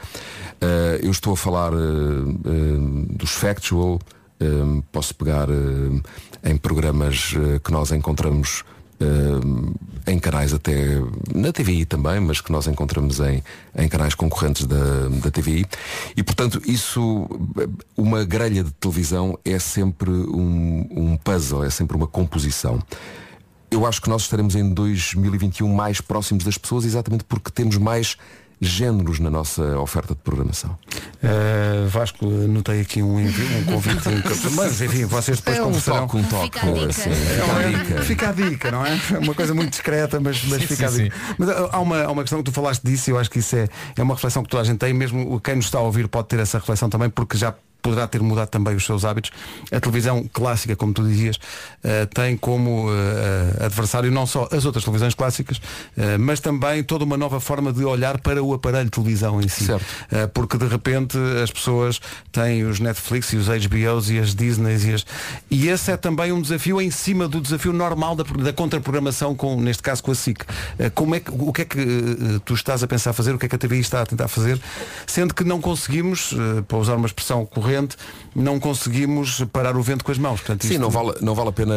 [SPEAKER 19] Eh, eu estou a falar eh, eh, dos factual, eh, posso pegar eh, em programas eh, que nós encontramos eh, em canais até na TVI também, mas que nós encontramos em, em canais concorrentes da, da TVI. E portanto, isso, eh, uma grelha de televisão é sempre um, um puzzle, é sempre uma composição. Eu acho que nós estaremos em 2021 mais próximos das pessoas exatamente porque temos mais géneros na nossa oferta de programação.
[SPEAKER 1] Eh, Vasco, notei aqui um, envio, um convite. um cap- Mas enfim, vocês depois
[SPEAKER 19] É um
[SPEAKER 1] conversarão.
[SPEAKER 19] toque, um toque, Fica a dica. assim, fica a
[SPEAKER 1] É,
[SPEAKER 19] dica.
[SPEAKER 1] fica a dica, não é? É Uma coisa muito discreta, mas, mas
[SPEAKER 19] Sim,
[SPEAKER 1] fica
[SPEAKER 19] sim,
[SPEAKER 1] a dica. Mas ah, há uma, há uma questão que tu falaste disso e eu acho que isso é, é uma reflexão que toda a gente tem, mesmo quem nos está a ouvir pode ter essa reflexão também, porque já poderá ter mudado também os seus hábitos. A televisão clássica, como tu dizias, eh, tem como eh, adversário não só as outras televisões clássicas, eh, mas também toda uma nova forma de olhar para o aparelho de televisão em si. Eh, porque de repente as pessoas têm os Netflix e os HBOs e as Disneys e as... E esse é também um desafio em cima do desafio normal da, da contraprogramação, com, neste caso com a SIC. Eh, Como é que, o que é que eh, tu estás a pensar fazer, o que é que a TVI está a tentar fazer, sendo que não conseguimos, eh, para usar uma expressão corrente, não conseguimos parar o vento com as mãos. Portanto,
[SPEAKER 19] Sim, não vale, não vale a pena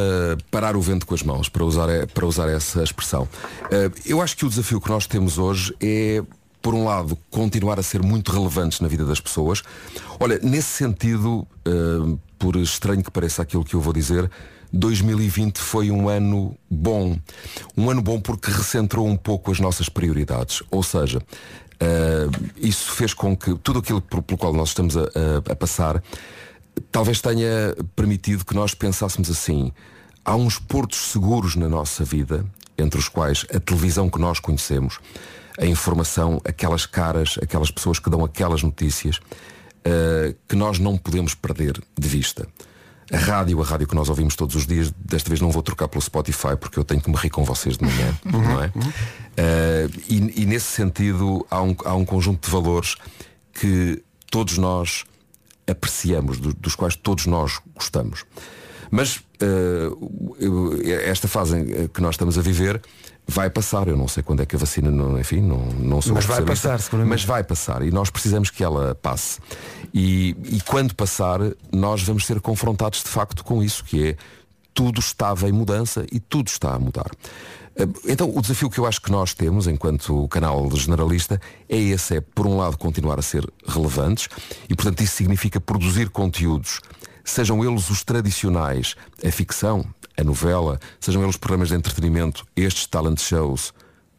[SPEAKER 19] parar o vento com as mãos, para usar, para usar essa expressão. Eh, Eu acho que o desafio que nós temos hoje é por um lado, continuar a ser muito relevantes na vida das pessoas. Olha, nesse sentido, eh, por estranho que pareça aquilo que eu vou dizer, 2020 foi um ano bom. Um ano bom porque recentrou um pouco as nossas prioridades. Ou seja, eh, isso fez com que tudo aquilo por- pelo qual nós estamos a- a- a passar talvez tenha permitido que nós pensássemos assim, há uns portos seguros na nossa vida, entre os quais a televisão que nós conhecemos, a informação, aquelas caras, aquelas pessoas que dão aquelas notícias, eh, que nós não podemos perder de vista. A rádio, a rádio que nós ouvimos todos os dias, desta vez não vou trocar pelo Spotify porque eu tenho que me rir com vocês de manhã, não é?
[SPEAKER 1] Uhum.
[SPEAKER 19] Eh, e, e nesse sentido há um, há um conjunto de valores que todos nós apreciamos, do- dos quais todos nós gostamos. Mas eh, eu- esta fase em que nós estamos a viver vai passar. Eu não sei quando é que a vacina, não, enfim, não, não sou
[SPEAKER 1] Mas vai
[SPEAKER 19] especialista,
[SPEAKER 1] passar, seguramente.
[SPEAKER 19] Mas vai passar e nós precisamos que ela passe. E, e quando passar, nós vamos ser confrontados de facto com isso, que é tudo estava em mudança e tudo está a mudar. Eh, Então o desafio que eu acho que nós temos enquanto canal generalista é esse, é por um lado continuar a ser relevantes e portanto isso significa produzir conteúdos, sejam eles os tradicionais, a ficção, a novela, sejam eles programas de entretenimento, estes talent shows,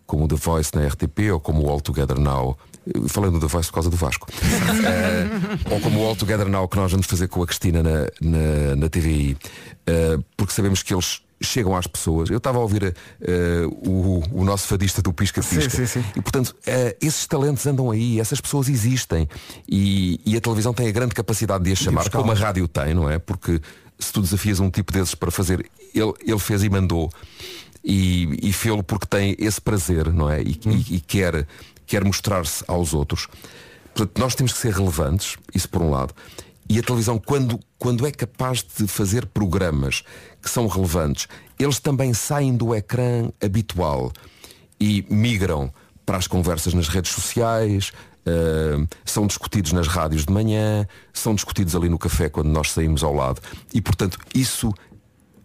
[SPEAKER 19] como o The Voice na RTP ou como o All Together Now. Eu Falei do The Voice por causa do Vasco. Eh, ou como o All Together Now que nós vamos fazer com a Cristina na, na, na TVI. Eh, porque sabemos que eles chegam às pessoas. Eu estava a ouvir eh, o, o nosso fadista do Pisca Pisca.
[SPEAKER 1] Sim, sim, sim.
[SPEAKER 19] E portanto, eh, esses talentos andam aí, essas pessoas existem. E, e a televisão tem a grande capacidade de as chamar, como a rádio tem, não é? Porque se tu desafias um tipo desses para fazer, ele, ele fez e mandou. E, e fê-lo porque tem esse prazer, não é? E, e- e quer, quer mostrar-se aos outros. Portanto, nós temos que ser relevantes, isso por um lado. E a televisão, quando, quando é capaz de fazer programas que são relevantes, eles também saem do ecrã habitual e migram para as conversas nas redes sociais, eh, são discutidos nas rádios de manhã, são discutidos ali no café quando nós saímos ao lado. E portanto, isso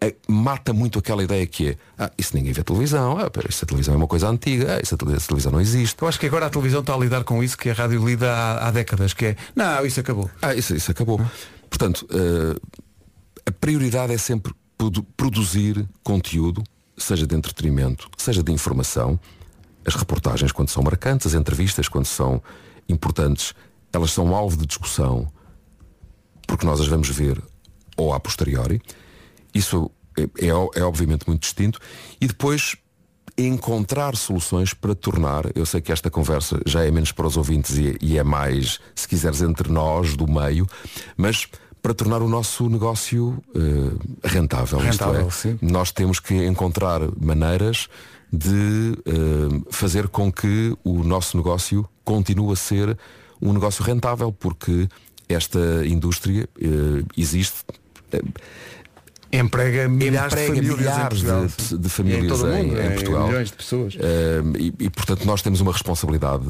[SPEAKER 19] eh, mata muito aquela ideia que é ah, isso ninguém vê televisão, ah, pera, isso a televisão é uma coisa antiga, ah, isso a tele- essa televisão não existe.
[SPEAKER 1] Eu acho que agora a televisão está a lidar com isso que a rádio lida há, há décadas, que é não, isso acabou.
[SPEAKER 19] Ah, isso, isso acabou. Portanto, eh, a prioridade é sempre produ- produzir conteúdo, seja de entretenimento, seja de informação. As reportagens, quando são marcantes, as entrevistas, quando são importantes, elas são alvo de discussão, porque nós as vamos ver ou a posteriori. Isso é, é o- é obviamente muito distinto. E depois encontrar soluções para tornar, eu sei que esta conversa já é menos para os ouvintes e, e é mais, se quiseres, entre nós do meio, mas para tornar o nosso negócio eh, rentável. isto
[SPEAKER 1] Rentável,
[SPEAKER 19] é,
[SPEAKER 1] sim.
[SPEAKER 19] nós temos que encontrar maneiras de eh, fazer com que o nosso negócio continue a ser um negócio rentável, porque esta indústria eh, existe. eh,
[SPEAKER 1] Emprega milhares de
[SPEAKER 19] emprega
[SPEAKER 1] famílias em
[SPEAKER 19] milhares
[SPEAKER 1] Portugal.
[SPEAKER 19] de, de
[SPEAKER 1] E em
[SPEAKER 19] famílias
[SPEAKER 1] todo o
[SPEAKER 19] em,
[SPEAKER 1] mundo,
[SPEAKER 19] em
[SPEAKER 1] em
[SPEAKER 19] Portugal.
[SPEAKER 1] milhões de pessoas.
[SPEAKER 19] Eh, e, e, portanto nós temos uma responsabilidade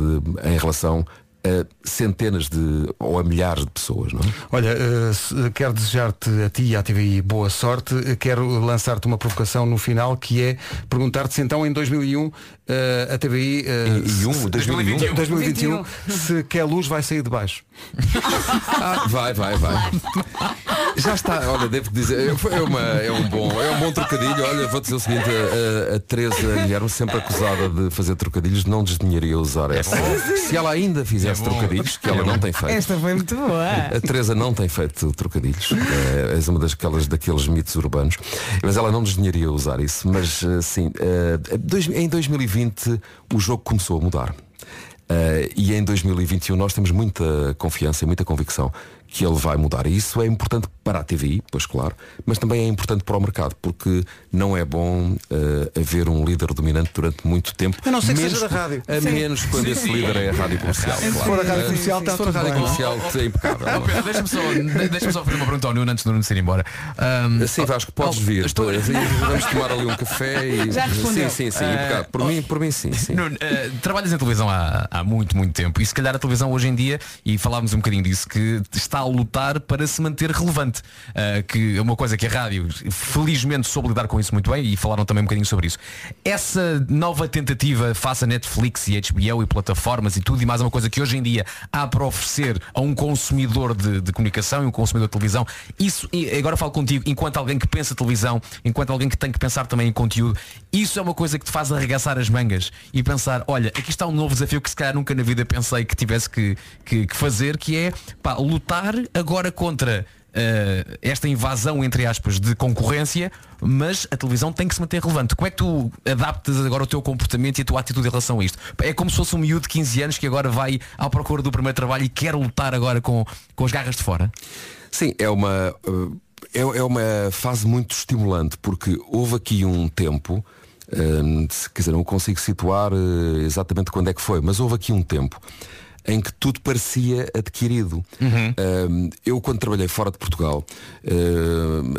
[SPEAKER 19] eh, em relação a centenas de ou a milhares de pessoas, não é?
[SPEAKER 1] Olha, eh, se- quero desejar-te a ti e à TVI boa sorte. Eh, Quero lançar-te uma provocação no final que é perguntar-te se então em 2001 eh, a TVI eh,
[SPEAKER 19] E- e um,
[SPEAKER 1] se-
[SPEAKER 19] 2021.
[SPEAKER 1] 2021 se quer luz vai sair de baixo. Ah,
[SPEAKER 19] Vai, vai, vai. Já está, olha, devo dizer, é- é, uma, é, um bom, é um bom trocadilho. Olha, vou dizer o seguinte, a, a, a Teresa Guilherme, sempre acusada de fazer trocadilhos, não desdenharia usar essa. Se ela ainda fizesse trocadilhos, que ela não tem feito.
[SPEAKER 2] Esta foi muito boa.
[SPEAKER 19] A Teresa não tem feito trocadilhos. É, és uma das aquelas, daqueles mitos urbanos. Mas ela não desdenharia usar isso. Mas eh, sim, eh, dois- em 2020 o jogo começou a mudar. Eh, e em 2021 nós temos muita confiança e muita convicção que ele vai mudar. E isso é importante para a TVI, pois claro, mas também é importante para o mercado, porque não é bom eh, haver um líder dominante durante muito tempo.
[SPEAKER 1] A não ser que
[SPEAKER 19] menos-
[SPEAKER 1] seja da rádio.
[SPEAKER 19] A
[SPEAKER 1] Sim.
[SPEAKER 19] menos quando
[SPEAKER 1] Sim.
[SPEAKER 19] esse líder é a rádio comercial.
[SPEAKER 1] Se
[SPEAKER 19] claro.
[SPEAKER 1] for a rádio
[SPEAKER 19] Eh,
[SPEAKER 1] comercial, está
[SPEAKER 19] se for a
[SPEAKER 1] tudo
[SPEAKER 19] rádio
[SPEAKER 1] bem.
[SPEAKER 19] comercial, é impecável.
[SPEAKER 17] Oh, Pedro, deixa-me só, de- deixa-me só fazer uma pergunta ao Nuno antes do Nuno se ir embora.
[SPEAKER 19] Sim, Vasco, podes vir. Vamos tomar ali um café e.
[SPEAKER 17] Já
[SPEAKER 19] sim,
[SPEAKER 17] respondeu.
[SPEAKER 19] sim, sim.
[SPEAKER 17] Eh,
[SPEAKER 19] impecável. É, por, mim, por mim sim. sim.
[SPEAKER 17] Nuno, eh, trabalhas em televisão há, há muito, muito tempo e se calhar a televisão hoje em dia, e falámos um bocadinho disso, que está
[SPEAKER 6] está a lutar para se manter relevante. Ah, que é uma coisa que a rádio, felizmente, soube lidar com isso muito bem e falaram também um bocadinho sobre isso. Essa nova tentativa face a Netflix e HBO e plataformas e tudo e mais é uma coisa que hoje em dia há para oferecer a um consumidor de, de comunicação e um consumidor de televisão, isso, e agora falo contigo, enquanto alguém que pensa televisão, enquanto alguém que tem que pensar também em conteúdo, isso é uma coisa que te faz arregaçar as mangas e pensar, olha, aqui está um novo desafio que se calhar nunca na vida pensei que tivesse que, que, que fazer, que é pá, lutar agora contra eh, esta invasão, entre aspas, de concorrência, mas a televisão tem que se manter relevante. Como é que tu adaptas agora o teu comportamento e a tua atitude em relação a isto? É como se fosse um miúdo de 15 anos que agora vai à procura do primeiro trabalho e quer lutar agora com, com as garras de fora?
[SPEAKER 19] Sim, é uma uh, é, é uma fase muito estimulante porque houve aqui um tempo um, se- quer dizer, não consigo situar uh, exatamente quando é que foi, mas houve aqui um tempo em que tudo parecia adquirido. Um, eu quando trabalhei fora de Portugal, um,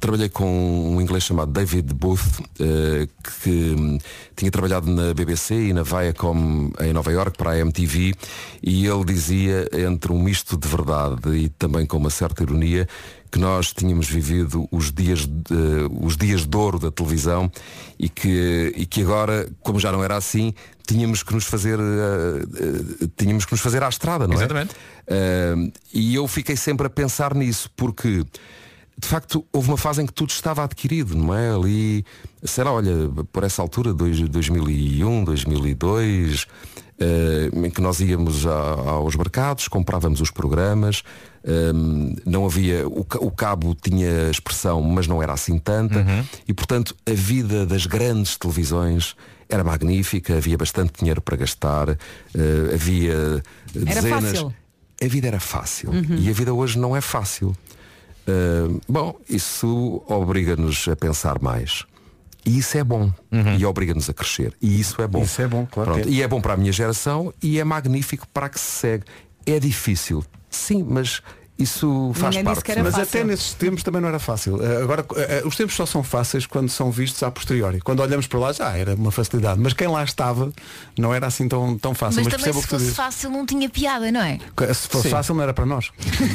[SPEAKER 19] trabalhei com um inglês chamado David Booth, uh, que um, tinha trabalhado na BBC e na Viacom em Nova York para a MTV, e ele dizia, entre um misto de verdade e também com uma certa ironia, que nós tínhamos vivido os dias, de- os dias de ouro da televisão e que, e que agora, como já não era assim, tínhamos que nos fazer, eh, eh, tínhamos que nos fazer à estrada, não
[SPEAKER 20] Exatamente.
[SPEAKER 19] é? Exatamente. e eu fiquei sempre a pensar nisso, porque de facto houve uma fase em que tudo estava adquirido, não é? Ali, sei lá, olha, por essa altura, dois- 2001, 2002, eh, em que nós íamos a- aos mercados, comprávamos os programas, ehm, não havia, o, ca- o cabo tinha expressão, mas não era assim tanta,
[SPEAKER 1] Uhum.
[SPEAKER 19] e portanto a vida das grandes televisões era magnífica, havia bastante dinheiro para gastar, eh, havia dezenas.
[SPEAKER 21] fácil.
[SPEAKER 19] A vida era fácil
[SPEAKER 21] Uhum.
[SPEAKER 19] e a vida hoje não é fácil. Uh, bom, isso obriga-nos a pensar mais. E isso é bom. E obriga-nos a crescer. E isso é bom.
[SPEAKER 1] Uhum. Isso é bom, claro
[SPEAKER 19] Pronto,
[SPEAKER 1] que é.
[SPEAKER 19] E é bom para a minha geração e é magnífico para a que se segue. É difícil, sim, mas isso faz parte.
[SPEAKER 1] Mas até nesses tempos também não era fácil. Eh, Agora, eh, eh, os tempos só são fáceis quando são vistos a posteriori. Quando olhamos para lá, já era uma facilidade. Mas quem lá estava não era assim tão, tão fácil.
[SPEAKER 4] Mas,
[SPEAKER 1] Mas,
[SPEAKER 4] também
[SPEAKER 1] percebo o que
[SPEAKER 4] se
[SPEAKER 1] tu
[SPEAKER 4] fosse
[SPEAKER 1] dizes.
[SPEAKER 4] fácil não tinha piada, não é?
[SPEAKER 1] Que- Se fosse
[SPEAKER 19] Sim.
[SPEAKER 1] fácil não era para nós.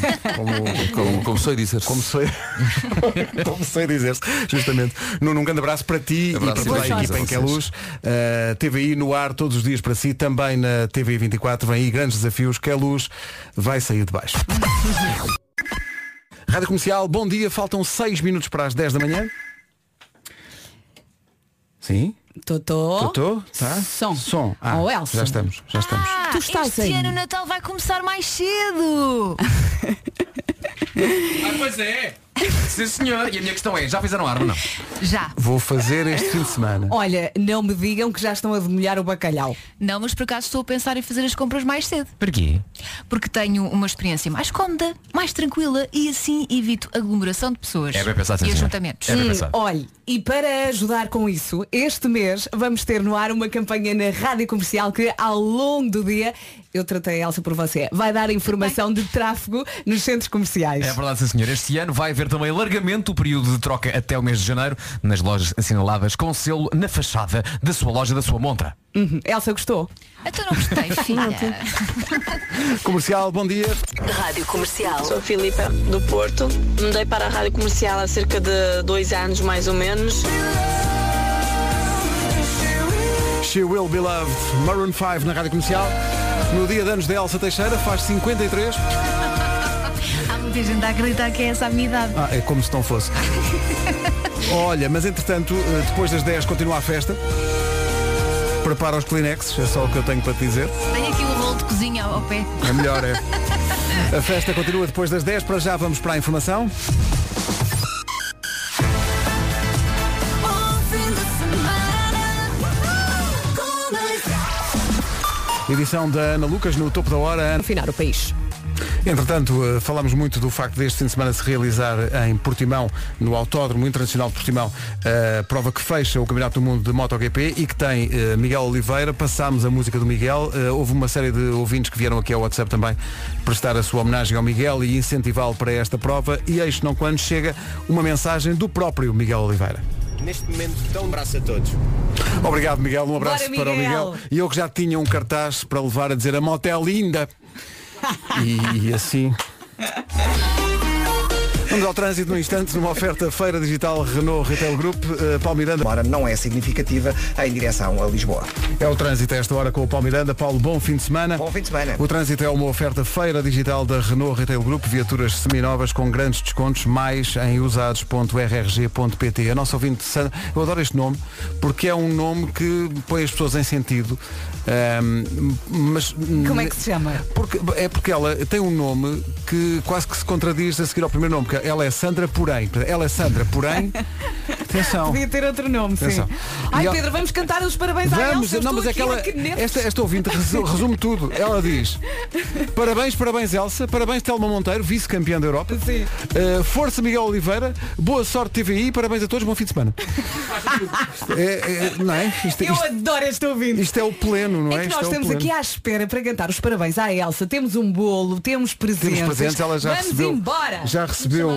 [SPEAKER 19] Como, como sei dizer. Como
[SPEAKER 1] sei. como sei dizer-se, justamente. Nuno, um grande abraço para ti e
[SPEAKER 19] Abraço e
[SPEAKER 1] para toda
[SPEAKER 19] beijinhos
[SPEAKER 1] a
[SPEAKER 19] a
[SPEAKER 1] equipa em que é luz.
[SPEAKER 19] vocês.
[SPEAKER 1] Uh, TVI no ar todos os dias para si, também na TVI 24, vem aí grandes desafios, que a luz vai sair de baixo. Rádio Comercial, bom dia, faltam 6 minutos para as 10 da manhã. Sim?
[SPEAKER 22] Totó.
[SPEAKER 1] Totó, tá?
[SPEAKER 22] Som.
[SPEAKER 1] Som. Ah,
[SPEAKER 22] Oh, Elsa.
[SPEAKER 1] já estamos, já estamos.
[SPEAKER 4] Ah,
[SPEAKER 22] Tu estás
[SPEAKER 4] este
[SPEAKER 22] aí.
[SPEAKER 4] ano o Natal vai começar mais cedo.
[SPEAKER 6] Ah, pois é! Sim senhor, e a minha questão é, já fizeram árvore não?
[SPEAKER 4] Já.
[SPEAKER 1] Vou fazer este fim de semana.
[SPEAKER 2] Olha, não me digam que já estão a demolhar o bacalhau.
[SPEAKER 4] Não, mas por acaso estou a pensar em fazer as compras mais cedo.
[SPEAKER 6] Porquê?
[SPEAKER 4] Porque tenho uma experiência mais cómoda, mais tranquila e assim evito aglomeração de pessoas
[SPEAKER 6] É bem pensado, sim,
[SPEAKER 4] e
[SPEAKER 6] senhora.
[SPEAKER 4] ajuntamentos.
[SPEAKER 6] É bem pensado.
[SPEAKER 2] Olhe, e para ajudar com isso, este mês vamos ter no ar uma campanha na Rádio Comercial que ao longo do dia, eu tratei a Elsa por você, vai dar informação de tráfego nos centros comerciais.
[SPEAKER 6] É verdade, sim senhor. Este ano vai haver também largamento o período de troca até o mês de janeiro nas lojas assinaladas com selo na fachada da sua loja da sua montra.
[SPEAKER 2] Uhum. Elsa gostou?
[SPEAKER 4] Então não gostei, filha.
[SPEAKER 1] Comercial, bom dia.
[SPEAKER 7] Rádio Comercial. Sou Filipa, do Porto. Mudei para a Rádio Comercial há cerca de dois anos, mais ou menos.
[SPEAKER 1] She Will Be Loved, Maroon 5 na Rádio Comercial. No dia de anos de Elsa Teixeira, faz 53.
[SPEAKER 4] Há muita gente a acreditar que é essa a minha idade.
[SPEAKER 1] Ah, é como se não fosse. Olha, mas entretanto, eh, depois das 10 continua a festa. Prepara os Kleenex, é só o que eu tenho para te dizer.
[SPEAKER 4] Tenho aqui um rolo de cozinha ao pé.
[SPEAKER 1] É melhor, é. A festa continua depois das 10, para já vamos para a informação. Edição da Ana Lucas no topo da hora.
[SPEAKER 22] Afinar o país.
[SPEAKER 1] Entretanto, eh, falámos muito do facto deste fim de semana se realizar em Portimão, no Autódromo Internacional de Portimão, a prova que fecha o Campeonato do Mundo de MotoGP e que tem eh, Miguel Oliveira. Passámos a música do Miguel. Eh, Houve uma série de ouvintes que vieram aqui ao WhatsApp também prestar a sua homenagem ao Miguel e incentivá-lo para esta prova. E eis não quando chega uma mensagem do próprio Miguel Oliveira.
[SPEAKER 23] Neste momento, dá um abraço a todos.
[SPEAKER 1] Obrigado, Miguel. Um abraço
[SPEAKER 23] Bora,
[SPEAKER 1] para o
[SPEAKER 23] Miguel.
[SPEAKER 1] Miguel. E eu que já tinha um cartaz para levar a dizer a moto é linda. E, e assim Vamos ao trânsito no instante, numa oferta feira digital Renault Retail Group, eh, Paulo Miranda.
[SPEAKER 3] Agora não é significativa em direção a Lisboa.
[SPEAKER 1] É o trânsito a esta hora com o Paulo Miranda. Paulo, bom fim de semana. Bom
[SPEAKER 3] fim de semana.
[SPEAKER 1] O trânsito é uma oferta feira digital da Renault Retail Group, viaturas seminovas com grandes descontos, mais em usados.rrg.pt. A nossa ouvinte Sandra, eu adoro este nome, porque é um nome que põe as pessoas em sentido. Ahm, mas
[SPEAKER 2] Como é que se chama?
[SPEAKER 1] porque, é porque ela tem um nome que quase que se contradiz a seguir ao primeiro nome, porque ela é Sandra Porém. Ela é Sandra Porém. Atenção.
[SPEAKER 2] Podia ter outro nome, sim.
[SPEAKER 1] Atenção.
[SPEAKER 2] Ai,
[SPEAKER 1] E ela-
[SPEAKER 2] Pedro, vamos cantar os parabéns à Elsa.
[SPEAKER 1] Vamos,
[SPEAKER 2] eu
[SPEAKER 1] não, mas
[SPEAKER 2] estou
[SPEAKER 1] é
[SPEAKER 2] aqui
[SPEAKER 1] que ela,
[SPEAKER 2] na caneta.
[SPEAKER 1] esta, esta ouvinte resu- resume tudo. Ela diz Parabéns, parabéns Elsa, parabéns Telma Monteiro, vice-campeã da Europa. Eh, força Miguel Oliveira, boa sorte TVI, parabéns a todos, bom fim de semana. É, é, não é? Isto,
[SPEAKER 2] Eu adoro este ouvinte.
[SPEAKER 1] Isto é o pleno, não é?
[SPEAKER 2] É que
[SPEAKER 1] Isto
[SPEAKER 2] nós
[SPEAKER 1] o
[SPEAKER 2] estamos
[SPEAKER 1] pleno.
[SPEAKER 2] aqui à espera para cantar os parabéns à Elsa. Temos um bolo, temos presentes.
[SPEAKER 1] Temos presentes, ela já
[SPEAKER 2] Vamos
[SPEAKER 1] recebeu.
[SPEAKER 2] embora.
[SPEAKER 1] Já recebeu.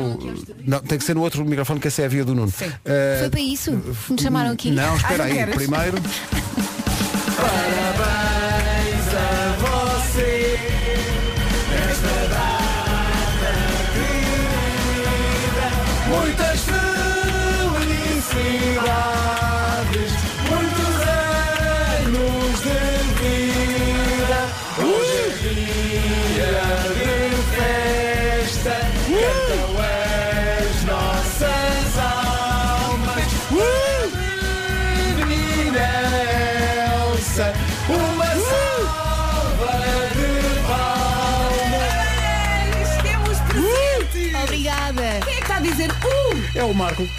[SPEAKER 1] Não, tem que ser no outro microfone que essa é a via do Nuno. Eh,
[SPEAKER 4] Foi para isso que me chamaram aqui.
[SPEAKER 1] Não,
[SPEAKER 4] Ai,
[SPEAKER 2] Ah,
[SPEAKER 1] espera aí.
[SPEAKER 4] queres?
[SPEAKER 1] Primeiro.
[SPEAKER 7] Parabéns a você nesta data querida. Muitas felicidades, muitos anos de vida. Hoje é dia de festa. Cantam as nossas almas. Menina Elsa, uma salva de palmas.
[SPEAKER 2] Temos presentes.
[SPEAKER 4] Obrigada.
[SPEAKER 2] Hum! Quem é que está a dizer? Uh!
[SPEAKER 1] É o Marco.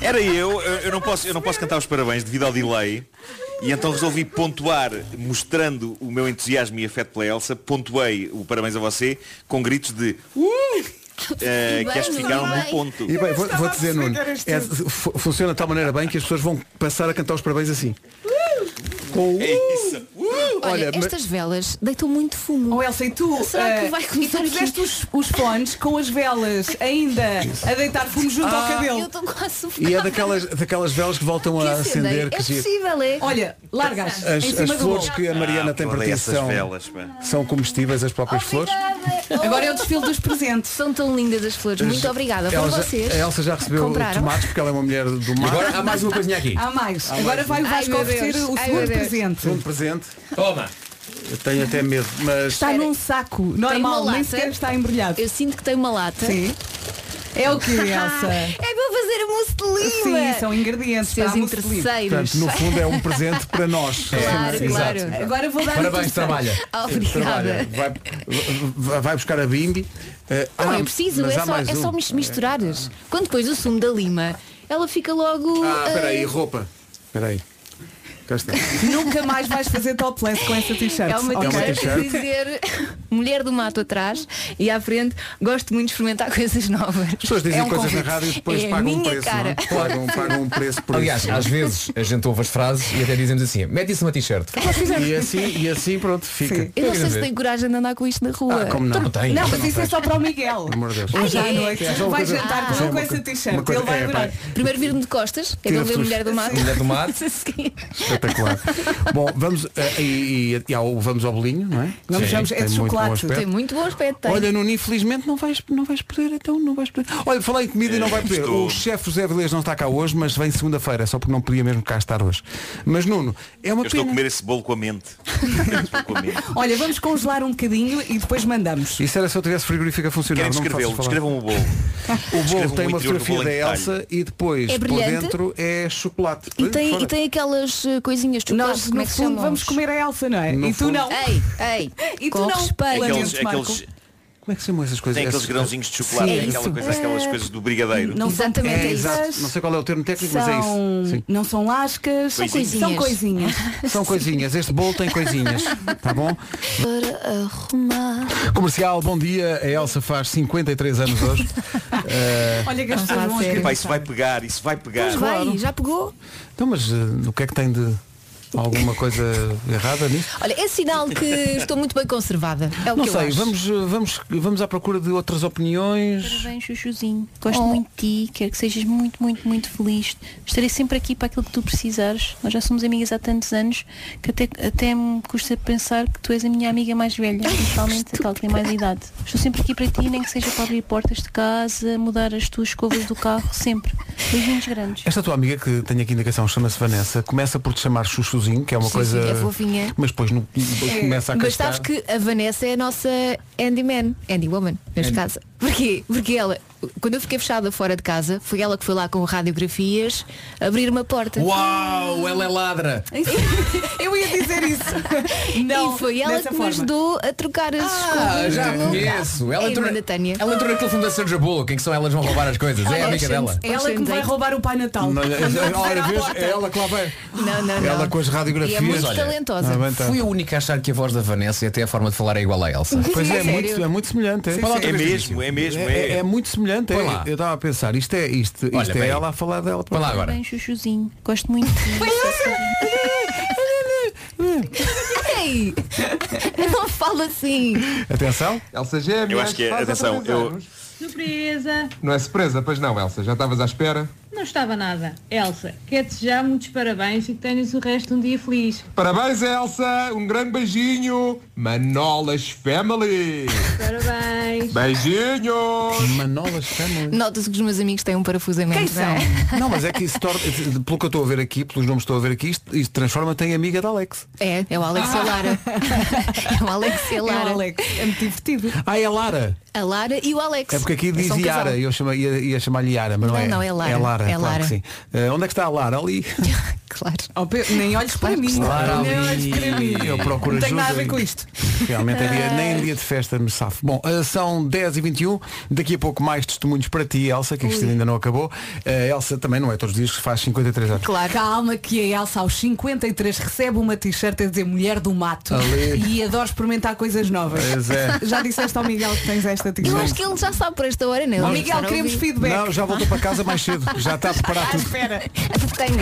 [SPEAKER 11] Era eu, eu, eu não posso, eu não posso cantar os parabéns devido ao delay. E então resolvi pontuar, mostrando o meu entusiasmo e afeto pela Elsa, pontuei o parabéns a você com gritos de uh, eh, que acho que ficaram num ponto.
[SPEAKER 1] E bem, vou, vou dizer, Nuno, é- fu- funciona de tal maneira bem que as pessoas vão passar a cantar os parabéns assim. Com o-
[SPEAKER 2] É
[SPEAKER 11] É
[SPEAKER 4] Olha,
[SPEAKER 1] Olha, mas-
[SPEAKER 4] estas velas deitam muito fumo. Ah,
[SPEAKER 2] Oh, Elsa, e tu?
[SPEAKER 4] Será que
[SPEAKER 2] eh,
[SPEAKER 4] vai
[SPEAKER 2] e tu
[SPEAKER 4] começar
[SPEAKER 2] puseste os, os fones com as velas ainda a deitar fumo junto ao
[SPEAKER 1] Ah,
[SPEAKER 2] cabelo.
[SPEAKER 1] eu
[SPEAKER 4] estou quase sufocada.
[SPEAKER 1] E é daquelas, daquelas velas que voltam a acender. que giro.
[SPEAKER 4] é?
[SPEAKER 2] Olha, largas.
[SPEAKER 1] As,
[SPEAKER 2] em
[SPEAKER 1] as
[SPEAKER 2] cima do
[SPEAKER 1] flores
[SPEAKER 2] bolo.
[SPEAKER 1] que a Mariana tem para ti
[SPEAKER 11] Ah, essas
[SPEAKER 1] são,
[SPEAKER 11] velas, pá.
[SPEAKER 1] são comestíveis, as próprias flores.
[SPEAKER 2] Agora é o desfile dos presentes.
[SPEAKER 4] São tão lindas as flores. Muito obrigada
[SPEAKER 1] Ela
[SPEAKER 4] por
[SPEAKER 1] já-
[SPEAKER 4] vocês.
[SPEAKER 1] a Elsa já recebeu
[SPEAKER 4] Compraram.
[SPEAKER 1] tomates porque ela é uma mulher do mar.
[SPEAKER 6] Agora há mais uma coisinha aqui.
[SPEAKER 2] Há mais.
[SPEAKER 1] Ah,
[SPEAKER 2] Agora vai o
[SPEAKER 4] Ai,
[SPEAKER 2] Vasco
[SPEAKER 4] meu
[SPEAKER 2] oferecer
[SPEAKER 4] Deus.
[SPEAKER 2] o
[SPEAKER 4] Ai,
[SPEAKER 2] segundo
[SPEAKER 4] meu Deus.
[SPEAKER 2] presente.
[SPEAKER 1] Segundo presente.
[SPEAKER 6] Toma!
[SPEAKER 1] Eu tenho até medo, mas.
[SPEAKER 2] Está num saco normal, nem sequer está embrulhado. Eu
[SPEAKER 4] sinto que tem uma lata.
[SPEAKER 2] Sim. É o que, Elsa?
[SPEAKER 4] é para fazer a mousse de lima.
[SPEAKER 2] Sim, são ingredientes tá?
[SPEAKER 4] Seus
[SPEAKER 2] para a mousse de lima.
[SPEAKER 4] interesseiros.
[SPEAKER 1] Portanto, no fundo é um presente para nós.
[SPEAKER 4] Claro,
[SPEAKER 1] Sim,
[SPEAKER 4] claro.
[SPEAKER 1] É, exato.
[SPEAKER 2] Agora vou dar
[SPEAKER 1] Parabéns,
[SPEAKER 2] outro
[SPEAKER 1] trabalha.
[SPEAKER 2] presente.
[SPEAKER 1] Trabalha. Vai, vai- vai buscar a bimbi. Eh,
[SPEAKER 4] Não
[SPEAKER 1] ah,
[SPEAKER 4] é preciso, é
[SPEAKER 1] mas há
[SPEAKER 4] só,
[SPEAKER 1] mais
[SPEAKER 4] é
[SPEAKER 1] um.
[SPEAKER 4] só mis- misturares. Quando pões o sumo da lima, ela fica logo.
[SPEAKER 1] Ah, espera aí,
[SPEAKER 4] ah,
[SPEAKER 1] roupa. Espera aí. Cá está.
[SPEAKER 2] Nunca mais vais fazer topless com essa t-shirt.
[SPEAKER 4] É uma
[SPEAKER 1] É uma
[SPEAKER 4] t-shirt a
[SPEAKER 1] t-shirt.
[SPEAKER 4] dizer mulher do mato atrás e à frente gosto muito de experimentar coisas novas.
[SPEAKER 1] As pessoas dizem
[SPEAKER 4] é um
[SPEAKER 1] coisas
[SPEAKER 4] convite.
[SPEAKER 1] na rádio e depois
[SPEAKER 4] é a
[SPEAKER 1] pagam um
[SPEAKER 4] minha
[SPEAKER 1] preço.
[SPEAKER 4] Cara.
[SPEAKER 1] não é? Pagam, pagam um preço por
[SPEAKER 6] Aliás,
[SPEAKER 1] isso.
[SPEAKER 6] às vezes a gente ouve as frases e até dizemos assim, mete isso numa t-shirt.
[SPEAKER 1] E assim, e assim pronto, fica.
[SPEAKER 4] Eu não sei se tenho coragem de andar com isto na rua.
[SPEAKER 1] Ah, como não? Então não tens.
[SPEAKER 2] Não, mas
[SPEAKER 1] Não
[SPEAKER 2] isso é
[SPEAKER 1] tens.
[SPEAKER 2] só para o Miguel.
[SPEAKER 1] Pelo amor de Deus.
[SPEAKER 2] Hoje
[SPEAKER 1] Ah,
[SPEAKER 2] à
[SPEAKER 1] é?
[SPEAKER 2] noite
[SPEAKER 1] É só uma
[SPEAKER 2] vai
[SPEAKER 1] coisa-
[SPEAKER 2] jantar
[SPEAKER 1] é uma
[SPEAKER 2] com ele com
[SPEAKER 1] coisa-
[SPEAKER 2] essa
[SPEAKER 1] uma
[SPEAKER 2] t-shirt.
[SPEAKER 1] coisa-
[SPEAKER 2] Ele vai
[SPEAKER 1] é, pá.
[SPEAKER 2] adorar.
[SPEAKER 4] Primeiro vir-me de costas, é
[SPEAKER 1] Tira
[SPEAKER 4] para ver
[SPEAKER 1] fotos-
[SPEAKER 4] mulher do mato.
[SPEAKER 6] Mulher do mato.
[SPEAKER 4] A seguir.
[SPEAKER 1] Espetacular. Bom, vamos, eh, e, e- e ao- vamos ao bolinho, não é?
[SPEAKER 4] Vamos,
[SPEAKER 1] Sim,
[SPEAKER 4] vamos, é
[SPEAKER 1] tem
[SPEAKER 4] de
[SPEAKER 1] muito bom
[SPEAKER 4] chocolate.
[SPEAKER 1] aspecto.
[SPEAKER 4] Tem muito bom aspecto. tem.
[SPEAKER 1] Olha, Nuno, infelizmente não vais, não vais poder, então não vais poder. Olha, falei em comida e não vai poder.
[SPEAKER 11] Estou.
[SPEAKER 1] O chefe José Vilés não está cá hoje, mas vem segunda-feira, só porque não podia mesmo cá estar hoje. Mas Nuno, é uma
[SPEAKER 11] Eu estou a
[SPEAKER 1] pena.
[SPEAKER 11] comer esse bolo com a mente.
[SPEAKER 2] Olha, vamos congelar um bocadinho e depois mandamos.
[SPEAKER 1] Isso era se eu tivesse frigorífico a funcionar.
[SPEAKER 11] Querem
[SPEAKER 1] não me
[SPEAKER 11] descrevê-lo?
[SPEAKER 1] faças falar.
[SPEAKER 11] Descrevam o bolo.
[SPEAKER 1] O bolo
[SPEAKER 11] Descrevam
[SPEAKER 1] tem
[SPEAKER 11] o
[SPEAKER 1] uma
[SPEAKER 11] um- interior do
[SPEAKER 1] fotografia
[SPEAKER 11] bolo
[SPEAKER 1] da
[SPEAKER 11] em
[SPEAKER 1] Elsa e depois
[SPEAKER 4] É
[SPEAKER 1] por
[SPEAKER 4] brilhante.
[SPEAKER 1] dentro é chocolate.
[SPEAKER 4] E tem,
[SPEAKER 1] Fora.
[SPEAKER 4] e tem aquelas eh, coisinhas de chocolate,
[SPEAKER 2] Nós,
[SPEAKER 4] como é
[SPEAKER 2] no
[SPEAKER 4] que se
[SPEAKER 2] fundo,
[SPEAKER 4] chamam?
[SPEAKER 2] vamos comer a Elsa, não é?
[SPEAKER 1] No
[SPEAKER 2] e tu
[SPEAKER 1] fundo.
[SPEAKER 2] não.
[SPEAKER 4] Ei, ei.
[SPEAKER 2] E tu
[SPEAKER 4] com
[SPEAKER 2] não.
[SPEAKER 4] respeito.
[SPEAKER 11] Aqueles,
[SPEAKER 2] Lamento, Marco.
[SPEAKER 11] aqueles,
[SPEAKER 1] Como é que se chamam essas coisas?
[SPEAKER 11] tem aqueles
[SPEAKER 1] Essas-
[SPEAKER 11] grãozinhos de chocolate,
[SPEAKER 1] Sim,
[SPEAKER 11] tem aquela
[SPEAKER 1] isso.
[SPEAKER 11] coisa,
[SPEAKER 4] É.
[SPEAKER 11] aquelas coisas do brigadeiro.
[SPEAKER 2] Não são
[SPEAKER 4] Exatamente
[SPEAKER 1] É,
[SPEAKER 4] é isso.
[SPEAKER 1] exato. Não sei qual é o termo técnico, mas é
[SPEAKER 2] São,
[SPEAKER 1] isso. Sim.
[SPEAKER 2] não são lascas,
[SPEAKER 1] São
[SPEAKER 2] São coisinhas.
[SPEAKER 1] São coisinhas. Este bolo tem coisinhas. Tá bom?
[SPEAKER 4] Para arrumar.
[SPEAKER 1] Comercial, bom dia. A Elsa faz 53 anos hoje. Eh,
[SPEAKER 2] Olha que
[SPEAKER 4] as pessoas vão
[SPEAKER 11] Epá, isso vai pegar, isso vai pegar.
[SPEAKER 4] Pois vai, já pegou?
[SPEAKER 1] Então, mas eh, o que é que tem de. alguma coisa errada nisso?
[SPEAKER 4] Olha, é sinal que estou muito bem conservada. É o
[SPEAKER 1] Não
[SPEAKER 4] que eu
[SPEAKER 1] sei,
[SPEAKER 4] acho.
[SPEAKER 1] vamos, eh, vamos, vamos à procura de outras opiniões.
[SPEAKER 24] Parabéns, Chuchuzinho. Gosto muito de ti, quero que sejas muito, muito, muito feliz. Estarei sempre aqui para aquilo que tu precisares. Nós já somos amigas há tantos anos que até, até me custa pensar que tu és a minha amiga mais velha, principalmente aquela que tem mais idade. Estou sempre aqui para ti, nem que seja para abrir portas de casa, mudar as tuas escovas do carro, sempre. Beijinhos grandes.
[SPEAKER 1] Esta tua amiga que tem aqui indicação chama-se Vanessa, começa por te chamar Chuchuzinho, que é uma
[SPEAKER 4] Sim,
[SPEAKER 1] coisa.
[SPEAKER 4] sim, é fofinha.
[SPEAKER 1] Mas depois, no- depois
[SPEAKER 4] É,
[SPEAKER 1] começa a
[SPEAKER 4] Mas
[SPEAKER 1] cascar.
[SPEAKER 4] sabes que a Vanessa é a nossa handyman, handywoman, neste
[SPEAKER 1] Handy-
[SPEAKER 4] caso. Porquê? Porque ela, quando eu fiquei fechada fora de casa, foi ela que foi lá com radiografias abrir uma porta.
[SPEAKER 6] Uau, ela é ladra.
[SPEAKER 4] eu ia dizer isso. Não, e foi ela dessa que me forma. ajudou a trocar as
[SPEAKER 6] Ah,
[SPEAKER 4] escovas
[SPEAKER 6] já
[SPEAKER 4] do
[SPEAKER 6] a
[SPEAKER 4] meu
[SPEAKER 6] conheço.
[SPEAKER 4] carro.
[SPEAKER 6] Ela
[SPEAKER 4] É
[SPEAKER 6] entrou,
[SPEAKER 4] irmã da Tânia.
[SPEAKER 6] ela entrou naquele filme da Sandra Bullock, em que são elas que vão roubar as coisas. é a amiga dela.
[SPEAKER 4] É ela que me vai
[SPEAKER 2] roubar o Pai Natal.
[SPEAKER 6] Não,
[SPEAKER 1] Olha, é, olha, vês, é ela que lá vai.
[SPEAKER 4] Não, não, não.
[SPEAKER 6] Ela com as
[SPEAKER 4] radiografias. E é muito talentosa. Ah, bem, tá.
[SPEAKER 6] Fui a única a achar que a voz da Vanessa e até a forma de falar é igual à Elsa.
[SPEAKER 1] Pois é, muito, é muito semelhante.
[SPEAKER 6] Sim,
[SPEAKER 1] Põe lá
[SPEAKER 6] sim.
[SPEAKER 1] outra
[SPEAKER 6] É
[SPEAKER 1] vez,
[SPEAKER 6] mesmo,
[SPEAKER 1] Chico.
[SPEAKER 6] é mesmo,
[SPEAKER 1] É,
[SPEAKER 6] é.
[SPEAKER 1] é muito semelhante. é.
[SPEAKER 6] Põe lá.
[SPEAKER 1] eu estava a pensar, isto é, isto, isto
[SPEAKER 6] Olha,
[SPEAKER 1] é
[SPEAKER 6] bem.
[SPEAKER 1] ela a falar dela.
[SPEAKER 6] Põe lá agora.
[SPEAKER 24] Parabéns, Chuchuzinho. Gosto muito de ti.
[SPEAKER 4] Ei! Não fala assim.
[SPEAKER 1] Atenção.
[SPEAKER 19] Elsa Gêmeas.
[SPEAKER 11] Eu acho que é-
[SPEAKER 19] faz
[SPEAKER 11] atenção,
[SPEAKER 19] outra vez
[SPEAKER 11] eu-
[SPEAKER 19] anos.
[SPEAKER 10] Surpresa!
[SPEAKER 19] Não é surpresa, pois não, Elsa. Já estavas à espera?
[SPEAKER 10] Não estava nada. Elsa, quero desejar muitos parabéns e que tenhas o resto de um dia feliz.
[SPEAKER 19] Parabéns, Elsa. Um grande beijinho. Manolas Family.
[SPEAKER 4] Parabéns.
[SPEAKER 19] Beijinhos.
[SPEAKER 1] Manolas Family.
[SPEAKER 4] Nota-se que os meus amigos têm um parafusamento.
[SPEAKER 1] Quem
[SPEAKER 4] não é?
[SPEAKER 1] são? Não, mas é que isso torna, pelo que eu estou a ver aqui, pelos nomes que estou a ver aqui, isto, isto transforma-te em amiga da Alex.
[SPEAKER 4] É, é o Alex e a Lara. É o Alex e a Lara.
[SPEAKER 1] É o
[SPEAKER 4] é muito divertido.
[SPEAKER 1] Ah, é Lara.
[SPEAKER 4] A Lara e o Alex.
[SPEAKER 1] É porque aqui diz
[SPEAKER 4] São um casal.
[SPEAKER 1] Yara, eu chama, ia, ia chamar-lhe Yara, mas não,
[SPEAKER 4] Não,
[SPEAKER 1] é.
[SPEAKER 4] não, é Lara,
[SPEAKER 1] É Lara,
[SPEAKER 4] é
[SPEAKER 1] claro
[SPEAKER 4] Lara.
[SPEAKER 1] que sim. Eh, onde é que está a Lara? Ali.
[SPEAKER 4] claro.
[SPEAKER 2] Oh, nem olhes para mim.
[SPEAKER 1] Lara
[SPEAKER 2] nem olhes para mim.
[SPEAKER 1] ali. Eu procuro
[SPEAKER 2] Não tenho
[SPEAKER 1] ajuda
[SPEAKER 2] nada a ver
[SPEAKER 1] e-
[SPEAKER 2] com isto. Ah,
[SPEAKER 1] Realmente é dia, nem em dia de festa me safo. Bom, eh, são 10h21, daqui a pouco mais testemunhos para ti, Elsa, que isto
[SPEAKER 2] Ui.
[SPEAKER 1] ainda não acabou. Eh, Elsa também não é todos os dias que faz 53 anos.
[SPEAKER 2] Claro. Calma que a Elsa aos 53 recebe uma t-shirt a dizer Mulher do Mato.
[SPEAKER 1] Ali.
[SPEAKER 2] E adoro experimentar coisas novas.
[SPEAKER 1] Pois é.
[SPEAKER 2] Já disseste ao Miguel que tens esta t-shirt.
[SPEAKER 4] Eu acho que ele já sabe por esta hora, não é?
[SPEAKER 2] Ó,
[SPEAKER 4] Ele deve
[SPEAKER 2] Miguel,
[SPEAKER 4] estar a
[SPEAKER 2] queremos
[SPEAKER 4] ouvir.
[SPEAKER 2] feedback.
[SPEAKER 1] Não, já voltou para casa mais cedo. Já está a preparar tudo.
[SPEAKER 4] Espera. Tanga.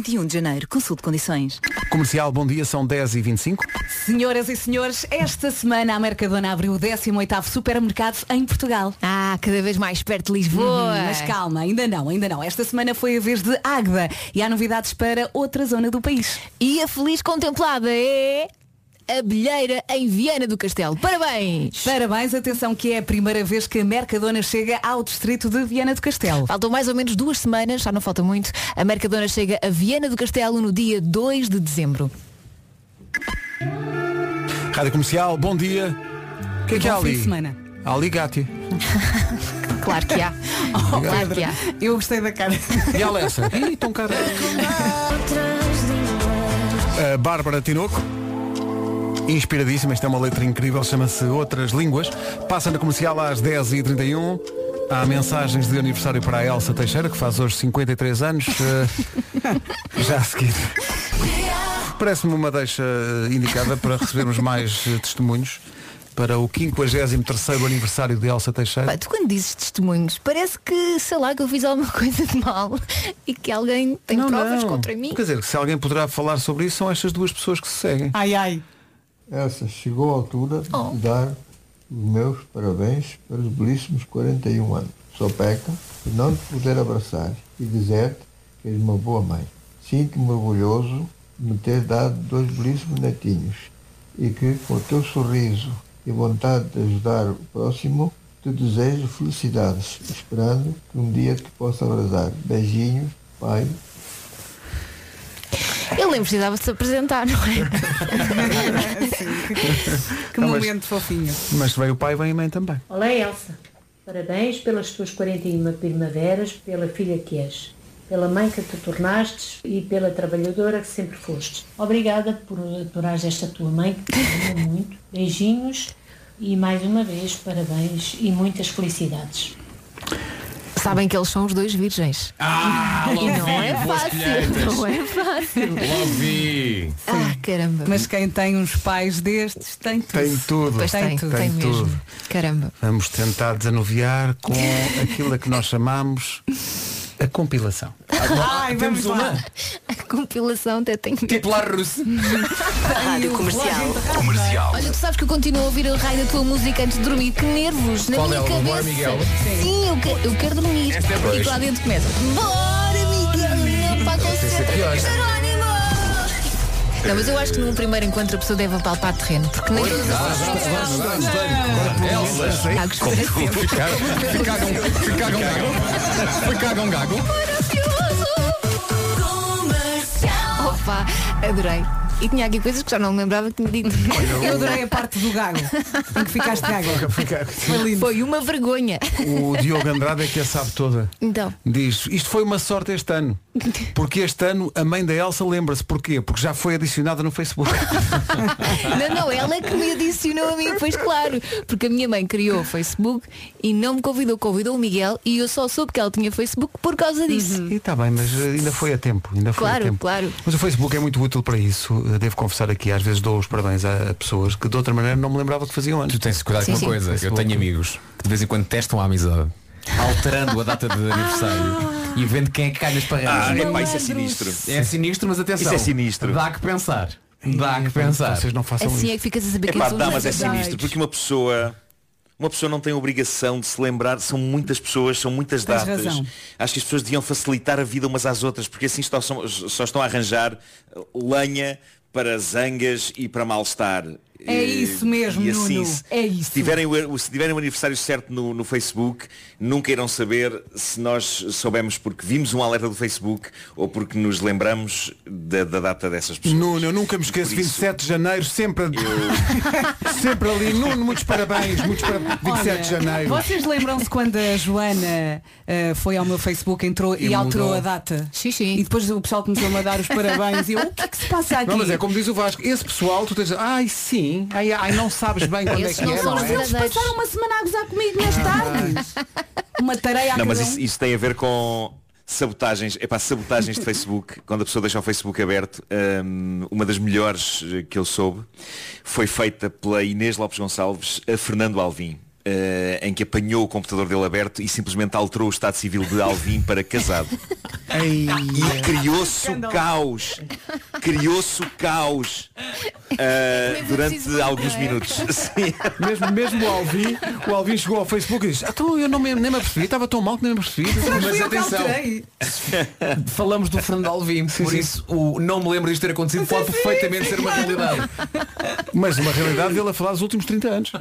[SPEAKER 25] 21 de janeiro, consulte condições.
[SPEAKER 1] Comercial, bom dia, são 10h25.
[SPEAKER 2] Senhoras e senhores, esta semana a Mercadona abriu o 18º supermercado em Portugal.
[SPEAKER 4] Ah, cada vez mais perto de Lisboa.
[SPEAKER 2] Uhum, mas calma, ainda não, ainda não. Esta semana foi a vez de Águeda e há novidades para outra zona do país.
[SPEAKER 4] E a feliz contemplada é a Bilheira em Viana do Castelo. Parabéns!
[SPEAKER 2] Parabéns, atenção que é a primeira vez que a Mercadona chega ao distrito de Viana do Castelo.
[SPEAKER 4] Faltam mais ou menos duas semanas, já não falta muito. A Mercadona chega a Viana do Castelo no dia 2 de dezembro.
[SPEAKER 1] Rádio Comercial, bom dia. O que é que há
[SPEAKER 2] Bom fim
[SPEAKER 1] ali?
[SPEAKER 2] de semana.
[SPEAKER 1] Há Ali Gatti.
[SPEAKER 4] Claro que há. Oh, claro que há.
[SPEAKER 2] Eu gostei da cara.
[SPEAKER 1] E a Alessa? Ih, tão cara. A Bárbara Tinoco. Inspiradíssima, esta é uma letra incrível, chama-se Outras Línguas. Passa na comercial às 10h31. Há mensagens de aniversário para a Elsa Teixeira, que faz hoje 53 anos. Eh, Já a seguir. Parece-me uma deixa eh, indicada para recebermos mais eh, testemunhos para o 53º aniversário de Elsa Teixeira.
[SPEAKER 4] Pá, tu quando dizes testemunhos, parece que, sei lá, que eu fiz alguma coisa de mal e que alguém tem provas contra mim.
[SPEAKER 1] Quer dizer, se alguém poderá falar sobre isso, são estas duas pessoas que se seguem.
[SPEAKER 2] Ai, ai. Oh.
[SPEAKER 26] Elsa, chegou a altura de dar os meus parabéns pelos belíssimos 41 anos. Só peca por não te poder abraçar e dizer-te que és uma boa mãe. Sinto-me orgulhoso de me ter dado dois belíssimos netinhos e que, com o teu sorriso e vontade de ajudar o próximo, te desejo felicidades, esperando que um dia te possa abraçar. Beijinhos, pai,
[SPEAKER 4] Ele nem precisava se apresentar, não é?
[SPEAKER 2] Que
[SPEAKER 1] Não, mas-
[SPEAKER 2] momento fofinho.
[SPEAKER 1] Mas veio o pai, vem a mãe também.
[SPEAKER 27] Olá Elsa, parabéns pelas tuas 41 primaveras, pela filha que és, pela mãe que te tornaste e pela trabalhadora que sempre foste. Obrigada por adorares esta tua mãe que te ama muito. Beijinhos e mais uma vez parabéns e muitas felicidades.
[SPEAKER 4] Sabem que eles são os dois virgens.
[SPEAKER 26] Ah,
[SPEAKER 4] e
[SPEAKER 26] logo
[SPEAKER 4] não
[SPEAKER 26] vi,
[SPEAKER 4] é
[SPEAKER 26] boas
[SPEAKER 4] fácil,
[SPEAKER 26] colheitas.
[SPEAKER 4] não é fácil.
[SPEAKER 26] vi.
[SPEAKER 4] Ah, caramba.
[SPEAKER 2] Mas quem tem uns pais destes tem tudo.
[SPEAKER 1] Tem tudo.
[SPEAKER 2] Pois tem, tudo.
[SPEAKER 1] Tem tudo.
[SPEAKER 4] Caramba.
[SPEAKER 1] Vamos tentar desanuviar com aquilo a que nós chamamos
[SPEAKER 5] A compilação.
[SPEAKER 28] Ai,
[SPEAKER 5] temos
[SPEAKER 28] vamos
[SPEAKER 5] uma. Tipo
[SPEAKER 28] A compilação até tem medo.
[SPEAKER 5] Titular russo.
[SPEAKER 28] Rádio
[SPEAKER 26] Comercial.
[SPEAKER 5] Comercial.
[SPEAKER 28] Olha, tu sabes que eu continuo a ouvir o raio da tua música antes de dormir. Que nervos na
[SPEAKER 5] Qual
[SPEAKER 28] minha
[SPEAKER 5] é? O
[SPEAKER 28] cabeça.
[SPEAKER 5] Bora, Miguel?
[SPEAKER 28] Sim, eu, que- eu quero dormir.
[SPEAKER 5] Esta é boa.
[SPEAKER 28] e lá dentro começa. Bora, Miguel! Pá,
[SPEAKER 5] Essa é pior.
[SPEAKER 28] concentra-te, Jerónimo!
[SPEAKER 4] Não, mas eu acho que num primeiro encontro a pessoa deve apalpar terreno, porque nem todas as pessoas
[SPEAKER 7] Elsa,
[SPEAKER 5] Foi cagam gago.
[SPEAKER 28] Opa, adorei. E tinha aqui coisas que já não me lembrava que tinha dito.
[SPEAKER 2] Eu adorei a parte do gago. Em que ficaste gago.
[SPEAKER 28] Foi uma vergonha.
[SPEAKER 1] O Diogo Andrade é que a sabe toda.
[SPEAKER 28] Então.
[SPEAKER 1] Diz, isto foi uma sorte este ano. Porque este ano a mãe da Elsa lembra-se. Porquê? Porque já foi adicionada no Facebook.
[SPEAKER 28] Não, não, ela é que me adicionou a mim, pois claro. Porque a minha mãe criou o Facebook e não me convidou, convidou o Miguel e eu só soube que ela tinha Facebook por causa disso.
[SPEAKER 1] E está bem, mas eh, ainda foi a tempo. Ainda foi
[SPEAKER 28] Claro,
[SPEAKER 1] a tempo.
[SPEAKER 28] claro.
[SPEAKER 1] Mas o Facebook é muito útil para isso. Eh, Devo confessar aqui, às vezes dou os parabéns a a pessoas que de outra maneira não me lembrava que faziam antes.
[SPEAKER 6] Tu tens de cuidar com uma coisa. Eu tenho amigos que de vez em quando testam a amizade, alterando a data de aniversário e vendo quem é que cai nas parreiras.
[SPEAKER 11] Ah, epá, isso é sinistro.
[SPEAKER 6] É sinistro, mas atenção.
[SPEAKER 11] Isso é sinistro.
[SPEAKER 6] Dá que pensar. Dá que pensar.
[SPEAKER 1] Vocês não
[SPEAKER 28] assim é que ficas a saber
[SPEAKER 11] É
[SPEAKER 28] quem
[SPEAKER 11] pá,
[SPEAKER 28] são
[SPEAKER 11] dá,
[SPEAKER 28] os
[SPEAKER 11] mas é
[SPEAKER 28] namorados.
[SPEAKER 11] sinistro, porque uma pessoa. Uma pessoa não tem obrigação de se lembrar, são muitas pessoas, são muitas
[SPEAKER 9] Tens
[SPEAKER 11] datas.
[SPEAKER 9] razão.
[SPEAKER 11] Acho que as pessoas deviam facilitar a vida umas às outras, porque assim só, são- só estão a arranjar lenha para zangas e para mal-estar.
[SPEAKER 2] É
[SPEAKER 11] Eh,
[SPEAKER 2] isso mesmo,
[SPEAKER 11] e assim,
[SPEAKER 1] assim
[SPEAKER 2] Nuno.
[SPEAKER 11] se-
[SPEAKER 2] É isso.
[SPEAKER 11] Se tiverem, o- se tiverem o aniversário certo no, no Facebook, nunca irão saber se nós soubemos porque vimos um alerta do Facebook ou porque nos lembramos da, da data dessas pessoas.
[SPEAKER 1] Nuno, eu nunca me esqueço, 27 de janeiro, sempre, sempre ali. Nuno, muitos parabéns, muitos parabéns. 27 de
[SPEAKER 2] Olha,
[SPEAKER 1] janeiro.
[SPEAKER 2] Vocês lembram-se quando a Joana eh, foi ao meu Facebook, entrou e,
[SPEAKER 1] E
[SPEAKER 2] alterou
[SPEAKER 1] mudou.
[SPEAKER 2] a data? E depois o pessoal começou-me a dar os parabéns e eu, o que é que se passa aqui?
[SPEAKER 1] Não, mas é como diz o Vasco, esse pessoal, tu tens. Ai sim, ai, ai não sabes bem quando é
[SPEAKER 2] Esses
[SPEAKER 1] que
[SPEAKER 2] não
[SPEAKER 1] é.
[SPEAKER 2] são
[SPEAKER 1] não
[SPEAKER 2] os
[SPEAKER 1] é?
[SPEAKER 2] verdadeiros. Eles passaram uma semana a gozar comigo
[SPEAKER 1] Ah.
[SPEAKER 2] nesta tarde. Uma tareia a cada
[SPEAKER 11] Não, mas
[SPEAKER 2] um.
[SPEAKER 11] isso, isso tem a ver com sabotagens, é para sabotagens de Facebook. Quando a pessoa deixa o Facebook aberto, hum, uma das melhores eh, que eu soube foi feita pela Inês Lopes Gonçalves a Fernando Alvim. eh, em que apanhou o computador dele aberto e simplesmente alterou o estado civil de Alvim para casado. E criou-se o caos. Criou-se o caos
[SPEAKER 2] É
[SPEAKER 11] eh, durante alguns minutos. Sim.
[SPEAKER 1] Mesmo, mesmo o Alvin, o Alvin chegou ao Facebook e disse, então eu não me, nem me apercebi, estava tão mal que nem me apercebi.
[SPEAKER 6] Mas atenção, falamos do Fernando Alvim, por isso o não me lembro disto ter acontecido pode perfeitamente ser uma realidade.
[SPEAKER 1] é Mas uma realidade dele a falar dos últimos 30 anos.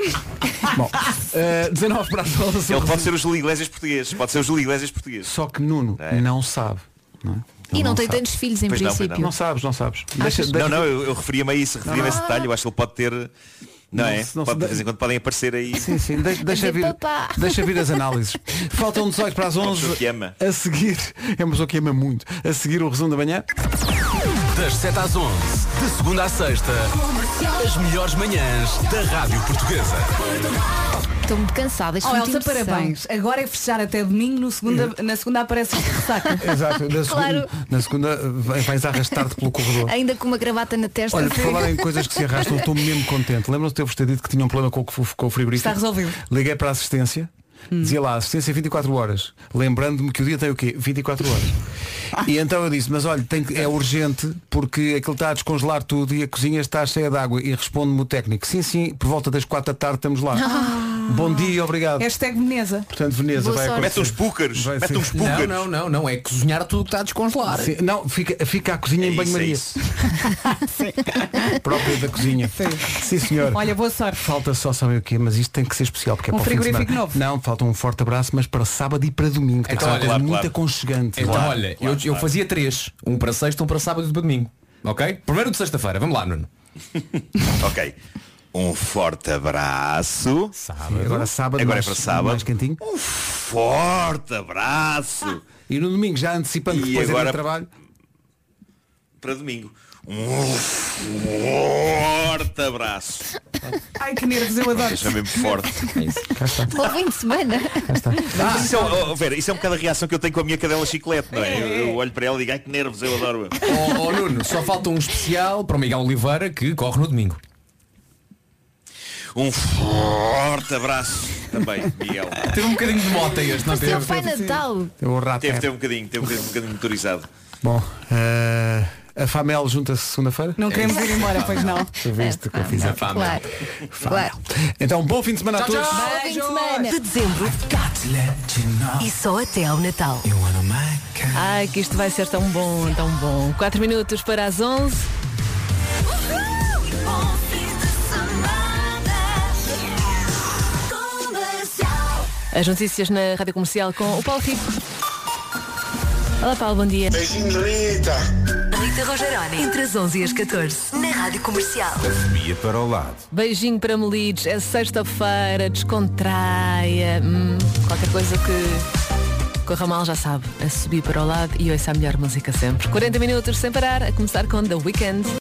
[SPEAKER 1] Bom, eh, 19 para as 11.
[SPEAKER 11] Ele É pode ser os Iglesias portugueses. Pode ser os Iglesias portugueses.
[SPEAKER 1] Só que Nuno não sabe. não é?
[SPEAKER 11] E
[SPEAKER 1] Ele
[SPEAKER 11] não tem
[SPEAKER 1] sabe.
[SPEAKER 11] tantos filhos, em Pois não, pois princípio. não.
[SPEAKER 1] Não sabes, não sabes.
[SPEAKER 6] Ah,
[SPEAKER 1] Deixa-
[SPEAKER 11] não,
[SPEAKER 1] deixa- Ah.
[SPEAKER 11] não, eu, eu referia-me a isso, referia-me a esse detalhe, eu acho que ele pode ter.
[SPEAKER 1] Não
[SPEAKER 11] Não, é?
[SPEAKER 1] se- não se
[SPEAKER 11] pode, de
[SPEAKER 1] dá-
[SPEAKER 11] vez em quando podem aparecer aí.
[SPEAKER 1] Sim, sim, de-
[SPEAKER 6] é
[SPEAKER 1] deixa, vir,
[SPEAKER 11] papá.
[SPEAKER 1] deixa vir as análises. Faltam 18 para as
[SPEAKER 6] um
[SPEAKER 11] É uma pessoa
[SPEAKER 1] 11.
[SPEAKER 11] que ama.
[SPEAKER 1] A seguir, é uma pessoa que ama muito. A seguir o resumo da manhã.
[SPEAKER 9] Das 7 às 11, de segunda à sexta, as melhores manhãs da Rádio Portuguesa.
[SPEAKER 28] Estou muito cansada. isto
[SPEAKER 2] Oh,
[SPEAKER 28] não
[SPEAKER 2] Elsa,
[SPEAKER 28] tem noção.
[SPEAKER 2] parabéns. Agora é fechar até domingo, no segunda, na segunda aparece o ressaca.
[SPEAKER 1] Exato, na,
[SPEAKER 28] Claro.
[SPEAKER 1] segunda, na segunda vai- vais arrastar-te pelo corredor.
[SPEAKER 28] Ainda com uma gravata na testa.
[SPEAKER 1] Olha, por falar em coisas que se arrastam, estou mesmo contente. Lembram-se de eu vos ter dito que tinha um problema com, o que- com o frigorífico?
[SPEAKER 2] Está resolvido. Hum.
[SPEAKER 1] Liguei para a assistência, dizia lá, assistência 24 horas. Lembrando-me que o dia tem o quê? 24 horas. E então eu disse, mas olha, tem que- é urgente porque aquilo está a descongelar tudo e a cozinha está cheia de água. E responde-me o técnico, sim, sim, por volta das 4 da tarde estamos lá.
[SPEAKER 2] Ah.
[SPEAKER 1] Bom dia, e obrigado.
[SPEAKER 2] Hashtag Veneza.
[SPEAKER 1] Portanto, Veneza
[SPEAKER 2] Boa
[SPEAKER 1] vai
[SPEAKER 2] sorte.
[SPEAKER 1] acontecer.
[SPEAKER 2] Mete uns
[SPEAKER 11] púcaros,
[SPEAKER 1] Vai
[SPEAKER 6] mete
[SPEAKER 1] ser.
[SPEAKER 6] uns púcaros. Não, não, não, não, é cozinhar tudo que está a descongelar.
[SPEAKER 1] Sim, não, fica, fica a
[SPEAKER 6] É
[SPEAKER 1] cozinha em banho-maria. Própria da cozinha. Sim, senhor.
[SPEAKER 2] Olha, boa sorte.
[SPEAKER 1] Falta só saber o quê, mas isto tem que ser especial porque é
[SPEAKER 2] Um
[SPEAKER 1] para o fim de
[SPEAKER 2] frigorífico
[SPEAKER 1] semana.
[SPEAKER 2] novo.
[SPEAKER 1] Não, falta um forte abraço, mas para sábado e para domingo. Tem que ser
[SPEAKER 6] Então,
[SPEAKER 1] uma
[SPEAKER 6] olha,
[SPEAKER 1] coisa
[SPEAKER 6] claro,
[SPEAKER 1] muito
[SPEAKER 6] claro.
[SPEAKER 1] aconchegante.
[SPEAKER 6] Então olha, eu, eu fazia três. Um para sexta, um para sábado e um para domingo. Ok? Primeiro de sexta-feira, vamos lá, Nuno.
[SPEAKER 11] ok. Um forte abraço.
[SPEAKER 1] Sim,
[SPEAKER 6] Hum?
[SPEAKER 1] agora sábado,
[SPEAKER 11] Agora
[SPEAKER 1] mais-
[SPEAKER 11] é para sábado.
[SPEAKER 1] mais quentinho.
[SPEAKER 11] Um forte abraço.
[SPEAKER 1] Ah, E no domingo, já antecipando que
[SPEAKER 11] E
[SPEAKER 1] depois
[SPEAKER 11] agora-
[SPEAKER 1] é de trabalho.
[SPEAKER 11] Para domingo. Um forte abraço.
[SPEAKER 2] Ai, que nervos, eu adoro.
[SPEAKER 11] Deixa mesmo forte.
[SPEAKER 28] Bom um fim de semana.
[SPEAKER 11] Ah, isso, é, oh, Vera, isso é um bocado a reação que eu tenho com a minha cadela chiclete, não é? Eu, eu olho para ela e digo, ai que nervos, eu adoro.
[SPEAKER 6] Ó ó, Nuno, só falta um especial para o Miguel Oliveira que corre no domingo.
[SPEAKER 11] um forte abraço também, Miguel.
[SPEAKER 6] Teve um bocadinho de mota este, não
[SPEAKER 29] Parecia
[SPEAKER 6] teve?
[SPEAKER 29] o Pai Natal.
[SPEAKER 1] Teve um rato.
[SPEAKER 11] Teve, teve um bocadinho, teve um bocadinho, um bocadinho motorizado.
[SPEAKER 1] Bom, eh, a FAMEL junta-se segunda-feira?
[SPEAKER 30] Não queremos
[SPEAKER 11] ir embora, pois não.
[SPEAKER 1] Tu viste o que eu
[SPEAKER 7] É,
[SPEAKER 1] fiz a FAMEL.
[SPEAKER 29] Claro.
[SPEAKER 1] Claro. Então, bom fim de semana a todos.
[SPEAKER 7] Bom fim de semana. De dezembro. E só até ao Natal.
[SPEAKER 4] Ai, que isto vai ser tão bom, tão bom. 4 minutos para as 11. As notícias na Rádio Comercial com o Paulo Rico. Olá Paulo, bom dia.
[SPEAKER 7] Beijinhos, Rita. Rita Rogeroni. Entre as 11 e as 14. Na Rádio Comercial.
[SPEAKER 26] Subia para o lado.
[SPEAKER 4] Beijinho para Melides, é sexta-feira, descontraia. Hum, qualquer coisa que corra mal já sabe. A subir para o lado e ouça a melhor música sempre. 40 minutos sem parar, a começar com The Weekend.